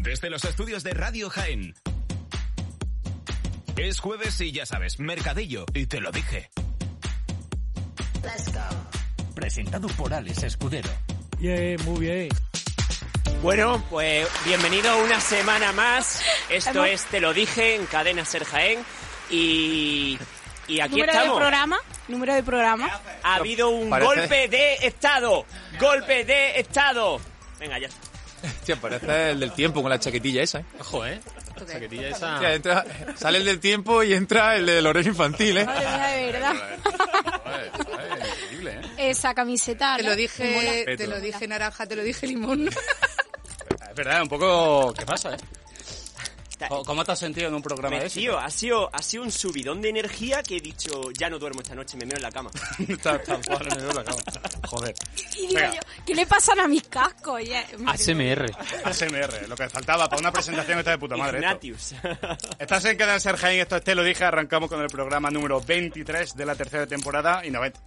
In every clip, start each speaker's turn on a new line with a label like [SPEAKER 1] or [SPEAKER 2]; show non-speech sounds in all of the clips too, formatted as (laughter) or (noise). [SPEAKER 1] desde los estudios de Radio Jaén. Es jueves y ya sabes, mercadillo, y te lo dije.
[SPEAKER 2] Let's go.
[SPEAKER 3] Presentado por Alex Escudero.
[SPEAKER 4] Bien, muy bien.
[SPEAKER 5] Bueno, pues bienvenido una semana más. Esto
[SPEAKER 6] Hemos-
[SPEAKER 5] es Te lo dije en Cadena Ser Jaén. Y, y aquí
[SPEAKER 6] número
[SPEAKER 5] estamos.
[SPEAKER 6] de programa, número de programa.
[SPEAKER 5] Ha habido un
[SPEAKER 7] Parece-
[SPEAKER 5] golpe de Estado. Golpe de Estado. Venga, ya.
[SPEAKER 7] Hostia, parece el del tiempo con la chaquetilla esa, ¿eh?
[SPEAKER 8] Ojo, ¿eh? La chaquetilla esa...
[SPEAKER 7] Hostia, entra, sale el del tiempo y entra el del horario infantil, ¿eh?
[SPEAKER 6] Madre mía, de verdad.
[SPEAKER 8] Joder, joder, increíble, ¿eh?
[SPEAKER 6] Esa camiseta.
[SPEAKER 2] Te
[SPEAKER 6] ¿no?
[SPEAKER 2] lo
[SPEAKER 6] Me mola.
[SPEAKER 2] dije, te lo dije naranja, te lo dije limón.
[SPEAKER 8] Es verdad, un poco... ¿Qué pasa, eh?
[SPEAKER 5] Está-
[SPEAKER 8] ¿Cómo- ¿Cómo te has sentido en un programa
[SPEAKER 5] Me-
[SPEAKER 8] de ese?
[SPEAKER 5] tío, ha sido, ha sido un subidón de energía que he dicho, ya no duermo esta noche, me meo en la cama.
[SPEAKER 8] (laughs) Está tan cual, me veo la cama. Joder.
[SPEAKER 6] Y digo yo, ¿qué le pasan a mis cascos? Ya, madre mía.
[SPEAKER 3] ASMR.
[SPEAKER 8] ASMR, lo que faltaba para una presentación está de puta madre. esto.
[SPEAKER 5] Ignatius.
[SPEAKER 8] (laughs) Estás en Cadena Ser Jaén, esto es Te lo dije, arrancamos con el programa número 23 de la tercera temporada y 90.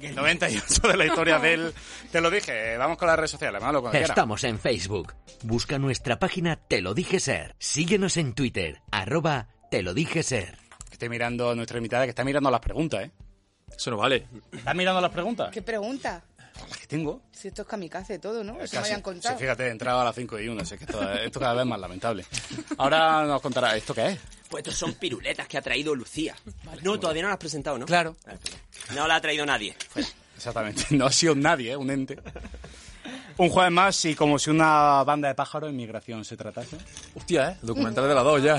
[SPEAKER 8] 98 de la historia del... Te lo dije, vamos con las redes sociales, malo cuando quieras.
[SPEAKER 3] Estamos en Facebook. Busca nuestra página Te lo dije ser. Síguenos en Twitter, arroba Te lo dije ser.
[SPEAKER 8] Que Estoy mirando a nuestra invitada que está mirando las preguntas, ¿eh?
[SPEAKER 7] Eso no vale.
[SPEAKER 8] ¿Estás mirando las preguntas?
[SPEAKER 2] ¿Qué pregunta?
[SPEAKER 8] Las que tengo.
[SPEAKER 2] Si esto es kamikaze todo, ¿no? Eso me
[SPEAKER 8] Casi.
[SPEAKER 2] habían contado.
[SPEAKER 8] Sí, fíjate, he entrado a las 5 y 1, así que esto, esto cada vez más lamentable. Ahora nos contará, ¿esto qué es?
[SPEAKER 5] Pues estos son piruletas que ha traído Lucía. no, todavía no las has presentado, ¿no? Ah, pues
[SPEAKER 8] Claro.
[SPEAKER 5] No la ha traído nadie.
[SPEAKER 8] Exactamente, (laughs) no ha sido nadie, ¿eh? un ente. Un jueves más y como si una banda de pájaros en migración se tratase.
[SPEAKER 7] Hostia, ¿eh? Documental de la 2 ya.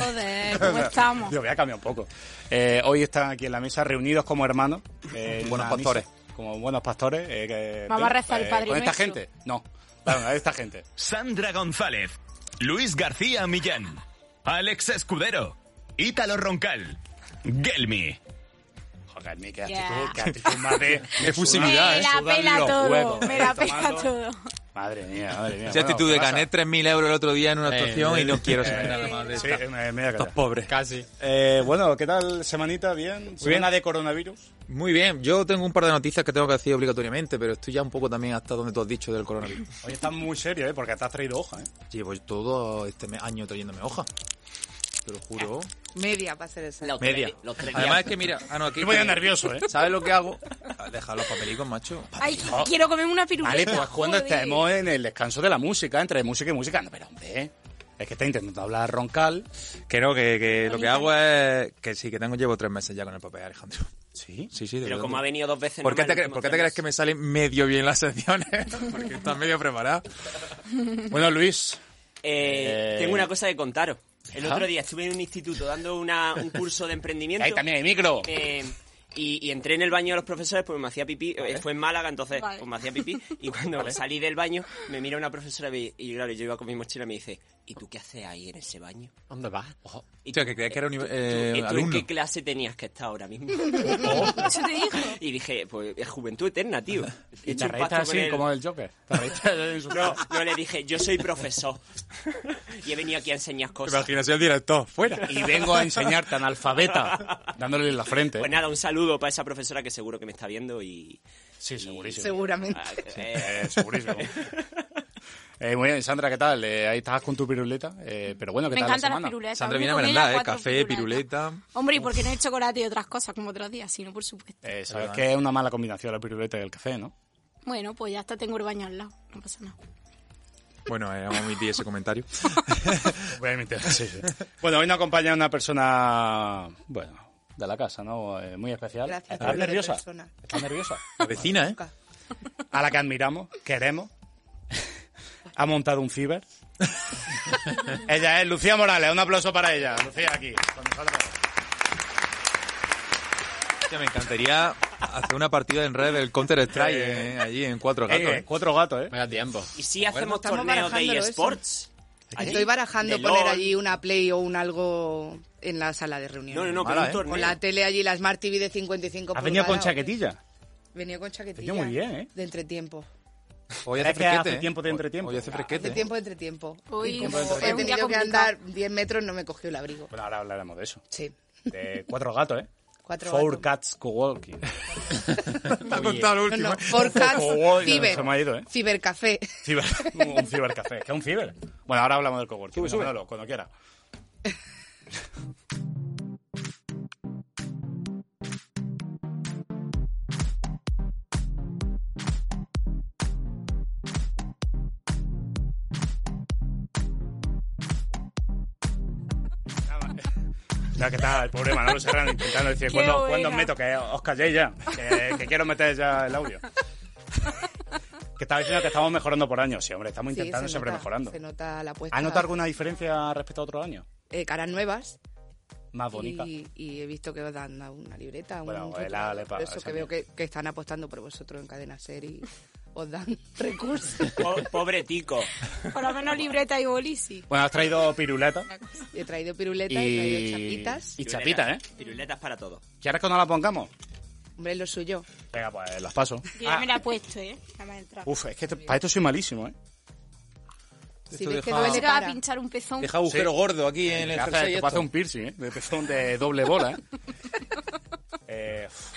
[SPEAKER 8] (laughs)
[SPEAKER 6] Joder, ¿cómo estamos?
[SPEAKER 8] Yo voy a cambiar un poco. Eh, hoy están aquí en la mesa reunidos como hermanos. eh, en
[SPEAKER 7] Buenos
[SPEAKER 8] una misa,
[SPEAKER 7] pastores.
[SPEAKER 8] como buenos pastores. eh, que-
[SPEAKER 6] Vamos a rezar el Padre
[SPEAKER 8] ¿Con esta
[SPEAKER 6] Nuestro.
[SPEAKER 8] gente? No. Claro, esta gente.
[SPEAKER 1] (laughs) Sandra González, Luis García Millán, Alex Escudero, Ítalo Roncal, Gelmi.
[SPEAKER 8] Joder, mi, qué actitud,
[SPEAKER 6] Yeah.
[SPEAKER 8] qué actitud más de, de
[SPEAKER 6] Me
[SPEAKER 8] fusilidad, ¿eh?
[SPEAKER 6] la
[SPEAKER 8] Sudan
[SPEAKER 6] pela
[SPEAKER 8] los
[SPEAKER 6] todo,
[SPEAKER 8] huevos,
[SPEAKER 6] me
[SPEAKER 8] eh,
[SPEAKER 6] la pela
[SPEAKER 8] tomando-
[SPEAKER 6] todo.
[SPEAKER 8] Madre mía, madre mía.
[SPEAKER 7] Esa
[SPEAKER 8] Bueno,
[SPEAKER 7] actitud de
[SPEAKER 8] ¿qué pasa?
[SPEAKER 7] gané 3.000 euros el otro día en una
[SPEAKER 8] Eh,
[SPEAKER 7] actuación y no quiero
[SPEAKER 8] eh,
[SPEAKER 7] saber nada más de
[SPEAKER 8] sí,
[SPEAKER 7] esto.
[SPEAKER 8] eh, me- me voy a callar.
[SPEAKER 7] Pobre.
[SPEAKER 8] Casi. Eh, bueno, ¿qué tal? ¿Semanita? ¿Bien? ¿Semana de coronavirus?
[SPEAKER 7] Muy bien, yo tengo un par de noticias que tengo que decir obligatoriamente, pero estoy ya un poco también hasta donde tú has dicho del coronavirus.
[SPEAKER 8] Hoy estás muy serio, ¿eh? Porque te has traído hoja, ¿eh?
[SPEAKER 7] Llevo todo este me- año trayéndome hoja. Te lo juro.
[SPEAKER 2] Media para ser esa.
[SPEAKER 5] Los tres
[SPEAKER 7] Media.
[SPEAKER 5] di- los tres
[SPEAKER 7] Además es
[SPEAKER 5] días.
[SPEAKER 7] que mira, ah no, aquí
[SPEAKER 8] Yo me ponía nervioso, ¿eh?
[SPEAKER 7] ¿Sabes lo que hago? Deja los papelicos, macho.
[SPEAKER 6] Ay, quiero comer una piruleta.
[SPEAKER 8] Vale, pues cuando
[SPEAKER 6] ¿eh? joder.
[SPEAKER 8] estemos en el descanso de la música, entre música y música. No, pero hombre, ¿eh? es que está intentando hablar roncal.
[SPEAKER 7] Que no, que, que lo que hago es que sí, que tengo llevo tres meses ya con el papel, Alejandro.
[SPEAKER 8] Sí.
[SPEAKER 7] Sí, sí, de
[SPEAKER 5] Pero
[SPEAKER 7] verdad.
[SPEAKER 5] como ha venido dos veces...
[SPEAKER 7] ¿Por qué,
[SPEAKER 5] nomás
[SPEAKER 7] te,
[SPEAKER 5] en
[SPEAKER 7] cre-
[SPEAKER 5] los
[SPEAKER 7] por qué te
[SPEAKER 5] últimos
[SPEAKER 7] crees que me salen medio bien las secciones? (laughs) Porque estás medio preparado.
[SPEAKER 8] Bueno, Luis.
[SPEAKER 5] Eh,
[SPEAKER 8] Eh,
[SPEAKER 5] Tengo una cosa que contaros. El
[SPEAKER 8] ¿Ah?
[SPEAKER 5] otro día estuve en un instituto dando una- un curso de emprendimiento.
[SPEAKER 8] Ahí también hay micro.
[SPEAKER 5] eh, y, y entré en el baño de los profesores, pues me hacía pipí. eh, Fue en Málaga, entonces
[SPEAKER 6] Vale.
[SPEAKER 5] pues me hacía pipí. Y cuando salí del baño, me mira una profesora y, y claro, yo iba con mi mochila y me dice, ¿y tú qué haces ahí en ese baño?
[SPEAKER 8] ¿Dónde vas?
[SPEAKER 5] ¿Y
[SPEAKER 7] Hostia,
[SPEAKER 5] tú-
[SPEAKER 7] que creías que era uni-
[SPEAKER 5] tú- tú-
[SPEAKER 7] eh,
[SPEAKER 5] ¿y tú en
[SPEAKER 7] alumno.
[SPEAKER 5] qué clase tenías que estar ahora
[SPEAKER 8] (laughs)
[SPEAKER 5] mismo?
[SPEAKER 6] Eso te dijo.
[SPEAKER 5] y dije, pues es juventud
[SPEAKER 8] (laughs)
[SPEAKER 5] eterna, tío.
[SPEAKER 8] Y
[SPEAKER 5] He hecho
[SPEAKER 8] te
[SPEAKER 5] un
[SPEAKER 8] reíste
[SPEAKER 5] pacto con
[SPEAKER 8] así,
[SPEAKER 5] el-
[SPEAKER 8] como el Joker. Te reíste en su
[SPEAKER 5] No, (laughs) yo le dije, yo soy profesor. y he venido aquí a enseñar cosas.
[SPEAKER 7] el director,
[SPEAKER 5] (laughs)
[SPEAKER 7] fuera.
[SPEAKER 8] Y vengo a enseñarte analfabeta, dándole en la frente.
[SPEAKER 5] Pues nada, un saludo para esa profesora que seguro que me está viendo y...
[SPEAKER 8] sí, segurísimo.
[SPEAKER 2] Seguramente.
[SPEAKER 5] ah, eh,
[SPEAKER 8] Eh, segurísimo. (laughs) Eh, muy bien, Sandra, ¿qué tal? Eh, ahí estás con tu piruleta. Eh, pero bueno, ¿qué
[SPEAKER 6] Me
[SPEAKER 8] tal la
[SPEAKER 6] encantan las
[SPEAKER 8] semana?
[SPEAKER 6] piruletas.
[SPEAKER 7] Sandra
[SPEAKER 6] Me
[SPEAKER 7] viene a
[SPEAKER 6] comí
[SPEAKER 7] merendar,
[SPEAKER 6] las
[SPEAKER 7] ¿eh?
[SPEAKER 6] cuatro
[SPEAKER 7] Café,
[SPEAKER 6] piruletas.
[SPEAKER 7] piruleta.
[SPEAKER 6] Hombre, ¿y por qué no he chocolate y otras cosas como otros días? Si no, por supuesto.
[SPEAKER 8] Eh, sabes que es una mala combinación la piruleta y el café, ¿no?
[SPEAKER 6] Bueno, pues ya hasta tengo el baño al lado. No pasa nada.
[SPEAKER 7] Bueno, eh, vamos a omitir ese comentario.
[SPEAKER 8] Obviamente, sí, sí. (laughs) Bueno, hoy nos acompaña una persona, bueno, de la casa, ¿no? Eh, muy especial.
[SPEAKER 2] Gracias por
[SPEAKER 8] ¿Estás
[SPEAKER 2] hablar de
[SPEAKER 8] nerviosa?
[SPEAKER 2] persona.
[SPEAKER 8] ¿Estás nerviosa?
[SPEAKER 7] La vecina, ¿eh?
[SPEAKER 2] Nunca.
[SPEAKER 8] A la que admiramos, queremos. Ha montado un ciber. ella es Lucía Morales. Un aplauso para ella. Lucía, aquí, con nosotros.
[SPEAKER 7] Hostia, me encantaría hacer una partida en red del Counter Strike eh, allí en cuatro gatos.
[SPEAKER 8] Eh, eh,
[SPEAKER 7] eh.
[SPEAKER 8] cuatro gatos, ¿eh?
[SPEAKER 3] Vaya tiempo.
[SPEAKER 5] y si hacemos
[SPEAKER 2] estamos
[SPEAKER 5] torneos de
[SPEAKER 2] barajándolo eso.
[SPEAKER 5] eSports. allí,
[SPEAKER 2] Estoy barajando
[SPEAKER 5] de
[SPEAKER 2] poner
[SPEAKER 5] LOL.
[SPEAKER 2] allí una Play o un algo en la sala de reunión.
[SPEAKER 5] No, no, no,
[SPEAKER 7] Mala,
[SPEAKER 5] pero un
[SPEAKER 7] ¿eh?
[SPEAKER 5] torneo.
[SPEAKER 2] Con la tele allí, la Smart TV de 55
[SPEAKER 8] Has venido con
[SPEAKER 2] pulgadas.
[SPEAKER 8] chaquetilla.
[SPEAKER 2] Venía con chaquetilla.
[SPEAKER 8] Venido muy bien, ¿eh?
[SPEAKER 2] De entretiempo.
[SPEAKER 7] Hoy
[SPEAKER 8] Era
[SPEAKER 7] hace
[SPEAKER 8] que hace
[SPEAKER 7] fresquete. eh.
[SPEAKER 8] tiempo de entretiempo.
[SPEAKER 7] Hoy hace
[SPEAKER 2] De
[SPEAKER 7] fresquete. eh.
[SPEAKER 2] tiempo de entretiempo.
[SPEAKER 6] Uy,
[SPEAKER 2] Y como
[SPEAKER 6] fue
[SPEAKER 2] he
[SPEAKER 6] un día
[SPEAKER 2] tenido que
[SPEAKER 6] complicado.
[SPEAKER 2] andar 10 metros, no me cogió el abrigo.
[SPEAKER 8] Bueno, ahora hablaremos de eso.
[SPEAKER 2] Sí.
[SPEAKER 8] De cuatro gatos, ¿eh?
[SPEAKER 2] Cuatro
[SPEAKER 8] Four
[SPEAKER 2] gatos.
[SPEAKER 8] Cats
[SPEAKER 2] (laughs)
[SPEAKER 8] Coworking.
[SPEAKER 7] Me ha contado lo
[SPEAKER 2] No,
[SPEAKER 7] último.
[SPEAKER 2] no,
[SPEAKER 7] ¿eh?
[SPEAKER 8] (laughs)
[SPEAKER 2] Four Cats
[SPEAKER 8] Oye,
[SPEAKER 2] Ciber.
[SPEAKER 8] se me ha ido, ¿eh?
[SPEAKER 2] Cibercafé. (laughs)
[SPEAKER 8] Ciber-
[SPEAKER 5] (laughs)
[SPEAKER 8] un cibercafé. ¿Qué es un ciber? Bueno, ahora hablamos del coworking.
[SPEAKER 5] Sube, sube.
[SPEAKER 8] Manolo, cuando quiera. Ya que está el pobre Manolo Serrano intentando decir
[SPEAKER 6] Qué
[SPEAKER 8] cuándo,
[SPEAKER 6] buena.
[SPEAKER 8] cuándo os meto, que os calléis ya, que, que quiero meter ya
[SPEAKER 2] (laughs)
[SPEAKER 8] el audio. Que estaba diciendo que estamos mejorando por año. Sí, hombre, estamos
[SPEAKER 2] Sí,
[SPEAKER 8] intentando
[SPEAKER 2] se
[SPEAKER 8] siempre
[SPEAKER 2] nota-
[SPEAKER 8] mejorando.
[SPEAKER 2] Se nota la apuesta.
[SPEAKER 8] ¿Has notado alguna diferencia respecto a otro año?
[SPEAKER 2] Eh, caras nuevas.
[SPEAKER 8] Más bonita.
[SPEAKER 2] Y, y he visto que os dan una- una libreta, un
[SPEAKER 8] Ah, Bueno,
[SPEAKER 2] rotulador,
[SPEAKER 8] el Ale pa-
[SPEAKER 2] eso
[SPEAKER 8] esa
[SPEAKER 2] que veo que, que están apostando por vosotros en Cadena Ser y (laughs) os dan
[SPEAKER 6] (laughs)
[SPEAKER 2] recursos.
[SPEAKER 5] Po- pobre tico.
[SPEAKER 6] Por lo menos libreta y boli, sí.
[SPEAKER 8] Bueno, has traído piruleta.
[SPEAKER 2] He traído piruletas, he traído
[SPEAKER 8] Y,
[SPEAKER 2] chapitas.
[SPEAKER 8] y chapita, ¿eh?
[SPEAKER 5] Piruletas para todo.
[SPEAKER 8] ¿Quieres que no la pongamos?
[SPEAKER 2] Hombre, es lo suyo.
[SPEAKER 8] Venga, pues las paso.
[SPEAKER 6] Yo ya me la he puesto, ¿eh? Ya me ha entrado.
[SPEAKER 8] Uf, es que esto- para esto soy malísimo, ¿eh?
[SPEAKER 2] Si ves que
[SPEAKER 7] deja-
[SPEAKER 2] duele
[SPEAKER 6] Se va a
[SPEAKER 2] cara.
[SPEAKER 6] pinchar un pezón.
[SPEAKER 7] Deja agujero
[SPEAKER 8] Sí.
[SPEAKER 7] gordo aquí en el
[SPEAKER 8] Te hace-
[SPEAKER 7] jersey
[SPEAKER 8] te
[SPEAKER 7] esto.
[SPEAKER 8] puede hacer un piercing, ¿eh? De pezón de doble
[SPEAKER 7] (laughs)
[SPEAKER 8] bola, ¿eh? Eh, uf.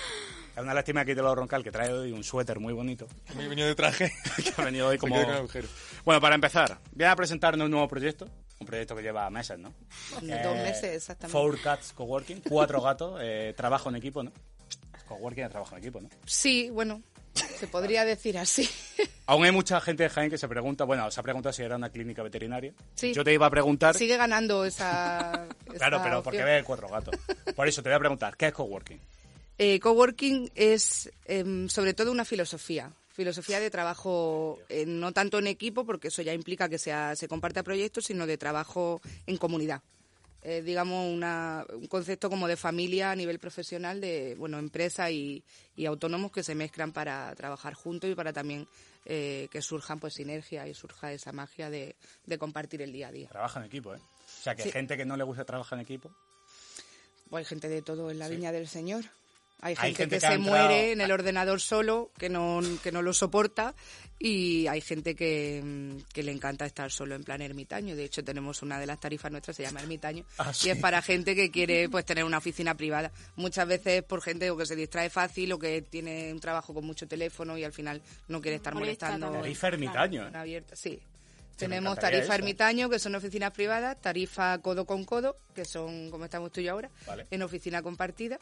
[SPEAKER 8] es una lástima que te lo roncal que trae hoy un suéter muy bonito.
[SPEAKER 7] Me he venido de traje.
[SPEAKER 8] (laughs) que ha
[SPEAKER 7] (laughs)
[SPEAKER 8] venido hoy como...
[SPEAKER 7] queda con el agujero.
[SPEAKER 8] Bueno, para empezar, voy a presentarnos un nuevo proyecto. Un proyecto que lleva meses, ¿no? Eh,
[SPEAKER 2] Unos dos meses, exactamente.
[SPEAKER 8] Four Cats Coworking, cuatro gatos, eh, trabajo en equipo, ¿no? Coworking es trabajo en equipo, ¿no?
[SPEAKER 2] Sí, bueno, se podría decir así.
[SPEAKER 8] Aún hay mucha gente de Jaén que se pregunta, bueno, se ha preguntado si era una clínica veterinaria.
[SPEAKER 2] Sí.
[SPEAKER 8] Yo te iba a preguntar...
[SPEAKER 2] Sigue ganando esa.
[SPEAKER 8] (laughs) Claro,
[SPEAKER 2] esa
[SPEAKER 8] pero porque
[SPEAKER 2] opción.
[SPEAKER 8] ves cuatro gatos. Por eso te voy a preguntar, ¿qué es coworking?
[SPEAKER 2] Eh, coworking es em, sobre todo una filosofía, filosofía de trabajo eh, no tanto en equipo, porque eso ya implica que sea- se comparta proyectos, sino de trabajo en comunidad. Eh, digamos, una- un concepto como de familia a nivel profesional de bueno empresa y, y autónomos que se mezclan para trabajar juntos y para también eh, que surjan pues sinergia y surja esa magia de, de compartir el día a día.
[SPEAKER 8] Trabaja en equipo, ¿eh? O sea, que
[SPEAKER 2] Sí.
[SPEAKER 8] gente que no le gusta trabajar en equipo.
[SPEAKER 2] Pues hay gente de todo en la viña del Señor. Hay gente,
[SPEAKER 8] Hay gente
[SPEAKER 2] que,
[SPEAKER 8] que ha
[SPEAKER 2] se
[SPEAKER 8] entrado-
[SPEAKER 2] muere en el ordenador solo, que no, que no lo soporta, y hay gente que, mm, que le encanta estar solo en plan ermitaño. De hecho, tenemos una de las tarifas nuestras, se llama ermitaño,
[SPEAKER 8] Ah,
[SPEAKER 2] y
[SPEAKER 8] sí.
[SPEAKER 2] es para gente que
[SPEAKER 8] (laughs)
[SPEAKER 2] quiere pues tener una oficina privada. Muchas veces por gente o que se distrae fácil o que tiene un trabajo con mucho teléfono y al final no quiere estar
[SPEAKER 6] Molesta,
[SPEAKER 2] molestando.
[SPEAKER 6] ¿no?
[SPEAKER 8] Tarifa ermitaño, ¿eh?
[SPEAKER 2] Una abierta, sí.
[SPEAKER 8] Sí, me
[SPEAKER 2] Tenemos
[SPEAKER 8] encantaría
[SPEAKER 2] tarifa
[SPEAKER 8] eso.
[SPEAKER 2] ermitaño, que son oficinas privadas, tarifa codo con codo, que son como estamos tú y yo ahora,
[SPEAKER 8] Vale.
[SPEAKER 2] en oficina compartida.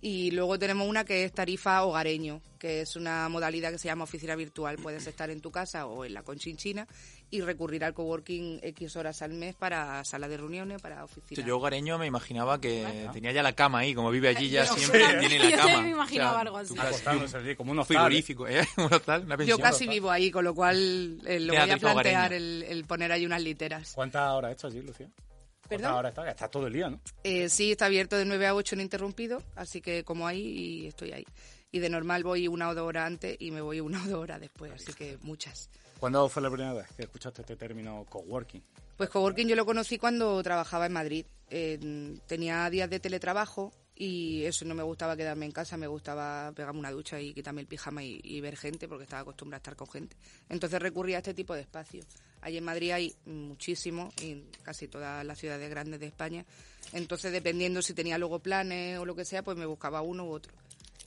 [SPEAKER 2] Y luego tenemos una que es tarifa hogareño, que es una modalidad que se llama oficina virtual. Puedes estar en tu casa o en la conchinchina y recurrir al coworking X horas al mes para sala de reuniones, para oficina.
[SPEAKER 7] Yo hogareño me imaginaba que tenía ya la cama ahí, como vive allí ya siempre
[SPEAKER 6] yo también.
[SPEAKER 7] tiene la
[SPEAKER 6] (laughs) Yo
[SPEAKER 7] cama.
[SPEAKER 6] me imaginaba algo así.
[SPEAKER 7] tú casi-
[SPEAKER 8] Acostándose allí como unos
[SPEAKER 7] un frigorífico, ¿eh? (laughs) Uno tal, una
[SPEAKER 2] Yo
[SPEAKER 7] pensión.
[SPEAKER 2] casi vivo ahí, con lo cual eh, lo
[SPEAKER 7] Te da
[SPEAKER 2] voy a
[SPEAKER 7] tripa hogareña.
[SPEAKER 2] plantear el, el poner ahí unas literas.
[SPEAKER 8] ¿Cuántas horas esto allí, Lucía? ¿Cuántas
[SPEAKER 2] ¿Perdón?
[SPEAKER 8] horas está? Está todo el día, ¿no?
[SPEAKER 2] Eh, sí, está abierto de 9 a 8 ininterrumpido, así que como ahí y estoy ahí. Y de normal voy una o dos horas antes y me voy una o dos horas después, así que muchas.
[SPEAKER 8] ¿Cuándo fue la primera vez que escuchaste este término coworking?
[SPEAKER 2] Pues coworking yo lo conocí cuando trabajaba en Madrid. Eh, tenía días de teletrabajo y eso no me gustaba quedarme en casa, me gustaba pegarme una ducha y quitarme el pijama y, y ver gente porque estaba acostumbrada a estar con gente. Entonces recurría a este tipo de espacios. Allí en Madrid hay muchísimo, en casi todas las ciudades grandes de España. Entonces dependiendo si tenía luego planes o lo que sea, pues me buscaba uno u otro.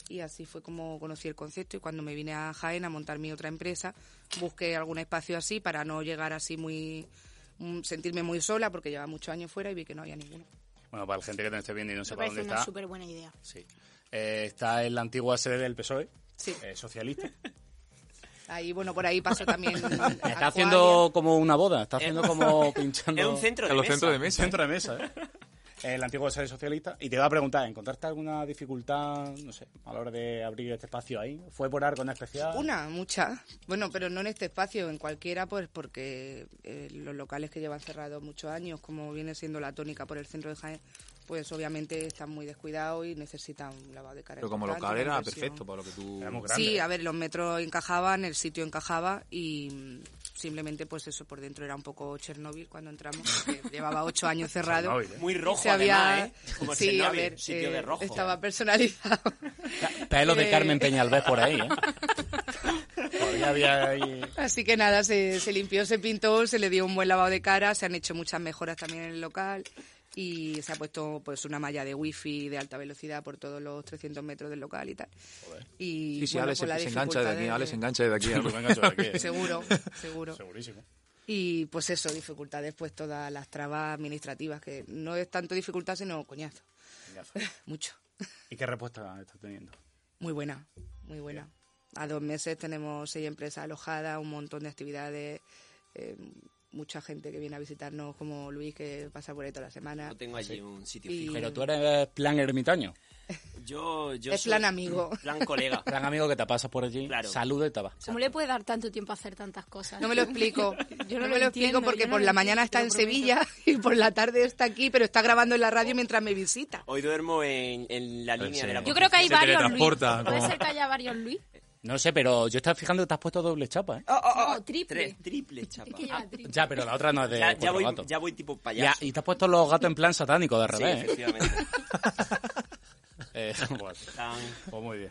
[SPEAKER 2] Y así fue como conocí el concepto. Y cuando me vine a Jaén a montar mi otra empresa, busqué algún espacio así para no llegar así muy. mm, sentirme muy sola porque llevaba muchos años fuera y vi que no había ninguno.
[SPEAKER 8] Bueno, para la gente que te esté viendo y no
[SPEAKER 6] Me
[SPEAKER 8] sepa
[SPEAKER 6] parece
[SPEAKER 8] dónde
[SPEAKER 6] una
[SPEAKER 8] está.
[SPEAKER 6] súper buena idea.
[SPEAKER 8] Sí. Eh, está en la antigua sede del PSOE,
[SPEAKER 2] Sí.
[SPEAKER 8] eh, socialista.
[SPEAKER 2] Ahí, bueno, por ahí pasa también.
[SPEAKER 8] (laughs) Está
[SPEAKER 2] Acuaria.
[SPEAKER 8] haciendo como una boda, está haciendo
[SPEAKER 5] Eh,
[SPEAKER 8] como pinchando.
[SPEAKER 5] Es un centro de
[SPEAKER 7] a los
[SPEAKER 5] mesa.
[SPEAKER 7] centros de
[SPEAKER 8] Un
[SPEAKER 7] mesa.
[SPEAKER 8] centro de mesa, ¿eh? (laughs) El antiguo sede socialista. Y te va a preguntar, ¿encontraste alguna dificultad, no sé, a la hora de abrir este espacio ahí? ¿Fue por algo en especial?
[SPEAKER 2] Una, muchas. Bueno, pero no en este espacio, en cualquiera, pues porque eh, los locales que llevan cerrados muchos años, como viene siendo la tónica por el centro de Jaén, pues obviamente están muy descuidados y necesitan un lavado de cara.
[SPEAKER 7] Pero como
[SPEAKER 2] importante,
[SPEAKER 7] local
[SPEAKER 2] una
[SPEAKER 7] era
[SPEAKER 2] inversión.
[SPEAKER 7] perfecto para lo que tú...
[SPEAKER 8] Era muy grande.
[SPEAKER 2] Sí, a ver, los metros encajaban, el sitio encajaba y mm, simplemente pues eso por dentro era un poco Chernóbil cuando entramos,
[SPEAKER 7] (laughs)
[SPEAKER 2] porque llevaba ocho años cerrado.
[SPEAKER 8] Chernóbil, ¿eh?
[SPEAKER 5] Muy
[SPEAKER 2] Y
[SPEAKER 5] rojo,
[SPEAKER 2] se había-
[SPEAKER 5] además, ¿eh? Como
[SPEAKER 2] sí,
[SPEAKER 5] Chernobyl,
[SPEAKER 2] a ver,
[SPEAKER 5] sitio
[SPEAKER 2] eh,
[SPEAKER 5] de rojo.
[SPEAKER 2] estaba personalizado.
[SPEAKER 8] Pelo de
[SPEAKER 2] Eh.
[SPEAKER 8] Carmen Peñalver por (laughs) ahí, ¿eh? Todavía había ahí...
[SPEAKER 2] Así que nada, se, se limpió, se pintó, se le dio un buen lavado de cara, se han hecho muchas mejoras también en el local. Y y se ha puesto pues una malla de wifi de alta velocidad por todos los 300 metros del local y tal. Y
[SPEAKER 7] Sí, sí,
[SPEAKER 2] bueno,
[SPEAKER 7] Alex
[SPEAKER 2] pues la
[SPEAKER 7] se engancha de aquí,
[SPEAKER 2] dificultad
[SPEAKER 7] Alex
[SPEAKER 2] de-
[SPEAKER 7] se engancha de aquí.
[SPEAKER 8] Sí, pues me engancho de
[SPEAKER 6] (laughs)
[SPEAKER 8] aquí.
[SPEAKER 2] Seguro, seguro.
[SPEAKER 8] Segurísimo.
[SPEAKER 2] Y pues eso, dificultades, pues todas las trabas administrativas, que no es tanto dificultad, sino coñazo.
[SPEAKER 8] Coñazo.
[SPEAKER 2] Mucho.
[SPEAKER 8] ¿Y qué respuesta estás teniendo?
[SPEAKER 2] Muy buena, muy buena. A dos meses tenemos seis empresas alojadas, un montón de actividades, eh, mucha gente que viene a visitarnos, como Luis, que pasa por ahí toda la semana.
[SPEAKER 5] Yo tengo allí un sitio
[SPEAKER 2] Y-
[SPEAKER 5] fijo.
[SPEAKER 2] Pero tú
[SPEAKER 4] eres plan ermitaño.
[SPEAKER 5] Yo, yo
[SPEAKER 2] Es
[SPEAKER 5] soy
[SPEAKER 2] plan amigo.
[SPEAKER 5] Plan colega.
[SPEAKER 4] Plan amigo que te pasas por allí,
[SPEAKER 5] Claro.
[SPEAKER 4] saluda y te vas.
[SPEAKER 6] ¿Cómo le puede dar tanto tiempo a hacer tantas cosas?
[SPEAKER 2] No me lo explico.
[SPEAKER 6] (laughs) Yo no
[SPEAKER 2] no,
[SPEAKER 6] lo
[SPEAKER 2] me lo
[SPEAKER 6] entiendo,
[SPEAKER 2] explico porque
[SPEAKER 6] yo no
[SPEAKER 2] por
[SPEAKER 6] lo
[SPEAKER 2] la
[SPEAKER 6] entiendo,
[SPEAKER 2] mañana está
[SPEAKER 6] te
[SPEAKER 2] en
[SPEAKER 6] lo prometo.
[SPEAKER 2] Sevilla (laughs) y por la tarde está aquí, pero está grabando en la radio mientras me visita.
[SPEAKER 5] Hoy duermo en, en
[SPEAKER 8] Pues
[SPEAKER 5] la línea
[SPEAKER 4] sí.
[SPEAKER 5] de la
[SPEAKER 6] Yo creo que hay
[SPEAKER 7] Se
[SPEAKER 6] varios Luis.
[SPEAKER 7] teletransporta,
[SPEAKER 6] Puede
[SPEAKER 7] como-
[SPEAKER 6] ser que haya varios Luis.
[SPEAKER 4] No sé, pero yo estaba fijando que te has puesto doble chapa, ¿eh?
[SPEAKER 2] Oh,
[SPEAKER 6] no, triple.
[SPEAKER 5] Tres, triple, chapa.
[SPEAKER 6] Es que lleva
[SPEAKER 5] Ah,
[SPEAKER 6] triple.
[SPEAKER 4] Ya, pero la otra no es de
[SPEAKER 5] ya, ya
[SPEAKER 4] cuatro
[SPEAKER 5] voy,
[SPEAKER 4] gatos.
[SPEAKER 5] ya voy tipo
[SPEAKER 4] Ya,
[SPEAKER 5] payaso.
[SPEAKER 4] y te has puesto los gatos en plan satánico de
[SPEAKER 5] sí,
[SPEAKER 4] revés, ¿eh?
[SPEAKER 5] efectivamente.
[SPEAKER 4] Eh, bueno.
[SPEAKER 5] Tan-
[SPEAKER 8] (laughs) Pues muy bien.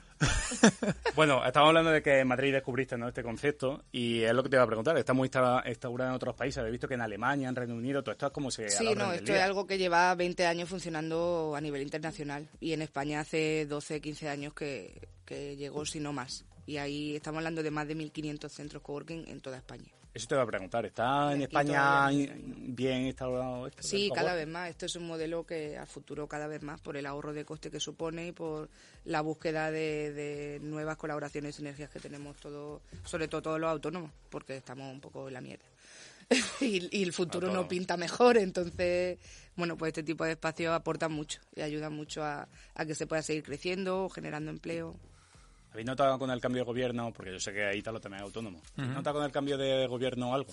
[SPEAKER 8] bueno, estamos hablando de que en Madrid descubriste ¿no? este concepto y es lo que te iba a preguntar. Está muy insta- instaurado en otros países. He visto que en Alemania, en Reino Unido, todo esto es como se...
[SPEAKER 2] Sí, no, esto es algo que lleva 20 años funcionando a nivel internacional y en España hace 12, 15 años que, que llegó, si no más. Y ahí estamos hablando de más de 1.500 centros coworking en toda España.
[SPEAKER 8] Eso te iba a preguntar. ¿Está en
[SPEAKER 2] Aquí
[SPEAKER 8] España
[SPEAKER 2] todavía
[SPEAKER 8] bien instaurado esto?
[SPEAKER 2] Sí,
[SPEAKER 8] Por favor.
[SPEAKER 2] cada vez más. Esto es un modelo que a futuro cada vez más por el ahorro de coste que supone y por la búsqueda de, de nuevas colaboraciones y sinergias que tenemos todos, sobre todo todos los autónomos, porque estamos un poco en la mierda. (laughs) y, y el futuro no pinta mejor, entonces, bueno, pues este tipo de espacios aportan mucho y ayudan mucho a, a que se pueda seguir creciendo, generando empleo.
[SPEAKER 8] ¿Habéis notado con el cambio de gobierno? Porque yo sé que ahí te lo tenéis autónomo. ¿Habéis notado con el cambio de
[SPEAKER 2] (laughs)
[SPEAKER 8] gobierno algo?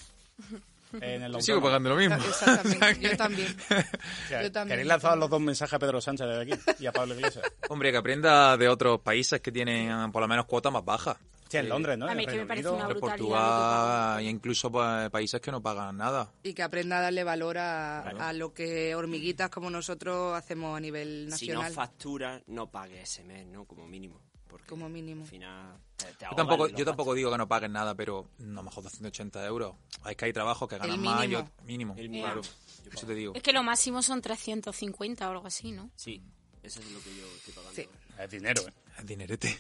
[SPEAKER 8] En el
[SPEAKER 7] Sigo
[SPEAKER 8] autónomo.
[SPEAKER 7] pagando lo mismo.
[SPEAKER 2] Exactamente,
[SPEAKER 7] (laughs)
[SPEAKER 2] yo también.
[SPEAKER 8] O sea,
[SPEAKER 2] Yo también.
[SPEAKER 8] ¿Queréis lanzar los dos mensajes a Pedro Sánchez desde aquí y a Pablo Iglesias?
[SPEAKER 2] (laughs)
[SPEAKER 7] Hombre, que aprenda de otros países que tienen por lo menos cuotas más bajas.
[SPEAKER 8] Hostia, en Londres, ¿no?
[SPEAKER 6] A
[SPEAKER 8] En
[SPEAKER 6] mí
[SPEAKER 8] el
[SPEAKER 6] que me
[SPEAKER 8] Reino
[SPEAKER 6] parece
[SPEAKER 8] Unido.
[SPEAKER 6] una
[SPEAKER 7] De
[SPEAKER 6] brutalidad
[SPEAKER 7] Portugal e incluso pues, países que no pagan nada.
[SPEAKER 2] Y que aprenda a darle valor a, a lo que hormiguitas como nosotros hacemos a nivel
[SPEAKER 5] Si no
[SPEAKER 2] nacional.
[SPEAKER 5] facturas, no pagues ese mes, ¿no? Como mínimo. Porque
[SPEAKER 2] Como mínimo.
[SPEAKER 5] Al final te, te
[SPEAKER 7] Yo
[SPEAKER 5] ahogan
[SPEAKER 7] tampoco,
[SPEAKER 5] los
[SPEAKER 7] yo tampoco
[SPEAKER 5] gastos.
[SPEAKER 7] digo que no paguen nada, pero mm, a lo mejor 280 euros. Es que hay trabajos que ganan
[SPEAKER 2] El
[SPEAKER 7] más y
[SPEAKER 2] mínimo.
[SPEAKER 7] ot- mínimo.
[SPEAKER 6] Eh,
[SPEAKER 5] El mínimo.
[SPEAKER 7] claro.
[SPEAKER 5] Yo
[SPEAKER 7] Eso
[SPEAKER 5] pago.
[SPEAKER 7] te digo.
[SPEAKER 6] Es que lo máximo son 350 o algo así, ¿no?
[SPEAKER 5] Sí, eso es lo que yo estoy pagando.
[SPEAKER 2] Sí.
[SPEAKER 8] Es dinero, ¿eh?
[SPEAKER 7] Dinerete.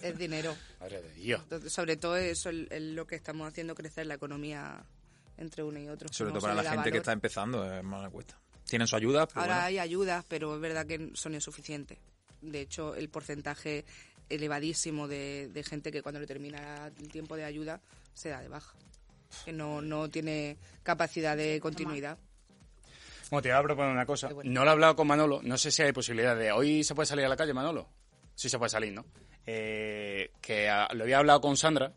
[SPEAKER 2] es
[SPEAKER 5] (laughs)
[SPEAKER 2] dinero.
[SPEAKER 8] (laughs) Madre de Dios.
[SPEAKER 2] Entonces, sobre todo eso es es lo que estamos haciendo crecer la economía entre uno y otro.
[SPEAKER 7] Sobre
[SPEAKER 2] No
[SPEAKER 7] todo
[SPEAKER 2] se le
[SPEAKER 7] para la
[SPEAKER 2] da
[SPEAKER 7] gente que
[SPEAKER 2] valor.
[SPEAKER 7] está empezando, es más la cuesta. Tienen su ayuda, pero
[SPEAKER 2] Ahora
[SPEAKER 7] bueno.
[SPEAKER 2] hay ayudas, pero es verdad que son insuficientes. De hecho, el porcentaje elevadísimo de, de gente que cuando le termina el tiempo de ayuda se da de baja. Que no, no tiene capacidad de continuidad.
[SPEAKER 8] Bueno, te iba a proponer una cosa.
[SPEAKER 2] Qué bueno.
[SPEAKER 8] No lo he hablado con Manolo. No sé si hay posibilidad de... ¿Hoy se puede salir a la calle, Manolo? Sí se puede salir, ¿no? Eh, que ah, lo había hablado con Sandra.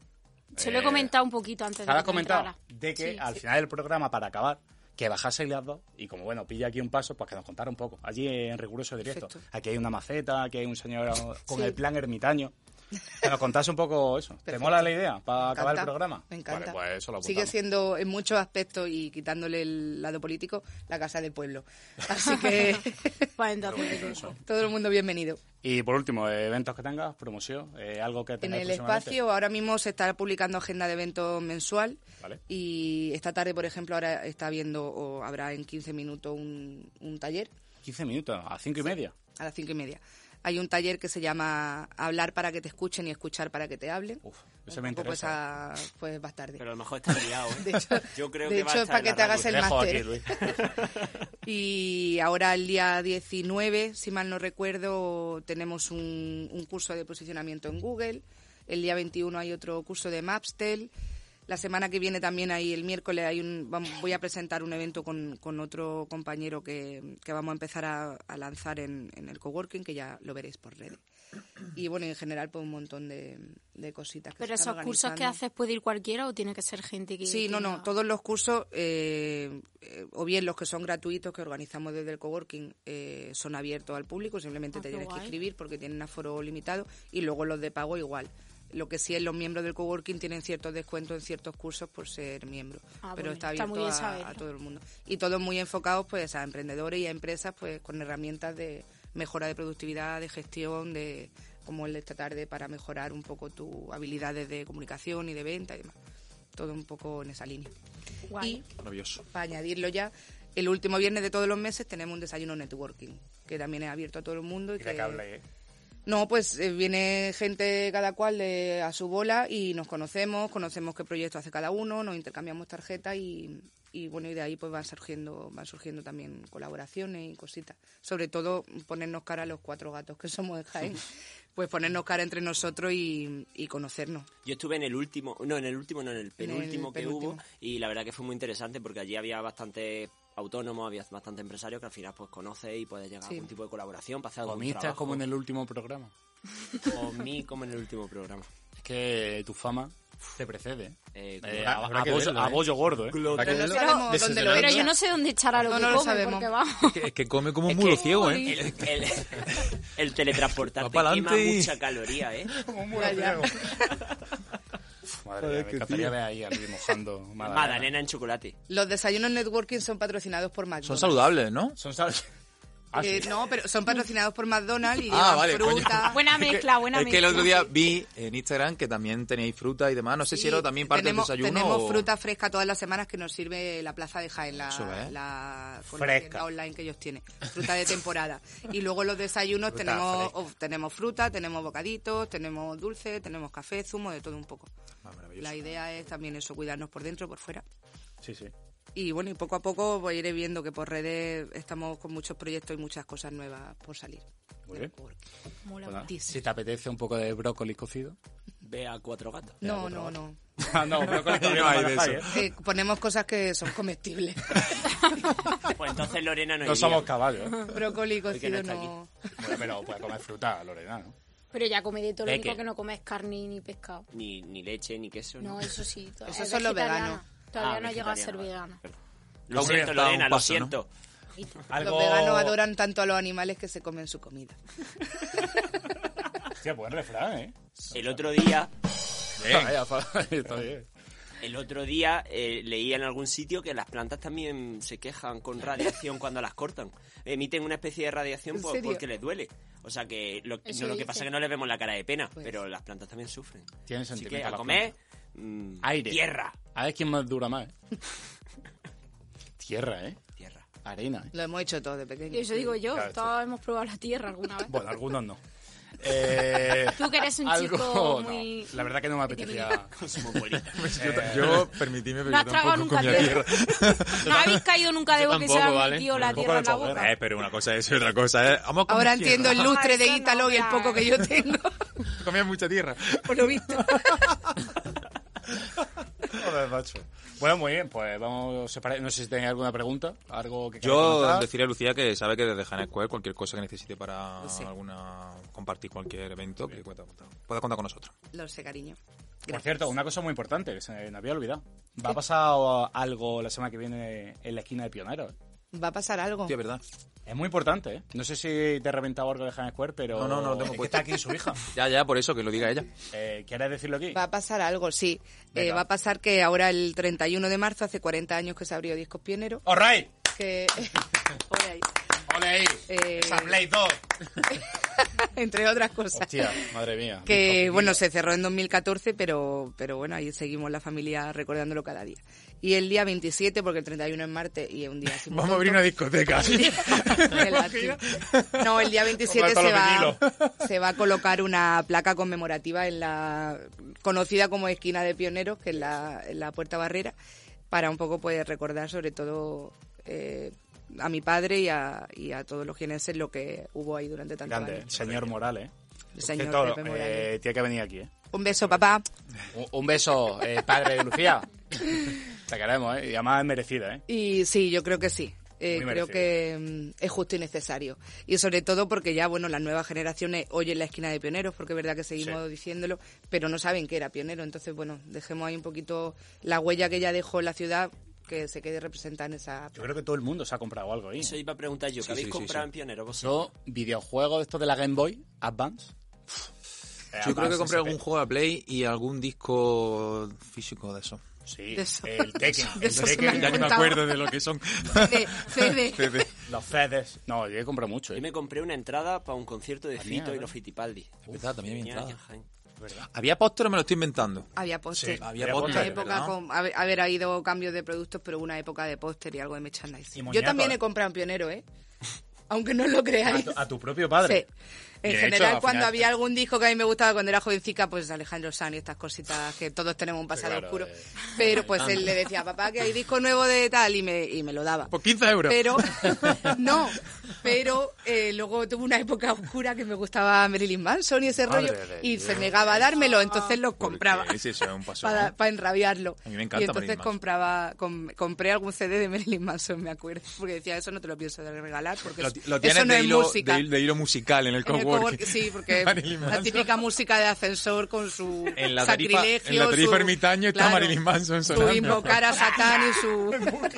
[SPEAKER 6] Se lo he
[SPEAKER 8] Eh,
[SPEAKER 6] comentado un poquito antes de
[SPEAKER 8] Estabas
[SPEAKER 6] que
[SPEAKER 8] comentado
[SPEAKER 6] entrara.
[SPEAKER 8] de que
[SPEAKER 6] Sí.
[SPEAKER 8] al final del programa, para acabar, que bajaseis las dos y como bueno, pilla aquí un paso, pues que nos contara un poco. Allí en riguroso directo.
[SPEAKER 2] Perfecto.
[SPEAKER 8] Aquí hay una maceta, aquí hay un señor con
[SPEAKER 2] Sí.
[SPEAKER 8] el plan ermitaño. Que nos contase un poco eso. ¿Te
[SPEAKER 2] Perfecto.
[SPEAKER 8] mola la idea para
[SPEAKER 2] Me
[SPEAKER 8] acabar el
[SPEAKER 2] encanta,
[SPEAKER 8] programa?
[SPEAKER 2] Me encanta.
[SPEAKER 8] Vale, pues eso lo
[SPEAKER 2] Sigue
[SPEAKER 8] apuntamos.
[SPEAKER 2] siendo en muchos aspectos y quitándole el lado político la casa del pueblo. Así que
[SPEAKER 6] Pues entonces,
[SPEAKER 2] todo el mundo bienvenido.
[SPEAKER 8] Y por último, eh, eventos que tengas, promoción, eh, algo que
[SPEAKER 2] En
[SPEAKER 8] tengas
[SPEAKER 2] el espacio ahora mismo se está publicando agenda de eventos mensual
[SPEAKER 8] Vale.
[SPEAKER 2] y esta tarde, por ejemplo, ahora está viendo o habrá en 15 minutos un, un taller
[SPEAKER 8] 15 minutos, a 5 y media.
[SPEAKER 2] a las 5 y media. Hay un taller que se llama Hablar para que te escuchen y escuchar para que te hablen.
[SPEAKER 8] Uf,
[SPEAKER 2] Un
[SPEAKER 8] eso me
[SPEAKER 2] poco, pues,
[SPEAKER 8] interesa. ¿eh?
[SPEAKER 2] a- pues más tarde.
[SPEAKER 5] Pero a lo mejor está liado, ¿eh?
[SPEAKER 2] (laughs) De hecho-
[SPEAKER 5] (laughs) yo creo
[SPEAKER 2] de
[SPEAKER 5] que va
[SPEAKER 2] hecho,
[SPEAKER 5] a
[SPEAKER 2] es para
[SPEAKER 5] estar en
[SPEAKER 2] que
[SPEAKER 5] la
[SPEAKER 2] te hagas el
[SPEAKER 5] radio.
[SPEAKER 8] Lejos
[SPEAKER 2] máster. ¿eh?
[SPEAKER 8] aquí, Luis.
[SPEAKER 2] (laughs) Y ahora el día 19, si mal no recuerdo, tenemos un, un curso de posicionamiento en Google. El día 21 hay otro curso de Mapstel. La semana que viene también ahí, el miércoles, hay un, vam- voy a presentar un evento con, con otro compañero que, que vamos a empezar a, a lanzar en, en el coworking, que ya lo veréis por redes. Y bueno, en general, pues un montón de, de cositas. Que
[SPEAKER 6] Pero
[SPEAKER 2] se están
[SPEAKER 6] esos cursos que
[SPEAKER 2] organizando.
[SPEAKER 6] haces puede ir cualquiera o tiene que ser gente que.
[SPEAKER 2] Sí, no,
[SPEAKER 6] tenga-
[SPEAKER 2] no. Todos los cursos, eh, eh, o bien los que son gratuitos que organizamos desde el coworking, eh, son abiertos al público. Simplemente
[SPEAKER 6] Ah,
[SPEAKER 2] te
[SPEAKER 6] qué
[SPEAKER 2] tienes que
[SPEAKER 6] guay.
[SPEAKER 2] inscribir porque tienen aforo limitado. Y luego los de pago igual. Lo que sí es los miembros del coworking tienen ciertos descuentos en ciertos cursos por ser miembro.
[SPEAKER 6] Ah,
[SPEAKER 2] pero
[SPEAKER 6] bueno,
[SPEAKER 2] está
[SPEAKER 6] está
[SPEAKER 2] abierto
[SPEAKER 6] muy bien
[SPEAKER 2] a- a,
[SPEAKER 6] saberlo.
[SPEAKER 2] todo el mundo. Y todos muy enfocados pues a emprendedores y a empresas pues con herramientas de mejora de productividad, de gestión, de como el de esta tarde para mejorar un poco tus habilidades de comunicación y de venta y demás todo un poco en esa línea.
[SPEAKER 6] Guay.
[SPEAKER 2] Y, para añadirlo ya, el último viernes de todos los meses tenemos un desayuno networking, que también es abierto a todo el mundo. Y
[SPEAKER 9] ¿Y de
[SPEAKER 2] que-
[SPEAKER 9] qué habláis? eh?
[SPEAKER 2] No, pues eh, viene gente cada cual de- a su bola y nos conocemos, conocemos qué proyecto hace cada uno, nos intercambiamos tarjetas y, y bueno, y de ahí pues van surgiendo, van surgiendo también colaboraciones y cositas. Sobre todo ponernos cara a los cuatro gatos que somos de Jaén, pues ponernos cara entre nosotros y, y conocernos.
[SPEAKER 5] Yo estuve en el último, no, en el último, no, en el penúltimo que
[SPEAKER 2] penúltimo.
[SPEAKER 5] hubo y la verdad que fue muy interesante porque allí había bastante autónomos, había bastante empresarios que al final pues conoces y puedes llegar
[SPEAKER 2] Sí.
[SPEAKER 5] a algún tipo de colaboración, para hacer algún
[SPEAKER 8] Comiste
[SPEAKER 5] trabajo.
[SPEAKER 8] como en el último programa.
[SPEAKER 5] Comí como en el último programa.
[SPEAKER 8] Es que tu fama te precede. ¿eh?
[SPEAKER 5] Eh,
[SPEAKER 8] Eh,
[SPEAKER 7] habrá-
[SPEAKER 8] a,
[SPEAKER 7] habrá
[SPEAKER 8] a
[SPEAKER 7] que
[SPEAKER 8] bollo,
[SPEAKER 7] verlo,
[SPEAKER 8] a
[SPEAKER 7] ¿eh?
[SPEAKER 8] bollo gordo, ¿eh?
[SPEAKER 7] Habrá que
[SPEAKER 2] No
[SPEAKER 7] verlo.
[SPEAKER 2] sabemos
[SPEAKER 7] Desde
[SPEAKER 2] dónde lo
[SPEAKER 7] la-
[SPEAKER 2] he
[SPEAKER 6] Pero
[SPEAKER 2] hecho.
[SPEAKER 6] yo no sé dónde echará lo
[SPEAKER 2] No,
[SPEAKER 6] que
[SPEAKER 2] no lo
[SPEAKER 6] come,
[SPEAKER 2] sabemos.
[SPEAKER 6] porque vamos.
[SPEAKER 7] Que, que
[SPEAKER 2] (laughs)
[SPEAKER 7] come como un mulo ciego, ¿eh?
[SPEAKER 5] el, el, el teletransportarte
[SPEAKER 7] Va pa'lante
[SPEAKER 5] quema
[SPEAKER 7] y-
[SPEAKER 5] mucha caloría, ¿eh?
[SPEAKER 8] Madre mía, me encantaría ver ahí a alguien mojando magdalena.
[SPEAKER 5] Madalena en chocolate.
[SPEAKER 2] Los desayunos networking son patrocinados por McDonald's.
[SPEAKER 7] Son saludables, ¿no? (laughs)
[SPEAKER 8] Son sal- Ah, sí.
[SPEAKER 2] Eh, no, pero son patrocinados por McDonald's y
[SPEAKER 7] Ah,
[SPEAKER 2] llevan
[SPEAKER 7] vale, coño.
[SPEAKER 2] fruta.
[SPEAKER 6] Buena mezcla, buena
[SPEAKER 7] Es que
[SPEAKER 6] mezcla.
[SPEAKER 7] el otro día vi en Instagram que también tenéis fruta y demás. No sé si era
[SPEAKER 2] Sí,
[SPEAKER 7] también parte
[SPEAKER 2] tenemos,
[SPEAKER 7] del desayuno.
[SPEAKER 2] Tenemos
[SPEAKER 7] o- (laughs)
[SPEAKER 2] fruta fresca todas las semanas que nos sirve la Plaza de Jaén, la,
[SPEAKER 7] Eso es.
[SPEAKER 2] la- con la
[SPEAKER 9] Fresca.
[SPEAKER 2] tienda online que ellos tienen. Fruta de temporada. Y luego los desayunos
[SPEAKER 8] Fruta
[SPEAKER 2] tenemos,
[SPEAKER 8] fresca.
[SPEAKER 2] of- tenemos fruta, tenemos bocaditos, tenemos dulce, tenemos café, zumo, de todo un poco.
[SPEAKER 7] Ah, maravilloso.
[SPEAKER 2] La idea es también eso, cuidarnos por dentro, por fuera.
[SPEAKER 9] Sí, sí.
[SPEAKER 2] Y bueno, y poco a poco pues, iré viendo que por redes estamos con muchos proyectos y muchas cosas nuevas por salir.
[SPEAKER 9] Muy bien.
[SPEAKER 6] Mola
[SPEAKER 8] Bueno,
[SPEAKER 6] muchísimo.
[SPEAKER 8] si te apetece un poco de brócoli cocido.
[SPEAKER 5] Ve a cuatro gatos.
[SPEAKER 2] No, no, no.
[SPEAKER 8] (laughs) Ah, no, brócoli
[SPEAKER 7] (laughs) No
[SPEAKER 8] también
[SPEAKER 7] hay
[SPEAKER 8] para
[SPEAKER 7] de
[SPEAKER 8] Javi,
[SPEAKER 7] eso.
[SPEAKER 8] ¿eh?
[SPEAKER 2] Eh, ponemos cosas que son
[SPEAKER 7] (laughs)
[SPEAKER 2] comestibles.
[SPEAKER 5] Pues entonces Lorena no,
[SPEAKER 8] No
[SPEAKER 5] iría.
[SPEAKER 8] somos caballos.
[SPEAKER 6] (laughs)
[SPEAKER 8] ¿eh?
[SPEAKER 2] Brócoli
[SPEAKER 5] que no
[SPEAKER 2] cocido
[SPEAKER 5] está
[SPEAKER 2] no.
[SPEAKER 8] Bueno, pero puedes comer
[SPEAKER 5] (laughs)
[SPEAKER 8] fruta, Lorena, ¿no?
[SPEAKER 6] Pero ya come de todo, lo
[SPEAKER 5] Peque.
[SPEAKER 6] único que no come es carne ni pescado.
[SPEAKER 5] Ni, ni leche, ni queso.
[SPEAKER 6] No,
[SPEAKER 5] ni- (laughs)
[SPEAKER 6] eso sí. to-
[SPEAKER 2] Eso
[SPEAKER 6] es
[SPEAKER 2] son los
[SPEAKER 6] vegetariana.
[SPEAKER 2] vegetarianos.
[SPEAKER 6] Todavía
[SPEAKER 5] Ah,
[SPEAKER 6] no llega a ser
[SPEAKER 5] vegetariana,
[SPEAKER 6] vegana.
[SPEAKER 5] vale, perdón. Lo
[SPEAKER 7] Hombre,
[SPEAKER 5] siento,
[SPEAKER 7] está un
[SPEAKER 5] Lorena,
[SPEAKER 7] paso,
[SPEAKER 5] lo
[SPEAKER 7] ¿no?
[SPEAKER 5] siento.
[SPEAKER 8] Algo...
[SPEAKER 2] Los veganos adoran Ah, tanto a los animales que se comen su comida.
[SPEAKER 8] Hostia, buen refrán, ¿eh?
[SPEAKER 5] El otro día,
[SPEAKER 8] Vaya, (laughs) fa- Está bien.
[SPEAKER 5] el otro día eh, leía en algún sitio que las plantas también se quejan con radiación cuando las cortan. Emiten una especie de radiación
[SPEAKER 2] ¿En
[SPEAKER 5] por-
[SPEAKER 2] serio?
[SPEAKER 5] porque les duele. O sea que lo,
[SPEAKER 6] Eso
[SPEAKER 5] no, lo que
[SPEAKER 6] dice.
[SPEAKER 5] pasa es que no les vemos la cara de pena,
[SPEAKER 2] Pues.
[SPEAKER 5] pero las plantas también sufren.
[SPEAKER 8] Tienen
[SPEAKER 5] Así
[SPEAKER 8] sentimiento
[SPEAKER 5] que a
[SPEAKER 8] las
[SPEAKER 5] comer mm,
[SPEAKER 8] Aire.
[SPEAKER 5] tierra.
[SPEAKER 8] A ver quién más dura más,
[SPEAKER 5] (laughs)
[SPEAKER 8] ¿eh? Tierra, ¿eh?
[SPEAKER 5] Tierra.
[SPEAKER 8] Arena, ¿eh?
[SPEAKER 2] Lo hemos hecho todos de pequeño.
[SPEAKER 6] Y eso digo yo,
[SPEAKER 8] Claro, esto-
[SPEAKER 6] todos hemos probado la tierra
[SPEAKER 8] (laughs)
[SPEAKER 6] alguna vez.
[SPEAKER 8] Bueno, algunos no. Eh,
[SPEAKER 6] Tú que eres un
[SPEAKER 8] algo-
[SPEAKER 6] chico
[SPEAKER 8] no,
[SPEAKER 6] muy-
[SPEAKER 8] la verdad que no me apetecía... (laughs)
[SPEAKER 5] Cosmopolita.
[SPEAKER 7] Pues Yo,
[SPEAKER 8] Eh,
[SPEAKER 7] ta- yo, permitidme, pero
[SPEAKER 6] No has
[SPEAKER 7] yo
[SPEAKER 6] tragado
[SPEAKER 7] tampoco
[SPEAKER 6] nunca
[SPEAKER 7] comía
[SPEAKER 6] tierra.
[SPEAKER 7] tierra.
[SPEAKER 6] (laughs) No habéis caído nunca de
[SPEAKER 10] Yo
[SPEAKER 6] vos que se
[SPEAKER 10] tampoco,
[SPEAKER 6] ha
[SPEAKER 10] ¿vale?
[SPEAKER 6] metido la
[SPEAKER 8] Tampoco
[SPEAKER 6] tierra en la
[SPEAKER 8] tampoco,
[SPEAKER 6] boca.
[SPEAKER 7] Eh, pero una cosa es eso y otra cosa es... Vamos a comer
[SPEAKER 2] Ahora entiendo el
[SPEAKER 7] tierra.
[SPEAKER 2] lustre de
[SPEAKER 6] Eso no,
[SPEAKER 2] Ítalo y el
[SPEAKER 6] ya.
[SPEAKER 2] poco que yo tengo. (laughs)
[SPEAKER 7] Comía mucha tierra.
[SPEAKER 2] Por lo visto.
[SPEAKER 8] Joder, macho. Bueno, muy bien, pues vamos... separa- No sé si tenéis alguna pregunta, algo que queráis
[SPEAKER 7] Yo
[SPEAKER 8] comentar.
[SPEAKER 7] decirle a Lucía que sabe que desde Jaén Square cualquier cosa que necesite para
[SPEAKER 2] Sí.
[SPEAKER 7] alguna compartir cualquier evento, que cuenta- pueda contar con nosotros.
[SPEAKER 2] Lo sé, cariño.
[SPEAKER 8] Por cierto, una cosa muy importante que se me había olvidado. Va a pasar algo la semana que viene en la esquina de Pioneros.
[SPEAKER 2] Va a pasar algo.
[SPEAKER 7] Sí, es verdad.
[SPEAKER 8] Es muy importante, ¿eh? No sé si te he reventado algo de James Square, pero...
[SPEAKER 7] No, no, no lo
[SPEAKER 8] es
[SPEAKER 7] tengo
[SPEAKER 8] que
[SPEAKER 7] puesto.
[SPEAKER 8] está aquí su hija.
[SPEAKER 7] Ya, ya, por eso, que lo diga ella.
[SPEAKER 8] Eh, ¿Quieres decirlo aquí?
[SPEAKER 2] Va a pasar algo, sí. Eh,
[SPEAKER 8] Venga.
[SPEAKER 2] va a pasar que ahora el 31 de marzo, hace 40 años que se abrió Discos Pioneros,
[SPEAKER 8] ¡All right!
[SPEAKER 2] que... Por (laughs) ahí.
[SPEAKER 8] (laughs) ¡Ole ahí!
[SPEAKER 2] Eh,
[SPEAKER 8] ¡Esa
[SPEAKER 2] (laughs)
[SPEAKER 8] Play 2!
[SPEAKER 2] (laughs) entre otras cosas.
[SPEAKER 8] Hostia, madre mía.
[SPEAKER 2] que bueno se cerró en 2014 pero pero bueno ahí seguimos la familia recordándolo cada día y el día 27 porque el 31 es martes y es un día así muy
[SPEAKER 7] Vamos a abrir una
[SPEAKER 2] tonto, (laughs)
[SPEAKER 7] discoteca.
[SPEAKER 8] (laughs)
[SPEAKER 2] el activo. no el día 27
[SPEAKER 8] Como
[SPEAKER 2] se
[SPEAKER 8] todos
[SPEAKER 2] va
[SPEAKER 8] los
[SPEAKER 2] se va a colocar una placa conmemorativa en la conocida como esquina de pioneros que es la, en la puerta barrera para un poco pues recordar sobre todo eh, a mi padre y a, y a todos los jienenses lo que hubo ahí durante tantos
[SPEAKER 8] Grande,
[SPEAKER 2] años.
[SPEAKER 8] señor Morales.
[SPEAKER 2] El señor
[SPEAKER 8] Por cierto,
[SPEAKER 2] Pepe Morales.
[SPEAKER 8] eh, tiene que venir aquí, ¿eh?
[SPEAKER 2] Un beso, papá.
[SPEAKER 8] Un, un beso, eh, padre de Lucía. (laughs) Te queremos, ¿eh? Y además es merecida, ¿eh?
[SPEAKER 2] Y sí, yo creo que sí. Eh,
[SPEAKER 8] Muy
[SPEAKER 2] creo
[SPEAKER 8] merecido.
[SPEAKER 2] que mm, es justo y necesario. Y sobre todo porque ya, bueno, las nuevas generaciones oyen la esquina de pioneros, porque es verdad que seguimos diciéndolo, pero no saben que era pionero. Entonces, bueno, dejemos ahí un poquito la huella que ya dejó en la ciudad, que se quede representada en esa...
[SPEAKER 8] Yo creo que todo el mundo se ha comprado algo ahí.
[SPEAKER 5] Eso iba a preguntar yo. ¿Qué habéis
[SPEAKER 7] sí, sí, sí.
[SPEAKER 5] comprado en Pionero vosotros?
[SPEAKER 8] Yo, videojuegos estos de la Game Boy Advance. Eh,
[SPEAKER 7] Yo creo
[SPEAKER 8] Advance
[SPEAKER 7] que compré
[SPEAKER 8] SP.
[SPEAKER 7] algún juego de Play y algún disco físico de eso.
[SPEAKER 8] Sí,
[SPEAKER 2] De eso-
[SPEAKER 8] el Tekken.
[SPEAKER 2] (laughs) de
[SPEAKER 8] el
[SPEAKER 2] eso se
[SPEAKER 8] Tekken,
[SPEAKER 2] me han
[SPEAKER 8] ya que me
[SPEAKER 2] contado.
[SPEAKER 8] acuerdo.
[SPEAKER 7] de lo que son.
[SPEAKER 2] CD,
[SPEAKER 7] (laughs)
[SPEAKER 2] CD.
[SPEAKER 8] Los CDs. No, yo he comprado mucho,
[SPEAKER 5] Yo
[SPEAKER 8] ¿eh?
[SPEAKER 5] me compré una entrada para un concierto de
[SPEAKER 8] mía,
[SPEAKER 5] Fito y
[SPEAKER 8] ¿verdad?
[SPEAKER 5] los Fitipaldi.
[SPEAKER 7] verdad, también había
[SPEAKER 5] Venía
[SPEAKER 7] entrada.
[SPEAKER 5] Jan Jaén.
[SPEAKER 7] ¿Había póster o me lo estoy inventando?
[SPEAKER 2] Había póster.
[SPEAKER 8] Sí,
[SPEAKER 7] Había
[SPEAKER 8] Había
[SPEAKER 7] póster.
[SPEAKER 2] Una
[SPEAKER 8] póster,
[SPEAKER 2] época
[SPEAKER 7] ¿verdad?
[SPEAKER 2] con, a ver- a ver, ha habido cambios de productos, pero una época de póster y algo de
[SPEAKER 4] Y
[SPEAKER 2] merchandising.
[SPEAKER 4] moñato,
[SPEAKER 2] Yo también
[SPEAKER 4] ¿eh?
[SPEAKER 2] he comprado en Pionero, ¿eh? (laughs) Aunque no lo
[SPEAKER 4] A
[SPEAKER 2] creáis.
[SPEAKER 4] tu, a tu propio padre.
[SPEAKER 2] Sí. En
[SPEAKER 8] Y de hecho,
[SPEAKER 2] general,
[SPEAKER 8] al
[SPEAKER 2] cuando
[SPEAKER 8] final-
[SPEAKER 2] había algún disco que a mí me gustaba cuando era jovencica, pues Alejandro Sanz y estas cositas que todos tenemos un pasado
[SPEAKER 8] claro,
[SPEAKER 2] oscuro.
[SPEAKER 8] eh.
[SPEAKER 2] Pero pues él le decía, papá, que hay disco nuevo de tal y me, y me lo daba.
[SPEAKER 7] Por 15 euros. (laughs)
[SPEAKER 2] Pero, no, pero eh, luego tuve una época oscura que me gustaba Marilyn Manson y ese
[SPEAKER 7] Madre
[SPEAKER 2] rollo,
[SPEAKER 7] de
[SPEAKER 2] y se
[SPEAKER 7] Dios.
[SPEAKER 2] negaba a dármelo, entonces lo
[SPEAKER 7] Porque
[SPEAKER 2] compraba.
[SPEAKER 7] ese es un paso,
[SPEAKER 2] Para,
[SPEAKER 7] ¿no?
[SPEAKER 2] para enrabiarlo.
[SPEAKER 7] A mí me encanta
[SPEAKER 2] y entonces
[SPEAKER 7] Marilyn Manson.
[SPEAKER 2] compraba, com- compré algún CD de Marilyn Manson, me acuerdo, porque decía, eso no te lo pienso regalar, porque
[SPEAKER 7] Lo,
[SPEAKER 2] eso-
[SPEAKER 7] lo
[SPEAKER 2] eso
[SPEAKER 7] tienes
[SPEAKER 2] no
[SPEAKER 7] de,
[SPEAKER 2] es
[SPEAKER 7] hilo,
[SPEAKER 2] música.
[SPEAKER 7] de, hilo- de hilo musical en el
[SPEAKER 2] En el
[SPEAKER 7] coworking.
[SPEAKER 2] coworking, sí, porque
[SPEAKER 7] (laughs) Marilyn
[SPEAKER 2] la
[SPEAKER 7] Manson.
[SPEAKER 2] típica música de ascensor con su
[SPEAKER 7] En la tarifa-
[SPEAKER 2] sacrilegio.
[SPEAKER 7] en la tarifa
[SPEAKER 2] su-
[SPEAKER 7] ermitaño está Marilyn Manson sonando.
[SPEAKER 2] Su
[SPEAKER 7] (laughs)
[SPEAKER 2] invocar a Satán y su...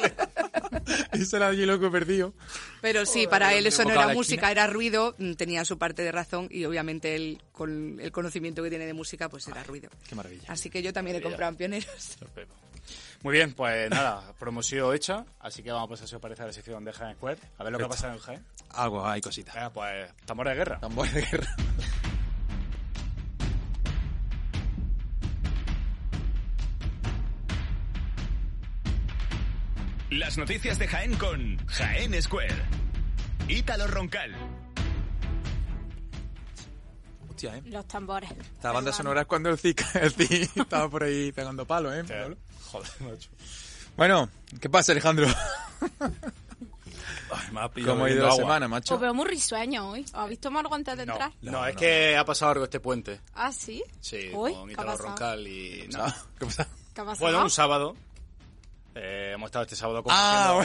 [SPEAKER 7] Ese era yo loco perdido.
[SPEAKER 2] Pero sí, para él eso no
[SPEAKER 7] invocaba
[SPEAKER 2] era
[SPEAKER 7] la
[SPEAKER 2] música,
[SPEAKER 7] esquina.
[SPEAKER 2] era ruido, mm, tenía su parte de razón y obviamente él, con el conocimiento que tiene de música, pues era ruido.
[SPEAKER 7] qué maravilla.
[SPEAKER 2] Así que yo también he comprado en Pioneros.
[SPEAKER 8] Muy bien, pues nada, promoción hecha. Así que vamos a pasar, si os parece, a la sección de Jaén Square. A ver lo que ha pasado en Jaén.
[SPEAKER 7] Algo, hay cositas.
[SPEAKER 8] Venga, pues, tambor de guerra.
[SPEAKER 7] Tambores de guerra.
[SPEAKER 1] Las noticias de Jaén con Jaén Square. Ítalo Roncal.
[SPEAKER 7] Hostia, ¿eh?
[SPEAKER 6] Los tambores.
[SPEAKER 7] Esta banda sonora es cuando el Zika el Zik estaba por ahí pegando palos, ¿eh? Pablo?
[SPEAKER 8] Joder, macho.
[SPEAKER 7] Bueno, ¿qué pasa, Alejandro?
[SPEAKER 8] Ay, me ha pillado
[SPEAKER 7] ¿Cómo ha ido
[SPEAKER 8] bebiendo
[SPEAKER 7] la
[SPEAKER 8] agua.
[SPEAKER 7] semana, macho?
[SPEAKER 6] Os Pues veo muy risueño hoy. ¿Os habéis tomado algo antes de
[SPEAKER 8] No,
[SPEAKER 6] entrar?
[SPEAKER 8] no, es que ha pasado algo este puente.
[SPEAKER 6] Ah, sí.
[SPEAKER 8] Sí,
[SPEAKER 6] Uy,
[SPEAKER 8] con
[SPEAKER 6] ¿qué ha
[SPEAKER 8] Italo
[SPEAKER 6] pasado?
[SPEAKER 8] Roncal y...
[SPEAKER 7] No,
[SPEAKER 8] (laughs)
[SPEAKER 7] ¿Qué pasa?
[SPEAKER 6] ¿Qué ha pasado?
[SPEAKER 8] Bueno, un sábado. Eh, hemos estado este sábado
[SPEAKER 7] Ah,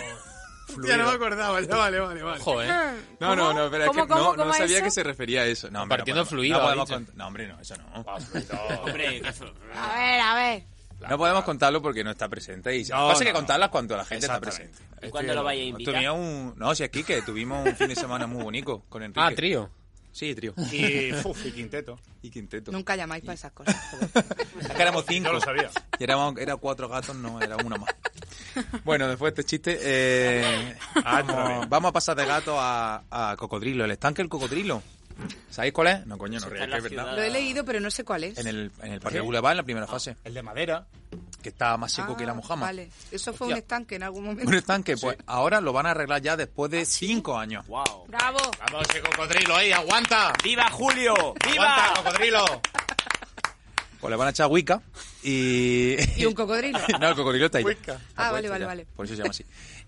[SPEAKER 8] compartiendo (laughs)
[SPEAKER 7] Ya no me
[SPEAKER 8] fluido.
[SPEAKER 7] acordaba, ya vale, vale, vale.
[SPEAKER 11] Ojo, ¿eh?
[SPEAKER 7] No, no, no, espera, es que
[SPEAKER 6] ¿Cómo, cómo,
[SPEAKER 7] no, no
[SPEAKER 6] cómo
[SPEAKER 7] sabía
[SPEAKER 6] eso?
[SPEAKER 7] que se refería a eso. No, hombre,
[SPEAKER 11] Partiendo
[SPEAKER 7] no podemos-
[SPEAKER 11] fluido,
[SPEAKER 7] No,
[SPEAKER 11] ha
[SPEAKER 7] podemos
[SPEAKER 11] dicho.
[SPEAKER 7] cont- no, hombre, no, eso no. (laughs)
[SPEAKER 8] Ah, fluido.
[SPEAKER 5] Hombre, que eso-
[SPEAKER 6] A ver, a ver.
[SPEAKER 7] No podemos contarlo porque no está presente. Y
[SPEAKER 8] No,
[SPEAKER 7] pasa que
[SPEAKER 8] no, no.
[SPEAKER 7] contarlas cuando la gente está
[SPEAKER 8] Exactamente.
[SPEAKER 7] presente.
[SPEAKER 5] ¿Y cuándo lo vais a invitar?
[SPEAKER 7] Tuvimos un... No, si aquí que tuvimos un fin de semana muy bonito con Enrique.
[SPEAKER 11] Ah, trío.
[SPEAKER 7] Sí, trío.
[SPEAKER 8] Y, uf, y quinteto.
[SPEAKER 7] Y quinteto.
[SPEAKER 2] Nunca llamáis para esas cosas. joder.
[SPEAKER 7] Es que éramos cinco.
[SPEAKER 8] (laughs) Yo lo sabía.
[SPEAKER 7] Y éramos, era cuatro gatos, no, era uno
[SPEAKER 2] (laughs)
[SPEAKER 7] más. Bueno, después de este chiste, eh,
[SPEAKER 8] Ah,
[SPEAKER 7] vamos, vamos a pasar de gato a, a cocodrilo. El estanque del cocodrilo. ¿Sabéis cuál es? No, coño, no
[SPEAKER 5] está
[SPEAKER 7] real,
[SPEAKER 5] en la
[SPEAKER 7] es (laughs) verdad.
[SPEAKER 5] ciudad.
[SPEAKER 2] Lo he leído, pero no sé cuál es.
[SPEAKER 7] En el, en el Parque Boulevard, en la primera fase,
[SPEAKER 8] Ah. El de madera.
[SPEAKER 7] que está más seco
[SPEAKER 2] Ah,
[SPEAKER 7] que la mojama.
[SPEAKER 2] Vale, eso fue un
[SPEAKER 7] Hostia.
[SPEAKER 2] estanque en algún
[SPEAKER 7] (laughs) Un
[SPEAKER 2] momento.
[SPEAKER 7] estanque, pues ahora lo van a arreglar ya después
[SPEAKER 2] ¿Ah,
[SPEAKER 7] de cinco años.
[SPEAKER 5] ¡Wow!
[SPEAKER 6] Bravo.
[SPEAKER 8] Vamos, ese cocodrilo ahí, aguanta.
[SPEAKER 5] ¡Viva Julio!
[SPEAKER 8] Aguanta,
[SPEAKER 5] ¡Viva!
[SPEAKER 8] cocodrilo.
[SPEAKER 7] Pues le van a echar Wicca y...
[SPEAKER 2] (laughs) Y un cocodrilo.
[SPEAKER 7] (laughs) no, el cocodrilo está ahí. ya.
[SPEAKER 8] Wicca.
[SPEAKER 7] Está
[SPEAKER 2] Ah, vale,
[SPEAKER 7] puesto
[SPEAKER 2] vale,
[SPEAKER 7] ya.
[SPEAKER 2] vale.
[SPEAKER 7] Por eso se llama así.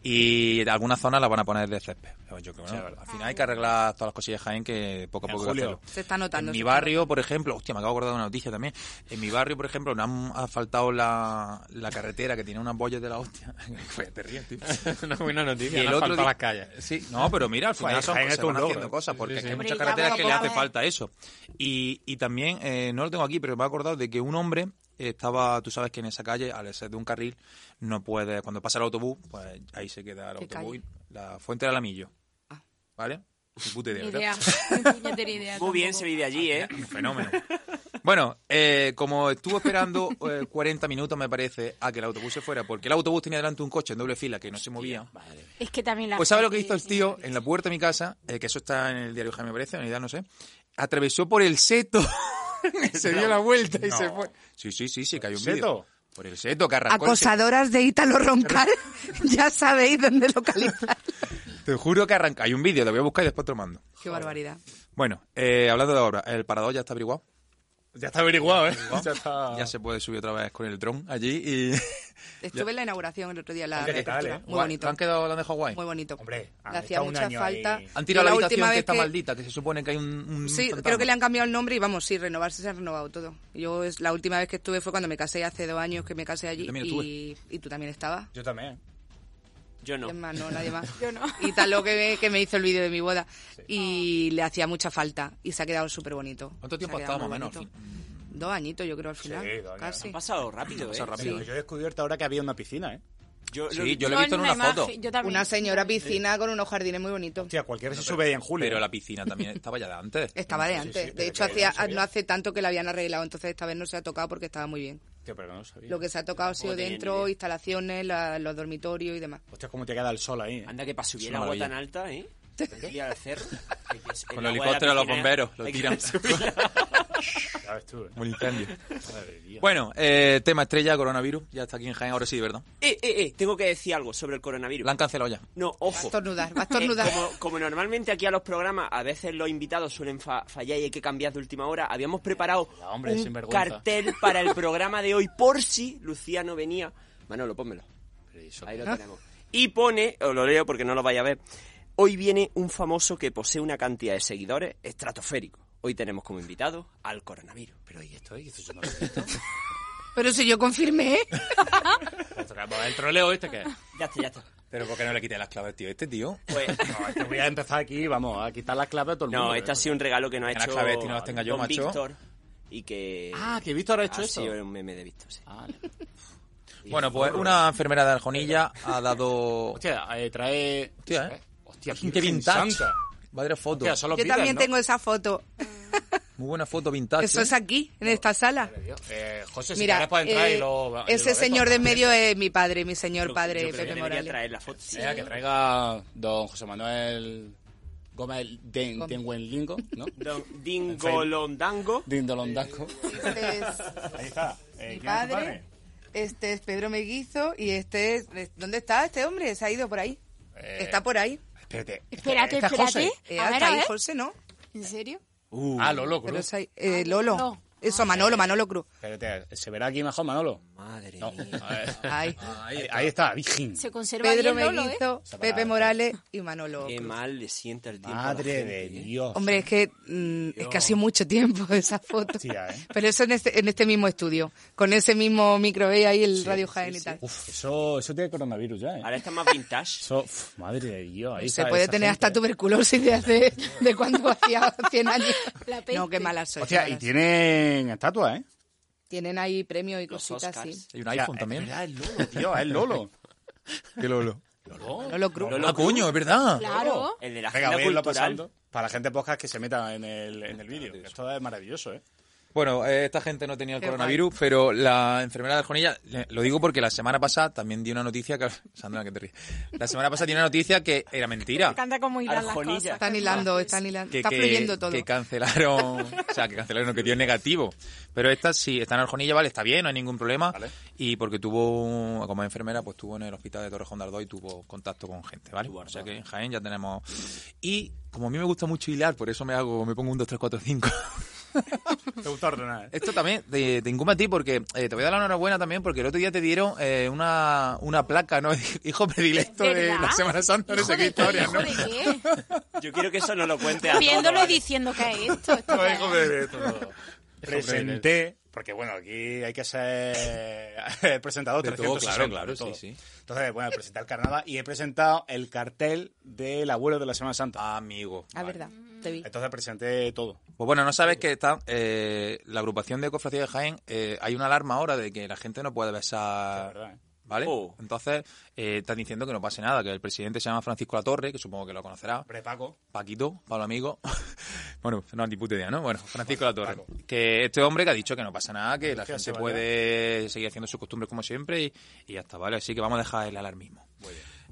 [SPEAKER 7] Y algunas zonas las van a poner de césped. Yo creo, ¿no? Al final hay que arreglar todas las cosillas de Jaén que poco a
[SPEAKER 8] En
[SPEAKER 7] poco hay que
[SPEAKER 8] julio.
[SPEAKER 7] hacerlo.
[SPEAKER 2] Se está notando.
[SPEAKER 7] En
[SPEAKER 2] se
[SPEAKER 7] mi
[SPEAKER 2] está
[SPEAKER 7] barrio, por ejemplo, hostia, me acabo de acordar de una noticia también. En mi barrio, por ejemplo, no han asfaltado la, la carretera que tiene unas boyas de la hostia. (laughs) Joder, te ríes, tío.
[SPEAKER 11] Una buena
[SPEAKER 7] Y
[SPEAKER 11] noticia. (laughs) no
[SPEAKER 7] el
[SPEAKER 11] han
[SPEAKER 7] otro
[SPEAKER 11] faltado
[SPEAKER 7] día-
[SPEAKER 11] las calles. Pues
[SPEAKER 7] Sí, no, pero mira, al final
[SPEAKER 8] Joder,
[SPEAKER 7] son,
[SPEAKER 8] Jaén es
[SPEAKER 7] se van
[SPEAKER 8] un logro.
[SPEAKER 7] haciendo cosas, porque
[SPEAKER 11] ¿eh? sí.
[SPEAKER 7] hay muchas
[SPEAKER 6] Hombre, ya
[SPEAKER 7] carreteras
[SPEAKER 6] poco
[SPEAKER 7] que
[SPEAKER 6] a
[SPEAKER 7] le hace
[SPEAKER 6] poco.
[SPEAKER 7] falta eso. Y, y también, eh, no lo tengo aquí, pero me he acordado de que un hombre estaba, tú sabes que en esa calle, al ser de un carril, no puede, cuando pasa el autobús, pues ahí se queda el
[SPEAKER 2] ¿Qué
[SPEAKER 7] autobús.
[SPEAKER 2] calle?
[SPEAKER 7] y La fuente del Alamillo. ¿Vale? Ni puta idea,
[SPEAKER 6] Ah. Ni
[SPEAKER 7] ¿verdad? (laughs)
[SPEAKER 6] idea. Ni puñetera idea.
[SPEAKER 5] Muy bien
[SPEAKER 6] tampoco.
[SPEAKER 5] se vive allí, ¿eh?
[SPEAKER 7] Un fenómeno. Bueno, eh, como estuvo esperando eh, 40 minutos, me parece, a que el autobús se fuera, porque el autobús tenía delante un coche en doble fila que no se movía.
[SPEAKER 6] Es que también la.
[SPEAKER 7] Pues ¿sabe lo que
[SPEAKER 6] gente-
[SPEAKER 7] hizo el tío en la puerta de mi casa? Eh, que eso está en el diario Jaime, me parece, en unidad, no sé. Atravesó por el seto, (laughs) se dio la vuelta y se fue. Sí, sí, sí, sí, cayó un
[SPEAKER 8] ¿Seto?
[SPEAKER 7] vídeo. Por el seto, que arrancó el
[SPEAKER 2] Acosadoras de Ítalo
[SPEAKER 7] (laughs)
[SPEAKER 2] Roncal, ya sabéis dónde localizar.
[SPEAKER 7] seto. Te juro que arrancó. Hay un vídeo, lo voy a buscar y después te lo mando.
[SPEAKER 2] Qué barbaridad.
[SPEAKER 7] Bueno, eh, hablando de ahora, el parador ya está averiguado.
[SPEAKER 8] Ya está averiguado, ¿eh? (laughs) Ya está...
[SPEAKER 7] Ya se puede subir otra vez con el dron allí y...
[SPEAKER 2] Estuve en la inauguración el otro día. La
[SPEAKER 8] Hombre, ¿qué tal, eh?
[SPEAKER 2] Muy bonito.
[SPEAKER 7] ¿Han quedado la de Hawái?
[SPEAKER 2] Muy bonito.
[SPEAKER 8] Hombre, han
[SPEAKER 2] Le hacía
[SPEAKER 8] estado un
[SPEAKER 2] mucha
[SPEAKER 8] año
[SPEAKER 2] falta.
[SPEAKER 8] ahí.
[SPEAKER 7] Han tirado
[SPEAKER 2] Yo
[SPEAKER 7] la,
[SPEAKER 2] última
[SPEAKER 7] habitación que
[SPEAKER 2] vez
[SPEAKER 7] está
[SPEAKER 2] que-
[SPEAKER 7] maldita, que se supone que hay un... un
[SPEAKER 2] Sí,
[SPEAKER 7] fantasma.
[SPEAKER 2] creo que le han cambiado el nombre y vamos, sí, renovarse se ha renovado todo. Yo es la última vez que estuve fue cuando me casé hace dos años que me casé allí
[SPEAKER 7] Yo también
[SPEAKER 2] y, y tú también estabas.
[SPEAKER 8] Yo también.
[SPEAKER 5] Yo no.
[SPEAKER 2] ¿Quién más? No, nadie
[SPEAKER 5] (laughs)
[SPEAKER 2] más.
[SPEAKER 6] (laughs) Yo no.
[SPEAKER 2] Y Talo que me, que me hizo el vídeo de mi boda y le hacía mucha falta y se ha quedado súper bonito.
[SPEAKER 7] ¿Cuánto tiempo
[SPEAKER 2] Se
[SPEAKER 7] ha
[SPEAKER 2] ha
[SPEAKER 7] estado
[SPEAKER 2] quedado
[SPEAKER 7] más o menos?
[SPEAKER 2] muy bonito. Dos añitos yo creo al final,
[SPEAKER 8] dos años.
[SPEAKER 2] casi.
[SPEAKER 5] Ha pasado rápido, ¿eh?
[SPEAKER 8] Pero yo he descubierto ahora que había una piscina, ¿eh?
[SPEAKER 5] Yo, lo-
[SPEAKER 7] Sí, yo lo he visto en una
[SPEAKER 6] imagen,
[SPEAKER 7] foto.
[SPEAKER 6] Yo también.
[SPEAKER 2] Una señora piscina con unos jardines muy bonitos.
[SPEAKER 8] Hostia, cualquiera se sube ahí en julio.
[SPEAKER 7] Pero la piscina también estaba ya de antes.
[SPEAKER 2] Estaba de antes. de hecho, hacía, no hace tanto que la habían arreglado, entonces esta vez no se ha tocado porque estaba muy bien.
[SPEAKER 8] Hostia, pero no lo sabía.
[SPEAKER 2] Lo que se ha tocado ha sido
[SPEAKER 5] Joder, ni
[SPEAKER 2] dentro,
[SPEAKER 5] idea.
[SPEAKER 2] instalaciones, la- los dormitorios y demás.
[SPEAKER 8] Hostia, cómo te queda el sol ahí, ¿eh?
[SPEAKER 5] Anda que para subir el
[SPEAKER 7] una
[SPEAKER 5] agua
[SPEAKER 7] maravilla.
[SPEAKER 5] tan alta, ¿eh? Aquí al
[SPEAKER 7] (laughs)
[SPEAKER 5] cerro.
[SPEAKER 8] (laughs)
[SPEAKER 5] (laughs)
[SPEAKER 7] Con los helicópteros, los bomberos, lo tiran.
[SPEAKER 8] ¿Sabes tú? ¿eh?
[SPEAKER 7] Un incendio.
[SPEAKER 8] Madre mía.
[SPEAKER 7] Bueno, eh, tema estrella, coronavirus. Ya está aquí en Jaén, ahora sí, de verdad.
[SPEAKER 5] Eh, eh, eh, tengo que decir algo sobre el coronavirus.
[SPEAKER 7] La han cancelado ya.
[SPEAKER 5] No,
[SPEAKER 2] Va a
[SPEAKER 5] ojo.
[SPEAKER 2] estornudar, va a
[SPEAKER 5] Eh,
[SPEAKER 2] estornudar.
[SPEAKER 5] como, como normalmente aquí a los programas a veces los invitados suelen fa- fallar y hay que cambiar de última hora, habíamos preparado
[SPEAKER 8] Ya, hombre,
[SPEAKER 5] un
[SPEAKER 8] sinvergüenza.
[SPEAKER 5] cartel para el programa de hoy por si Lucía no venía. Manolo, pónmelo. Ahí lo tenemos. Y pone, os lo leo porque no lo vaya a ver, hoy viene un famoso que posee una cantidad de seguidores estratosférico. Hoy tenemos como invitado al coronavirus. Pero ahí estoy, esto yo no lo he visto. (laughs)
[SPEAKER 2] Pero si yo (laughs) confirmé,
[SPEAKER 8] ¿El troleo este qué es?
[SPEAKER 5] Ya está, ya está.
[SPEAKER 7] Pero ¿por qué no le quité las claves, tío? Este tío.
[SPEAKER 5] (laughs) Pues,
[SPEAKER 8] No, es que voy a empezar aquí, vamos, a quitar las claves a todo el mundo.
[SPEAKER 5] no, este ha sido un regalo que nos ha
[SPEAKER 7] Que las
[SPEAKER 5] hecho
[SPEAKER 7] claves, tío, no las tenga yo,
[SPEAKER 5] don
[SPEAKER 7] macho.
[SPEAKER 5] Víctor y que...
[SPEAKER 8] Ah, que Víctor ha hecho
[SPEAKER 5] Ah,
[SPEAKER 8] eso.
[SPEAKER 5] sí, era un meme de Víctor, sí.
[SPEAKER 8] Ah,
[SPEAKER 5] (laughs)
[SPEAKER 7] Bueno, pues una enfermera de Arjonilla ha dado.
[SPEAKER 8] hostia, eh, trae...
[SPEAKER 7] Hostia, ¿eh?
[SPEAKER 8] Hostia,
[SPEAKER 7] Qué
[SPEAKER 8] Virgen
[SPEAKER 7] vintage.
[SPEAKER 8] Santa.
[SPEAKER 7] Madre foto.
[SPEAKER 8] Hostia, son los
[SPEAKER 2] yo
[SPEAKER 8] Beatles,
[SPEAKER 2] también
[SPEAKER 8] ¿no?
[SPEAKER 2] tengo esa foto.
[SPEAKER 7] Muy buena foto vintage.
[SPEAKER 2] Eso
[SPEAKER 7] ¿eh?
[SPEAKER 2] es aquí, en esta sala.
[SPEAKER 8] Eh, José, si
[SPEAKER 2] Mira,
[SPEAKER 8] quieres puedes entrar
[SPEAKER 2] eh,
[SPEAKER 8] y lo... y
[SPEAKER 2] ese
[SPEAKER 8] lo
[SPEAKER 2] señor
[SPEAKER 8] vemos.
[SPEAKER 2] de en medio es mi padre, mi señor
[SPEAKER 5] Yo-
[SPEAKER 2] padre,
[SPEAKER 5] yo creo que
[SPEAKER 2] Pepe
[SPEAKER 5] debería
[SPEAKER 2] Morales.
[SPEAKER 5] traer la foto.
[SPEAKER 8] Venga, que traiga don José Manuel Gómez de
[SPEAKER 2] Gómez.
[SPEAKER 8] Denguenlingo, ¿no?
[SPEAKER 5] (laughs) Don Dingolondango.
[SPEAKER 8] Dindolondaco.
[SPEAKER 2] Este es
[SPEAKER 12] Ahí está. Eh,
[SPEAKER 2] mi
[SPEAKER 12] ¿quién es tu
[SPEAKER 2] padre, este es Pedro Meguizo y este es... ¿Dónde está este hombre? ¿Se ha ido por ahí?
[SPEAKER 8] Eh,
[SPEAKER 2] Está por ahí.
[SPEAKER 8] Espérate.
[SPEAKER 6] Espérate,
[SPEAKER 8] ¿Este es José?
[SPEAKER 6] espérate.
[SPEAKER 2] Eh,
[SPEAKER 6] a ver,
[SPEAKER 2] está
[SPEAKER 6] a
[SPEAKER 2] ahí
[SPEAKER 6] ver.
[SPEAKER 2] José, ¿no?
[SPEAKER 6] ¿En serio?
[SPEAKER 8] Ah, Lolo Cruz.
[SPEAKER 2] Pero es ahí- eh, Lolo.
[SPEAKER 6] no.
[SPEAKER 2] Eso, Manolo, Manolo Cruz.
[SPEAKER 8] Espérate, ¿se verá aquí mejor, Manolo?
[SPEAKER 5] Madre
[SPEAKER 8] No.
[SPEAKER 5] mía.
[SPEAKER 8] A ver.
[SPEAKER 2] Ay.
[SPEAKER 8] Ahí, ahí está, Virgen.
[SPEAKER 6] Se conserva
[SPEAKER 2] Pedro
[SPEAKER 6] bien Lolo, ¿eh?
[SPEAKER 2] Meguizo,
[SPEAKER 8] Esa palabra,
[SPEAKER 2] Pepe
[SPEAKER 8] sí.
[SPEAKER 2] Morales y Manolo
[SPEAKER 5] Qué
[SPEAKER 2] Cruz.
[SPEAKER 5] mal le sienta el tiempo. a la
[SPEAKER 8] Madre
[SPEAKER 5] gente,
[SPEAKER 8] de
[SPEAKER 5] ¿eh?
[SPEAKER 8] Dios.
[SPEAKER 2] Hombre, es que mm, es que hace mucho tiempo (laughs) esa foto.
[SPEAKER 8] Hostia, ¿eh?
[SPEAKER 2] Pero eso en este, en este mismo estudio, con ese mismo micro eh, ahí el Radio Jaén y tal.
[SPEAKER 8] Uf, eso, eso tiene coronavirus ya, ¿eh?
[SPEAKER 5] Ahora está más vintage.
[SPEAKER 8] Eso, uf, madre de Dios. Ahí
[SPEAKER 2] Se
[SPEAKER 8] está
[SPEAKER 2] puede
[SPEAKER 8] esa
[SPEAKER 2] tener
[SPEAKER 8] gente,
[SPEAKER 2] hasta
[SPEAKER 8] ¿eh?
[SPEAKER 2] tuberculosis de hace de cuando (laughs) hacía 100 años.
[SPEAKER 6] La peste.
[SPEAKER 2] No, qué mala soy.
[SPEAKER 8] Hostia,
[SPEAKER 2] qué
[SPEAKER 8] y
[SPEAKER 2] mala soy.
[SPEAKER 8] tienen estatuas, ¿eh?
[SPEAKER 2] Tienen ahí premios y
[SPEAKER 5] Los
[SPEAKER 2] cositas
[SPEAKER 5] Oscars.
[SPEAKER 2] así.
[SPEAKER 7] Hay un iPhone
[SPEAKER 8] Ya,
[SPEAKER 7] también.
[SPEAKER 8] Es verdad, es Lolo, tío, es Lolo.
[SPEAKER 7] (laughs) Qué lolo.
[SPEAKER 2] Lolo Cruz.
[SPEAKER 7] Ah, coño, es verdad.
[SPEAKER 6] Claro.
[SPEAKER 5] El de
[SPEAKER 8] Venga,
[SPEAKER 5] la agenda
[SPEAKER 8] voy a irlo
[SPEAKER 5] cultural.
[SPEAKER 8] pasando. Para la gente podcast que se meta en el, en el vídeo. que Esto es maravilloso, ¿eh?
[SPEAKER 7] Bueno, eh, esta gente no tenía el
[SPEAKER 2] Qué
[SPEAKER 7] coronavirus, pero la enfermera de Arjonilla, le- lo digo porque la semana pasada también dio una noticia que... (laughs) Sandra, que te ríes. La semana pasada dio una noticia que era
[SPEAKER 6] Me
[SPEAKER 7] mentira.
[SPEAKER 6] encanta cómo hilan las
[SPEAKER 5] Arjonilla.
[SPEAKER 6] cosas.
[SPEAKER 2] Están hilando, están hilando.
[SPEAKER 7] Que,
[SPEAKER 2] Está
[SPEAKER 7] que-
[SPEAKER 2] fluyendo todo.
[SPEAKER 7] que cancelaron, (laughs) o sea, que cancelaron, que dio negativo. Pero esta sí, está en Arjonilla, vale, está bien, no hay ningún problema. Y porque tuvo, un- como es enfermera, pues estuvo en el hospital de Torrejón de Ardoz y tuvo contacto con gente, ¿vale? O sea que en Jaén ya tenemos... Y como a mí me gusta mucho hilar, por eso me hago, me pongo un 2, 3, 4, 5.
[SPEAKER 8] Te gusta ordenar, ¿eh?
[SPEAKER 7] Esto también te, te incumbe a ti porque eh, te voy a dar la enhorabuena también porque el otro día te dieron eh, una, una placa, ¿no? (laughs) Hijo predilecto de
[SPEAKER 6] ¿Verdad?
[SPEAKER 7] la Semana Santa, no
[SPEAKER 6] Hijo
[SPEAKER 7] sé qué
[SPEAKER 6] de
[SPEAKER 7] historia,
[SPEAKER 6] hijo
[SPEAKER 7] ¿no?
[SPEAKER 6] de
[SPEAKER 5] (laughs) Yo quiero que eso no lo
[SPEAKER 2] (laughs)
[SPEAKER 5] cuente
[SPEAKER 6] qué.
[SPEAKER 5] a
[SPEAKER 6] Viéndolo y
[SPEAKER 5] todos,
[SPEAKER 6] diciendo que es
[SPEAKER 8] (laughs)
[SPEAKER 6] esto. esto qué es.
[SPEAKER 8] Presenté, porque bueno, aquí hay que ser (laughs) eh, presentado
[SPEAKER 7] De todo,
[SPEAKER 8] 360.
[SPEAKER 7] claro, claro,
[SPEAKER 8] de todo.
[SPEAKER 7] sí, sí.
[SPEAKER 8] Entonces, bueno, presentar carnada y he presentado el cartel del abuelo de la Semana Santa.
[SPEAKER 7] Amigo.
[SPEAKER 2] Ah, verdad. Te vi.
[SPEAKER 8] Entonces presenté todo.
[SPEAKER 7] Pues bueno, no sabes que está eh, la agrupación de cofradía de Jaén, eh, hay una alarma ahora de que la gente no puede
[SPEAKER 8] Es verdad,
[SPEAKER 7] besar...
[SPEAKER 8] ¿eh?
[SPEAKER 7] ¿Vale?
[SPEAKER 5] Oh.
[SPEAKER 7] Entonces, eh, están diciendo que no pase nada, que el presidente se llama Francisco Latorre, que supongo que lo conocerá.
[SPEAKER 8] Hombre, Paco.
[SPEAKER 7] Paquito, Pablo Amigo. (laughs) bueno, no, ni puta idea, ¿no? Bueno, Francisco La Torre.
[SPEAKER 8] Paco.
[SPEAKER 7] Que este hombre que ha dicho que no pasa nada, que la
[SPEAKER 8] Hostia,
[SPEAKER 7] gente
[SPEAKER 8] se
[SPEAKER 7] puede seguir haciendo sus costumbres como siempre y, y ya está, ¿vale? Así que vamos a dejar el alarmismo.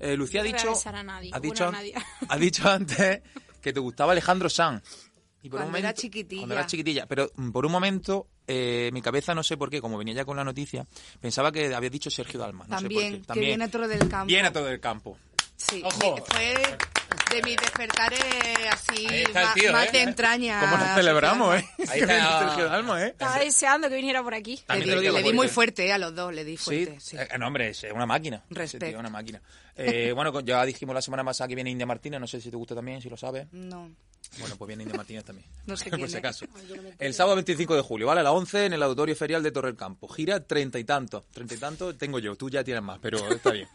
[SPEAKER 7] Eh, Lucía ha
[SPEAKER 6] No voy a
[SPEAKER 7] dicho,
[SPEAKER 6] besar a nadie.
[SPEAKER 7] ha
[SPEAKER 6] Bueno,
[SPEAKER 7] dicho, (laughs)
[SPEAKER 6] a nadie.
[SPEAKER 7] ha dicho antes que te gustaba Alejandro Sanz. Y
[SPEAKER 2] Cuando era chiquitilla.
[SPEAKER 7] Cuando era chiquitilla. Pero mm, por un momento, eh, mi cabeza, no sé por qué, como venía ya con la noticia, pensaba que había dicho Sergio Dalma. No sé por
[SPEAKER 2] También,
[SPEAKER 7] qué.
[SPEAKER 2] que viene otro del campo.
[SPEAKER 7] Viene a todo el campo.
[SPEAKER 2] Sí,
[SPEAKER 8] Ojo.
[SPEAKER 2] mi- fue de mis despertares así
[SPEAKER 7] Ahí está el
[SPEAKER 6] Ah,
[SPEAKER 2] ma-
[SPEAKER 7] tío,
[SPEAKER 2] más
[SPEAKER 7] ¿eh?
[SPEAKER 2] de entraña.
[SPEAKER 7] ¿Cómo nos celebramos, eh? (laughs) Ahí está Sergio Dalma, eh.
[SPEAKER 6] Estaba deseando que viniera por aquí.
[SPEAKER 2] Le,
[SPEAKER 7] También te
[SPEAKER 2] di-
[SPEAKER 7] digo,
[SPEAKER 2] le di
[SPEAKER 7] porque-
[SPEAKER 2] muy fuerte eh, a los dos, le di fuerte. sí.
[SPEAKER 7] sí, eh, no, hombre, es una máquina. Ese
[SPEAKER 2] Respect.
[SPEAKER 7] tío es una máquina. Eh,
[SPEAKER 2] (laughs)
[SPEAKER 7] bueno, con- ya dijimos la semana pasada que viene India Martínez, no sé si te gusta también, si lo sabes.
[SPEAKER 2] No.
[SPEAKER 7] Bueno, pues viene India
[SPEAKER 2] (laughs)
[SPEAKER 7] Martínez también.
[SPEAKER 2] No sé
[SPEAKER 7] (laughs) Por
[SPEAKER 2] quién
[SPEAKER 7] si
[SPEAKER 2] es.
[SPEAKER 7] acaso. El sábado 25 de julio, ¿vale? A las 11 en el Auditorio Ferial de Torrelcampo. Gira treinta y tantos. Treinta y tantos tengo yo, tú ya tienes más, pero
[SPEAKER 2] (laughs)
[SPEAKER 7] está bien.